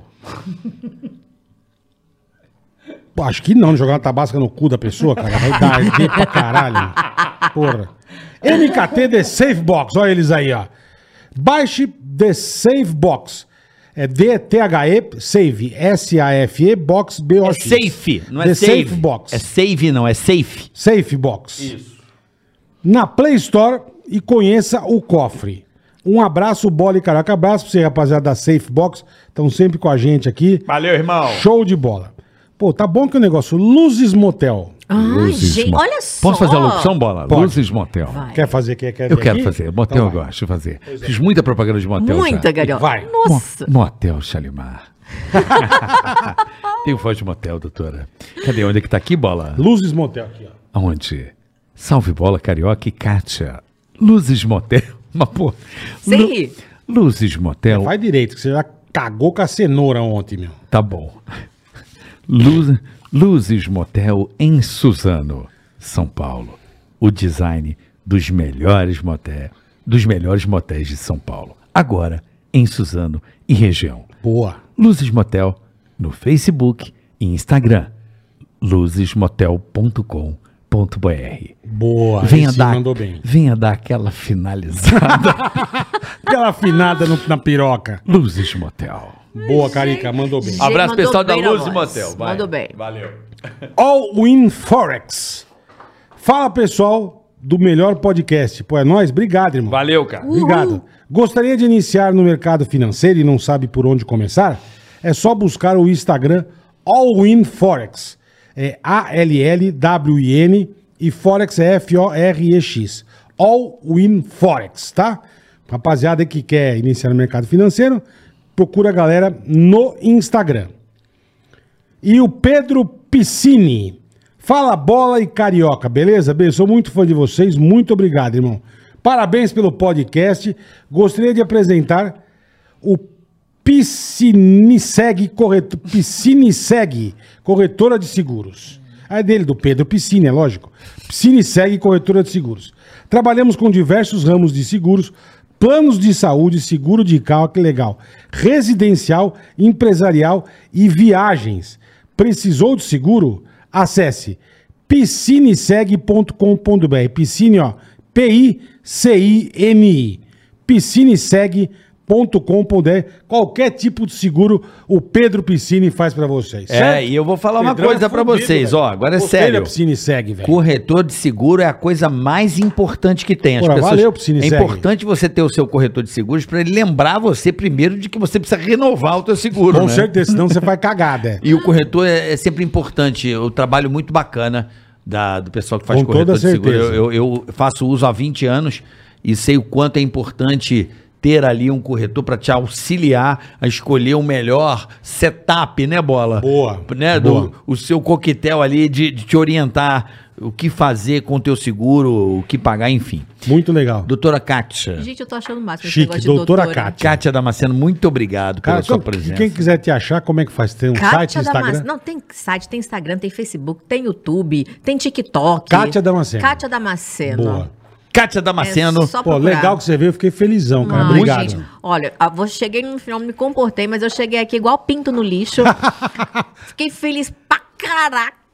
S2: Pô, Acho que não, jogar uma tabasca no cu da pessoa, cara. Vai dar arder pra caralho. Porra. MKT The Safe Box, olha eles aí, ó. Baixe The Safe Box. É D-T-H-E, Save, S-A-F-E, Box,
S3: É
S2: B-O-X.
S3: safe, não é
S2: The
S3: safe.
S2: safe. Box.
S3: É save, não, é safe.
S2: Safe Box. Isso. Na Play Store e conheça o cofre. Um abraço, bola e caraca. Abraço pra você, rapaziada da Safe Box. Estão sempre com a gente aqui.
S3: Valeu, irmão.
S2: Show de bola. Pô, tá bom que o negócio. Luzes Motel.
S4: Ai,
S6: Luzes,
S4: gente,
S6: mano.
S4: olha só.
S6: Posso fazer a locução, Bola?
S2: Pode.
S6: Luzes Motel.
S4: Vai.
S2: Quer fazer? Quer, quer
S6: Eu
S2: vir
S6: quero
S2: aqui?
S6: fazer. Motel
S2: Então
S6: eu
S2: vai.
S6: gosto de fazer.
S3: é.
S6: Fiz muita propaganda de motel
S4: Muita,
S6: já.
S4: galhofa.
S2: então, Vai.
S4: Nossa.
S6: Mo- motel Chalimar. Tem voz de motel, doutora. Cadê? Onde é que tá aqui, Bola?
S2: Luzes Motel aqui, ó.
S6: Aonde? Salve Bola, Carioca e Kátia. Luzes Motel. Mas, pô...
S4: Sem
S6: Lu-
S4: rir.
S6: Luzes Motel.
S2: Vai direito, que você já cagou com a cenoura ontem, meu.
S6: Tá bom. Luz, Luzes Motel em Suzano, São Paulo. O design dos melhores motéis, dos melhores motéis de São Paulo. Agora em Suzano e região.
S2: Boa.
S6: Luzes Motel no Facebook e Instagram. luzesmotel.com.br.
S2: Boa.
S6: Venha
S2: esse
S6: dar,
S2: mandou bem.
S6: venha dar aquela finalizada.
S2: Aquela afinada no- na piroca.
S6: Luzes Motel.
S2: Boa, Carica, mandou bem.
S4: Gente,
S3: Abraço,
S4: mandou
S3: pessoal da
S4: bem na
S3: Luz e
S4: voz.
S3: Motel. Vai.
S4: Mandou bem.
S3: Valeu.
S2: All In Forex. Fala, pessoal do melhor podcast. Pô, é nóis? Obrigado, irmão.
S3: Valeu, cara.
S2: Obrigado. Gostaria de iniciar no mercado financeiro e não sabe por onde começar? É só buscar o Instagram All In Forex. É A-L-L-W-I-N e Forex é F-O-R-E-X. All In Forex, tá? Rapaziada que quer iniciar no mercado financeiro, procura a galera no Instagram. E o Pedro Piscini. Fala bola e carioca, beleza? Bem, sou muito fã de vocês, muito obrigado, irmão. Parabéns pelo podcast. Gostaria de apresentar o Pisciniseg corretor, Pisciniseg, corretora de seguros. Ah, É dele, do Pedro Piscini, é lógico. Pisciniseg, corretora de seguros. Trabalhamos com diversos ramos de seguros, planos de saúde, seguro de carro, que legal, residencial, empresarial e viagens. Precisou de seguro? Acesse piscinesegue.com.br. Piscine, ó, P-I-C-I-N-I piscinesegue.com.br. Qualquer tipo de seguro, o Pedro Piscine faz pra vocês.
S3: É, e eu vou falar uma
S2: Pedrão
S3: coisa pra
S2: fudido,
S3: vocês,
S2: velho.
S3: ó. Agora é
S2: Gostei
S3: sério.
S2: da Piscine segue, velho.
S3: Corretor de seguro é a coisa mais importante que tem. As
S2: Porra,
S3: pessoas,
S2: valeu, Piscine
S3: é
S2: Segue.
S3: importante você ter o seu corretor de seguros para ele lembrar você primeiro de que você precisa renovar o teu seguro.
S2: Com
S3: né?
S2: certeza, senão você faz cagada. é.
S3: E o corretor é, é sempre importante. O trabalho muito bacana da- do pessoal que faz
S2: Com
S3: corretor
S2: toda
S3: de seguro.
S2: certeza.
S3: Eu, eu- eu faço uso há 20 anos e sei o quanto é importante ter ali um corretor para te auxiliar a escolher o melhor setup, né, Bola?
S2: Boa,
S3: Né,
S2: boa.
S3: Do, o seu coquetel ali de, de te orientar o que fazer com o teu seguro, o que pagar, enfim.
S2: Muito legal.
S3: Doutora Kátia.
S4: Gente, eu tô achando o máximo esse
S2: Chique,
S4: negócio de
S2: doutora
S4: doutora.
S2: Cátia.
S3: Kátia Damasceno, muito obrigado pela
S2: Cara,
S3: sua
S2: então,
S3: presença.
S2: quem quiser te achar, como é que faz? Tem um site,
S4: Kátia
S2: Instagram?
S4: Damasceno. Não, tem site, tem Instagram, tem Facebook, tem YouTube, tem TikTok.
S2: Kátia Damasceno.
S4: Kátia Damasceno.
S2: Boa.
S3: Kátia Damasceno.
S4: É só
S2: Pô,
S4: procurar.
S2: legal que você veio, eu fiquei felizão, cara.
S4: Ai,
S2: Obrigado.
S4: gente, olha, a- vou- cheguei no final, me comportei, mas eu cheguei aqui igual pinto no lixo. Fiquei feliz pra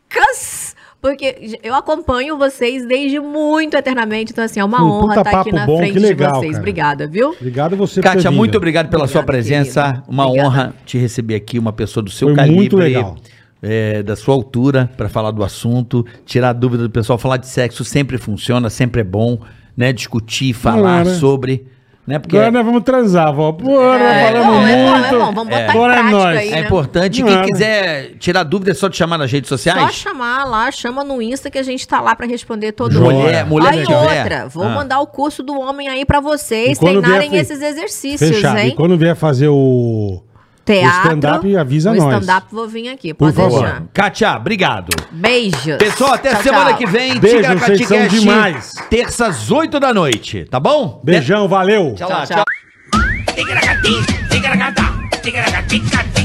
S4: caracas, porque eu acompanho vocês desde muito eternamente. Então, assim, é uma
S2: Um
S4: honra
S2: puta
S4: estar aqui
S2: papo
S4: na
S2: bom, que
S4: frente
S2: legal,
S4: de vocês.
S2: cara.
S4: Obrigada, viu?
S2: Obrigado você por ter
S3: Kátia,
S2: vindo.
S3: muito obrigado pela
S4: Obrigada,
S3: sua presença.
S4: querida.
S3: Uma
S4: Obrigada.
S3: honra te receber aqui, uma pessoa do seu
S2: Foi
S3: calibre.
S2: muito legal.
S3: é, da sua altura para falar do assunto, tirar a dúvida do pessoal, falar de sexo sempre funciona, sempre é bom, né? Discutir, falar
S2: Claro.
S3: sobre, né? Porque
S2: Agora nós vamos transar, vó. Pô, nós
S4: É,
S2: falamos
S4: bom,
S2: muito.
S4: é bom, é bom, vamos botar em
S2: Agora
S4: prática
S2: nóis.
S4: aí,
S3: é
S4: né?
S3: importante.
S2: Não
S3: Quem
S2: é, né?
S3: quiser tirar dúvida é só te chamar nas redes
S4: Só
S3: sociais.
S4: chamar lá, chama no Insta que a gente tá lá pra responder todo
S2: Joia.
S4: mundo.
S2: Mulher-
S3: mulher
S4: aí
S3: que tiver.
S4: outra, vou
S3: Ah.
S4: mandar o curso do homem aí pra vocês
S2: E quando
S4: treinarem
S2: vier, fe-
S4: esses exercícios,
S2: Fechado.
S4: hein?
S2: E quando vier fazer o.
S4: Teatro.
S2: o stand-up, avisa
S4: o
S2: nós.
S4: stand-up vou vir aqui,
S2: Por
S4: pode
S2: favor.
S4: deixar.
S3: Kátia, obrigado.
S4: Beijos.
S3: Pessoal, até
S4: Tchau,
S3: semana
S4: tchau.
S3: que vem.
S2: Beijo,
S3: Ticaracati
S2: vocês são
S3: Cast,
S2: demais.
S3: Terças, 8 da noite, tá bom?
S2: Beijão, valeu.
S3: Tchau, tchau.
S4: tchau.
S1: Ticaracati, ticaracata, ticaracati, cata.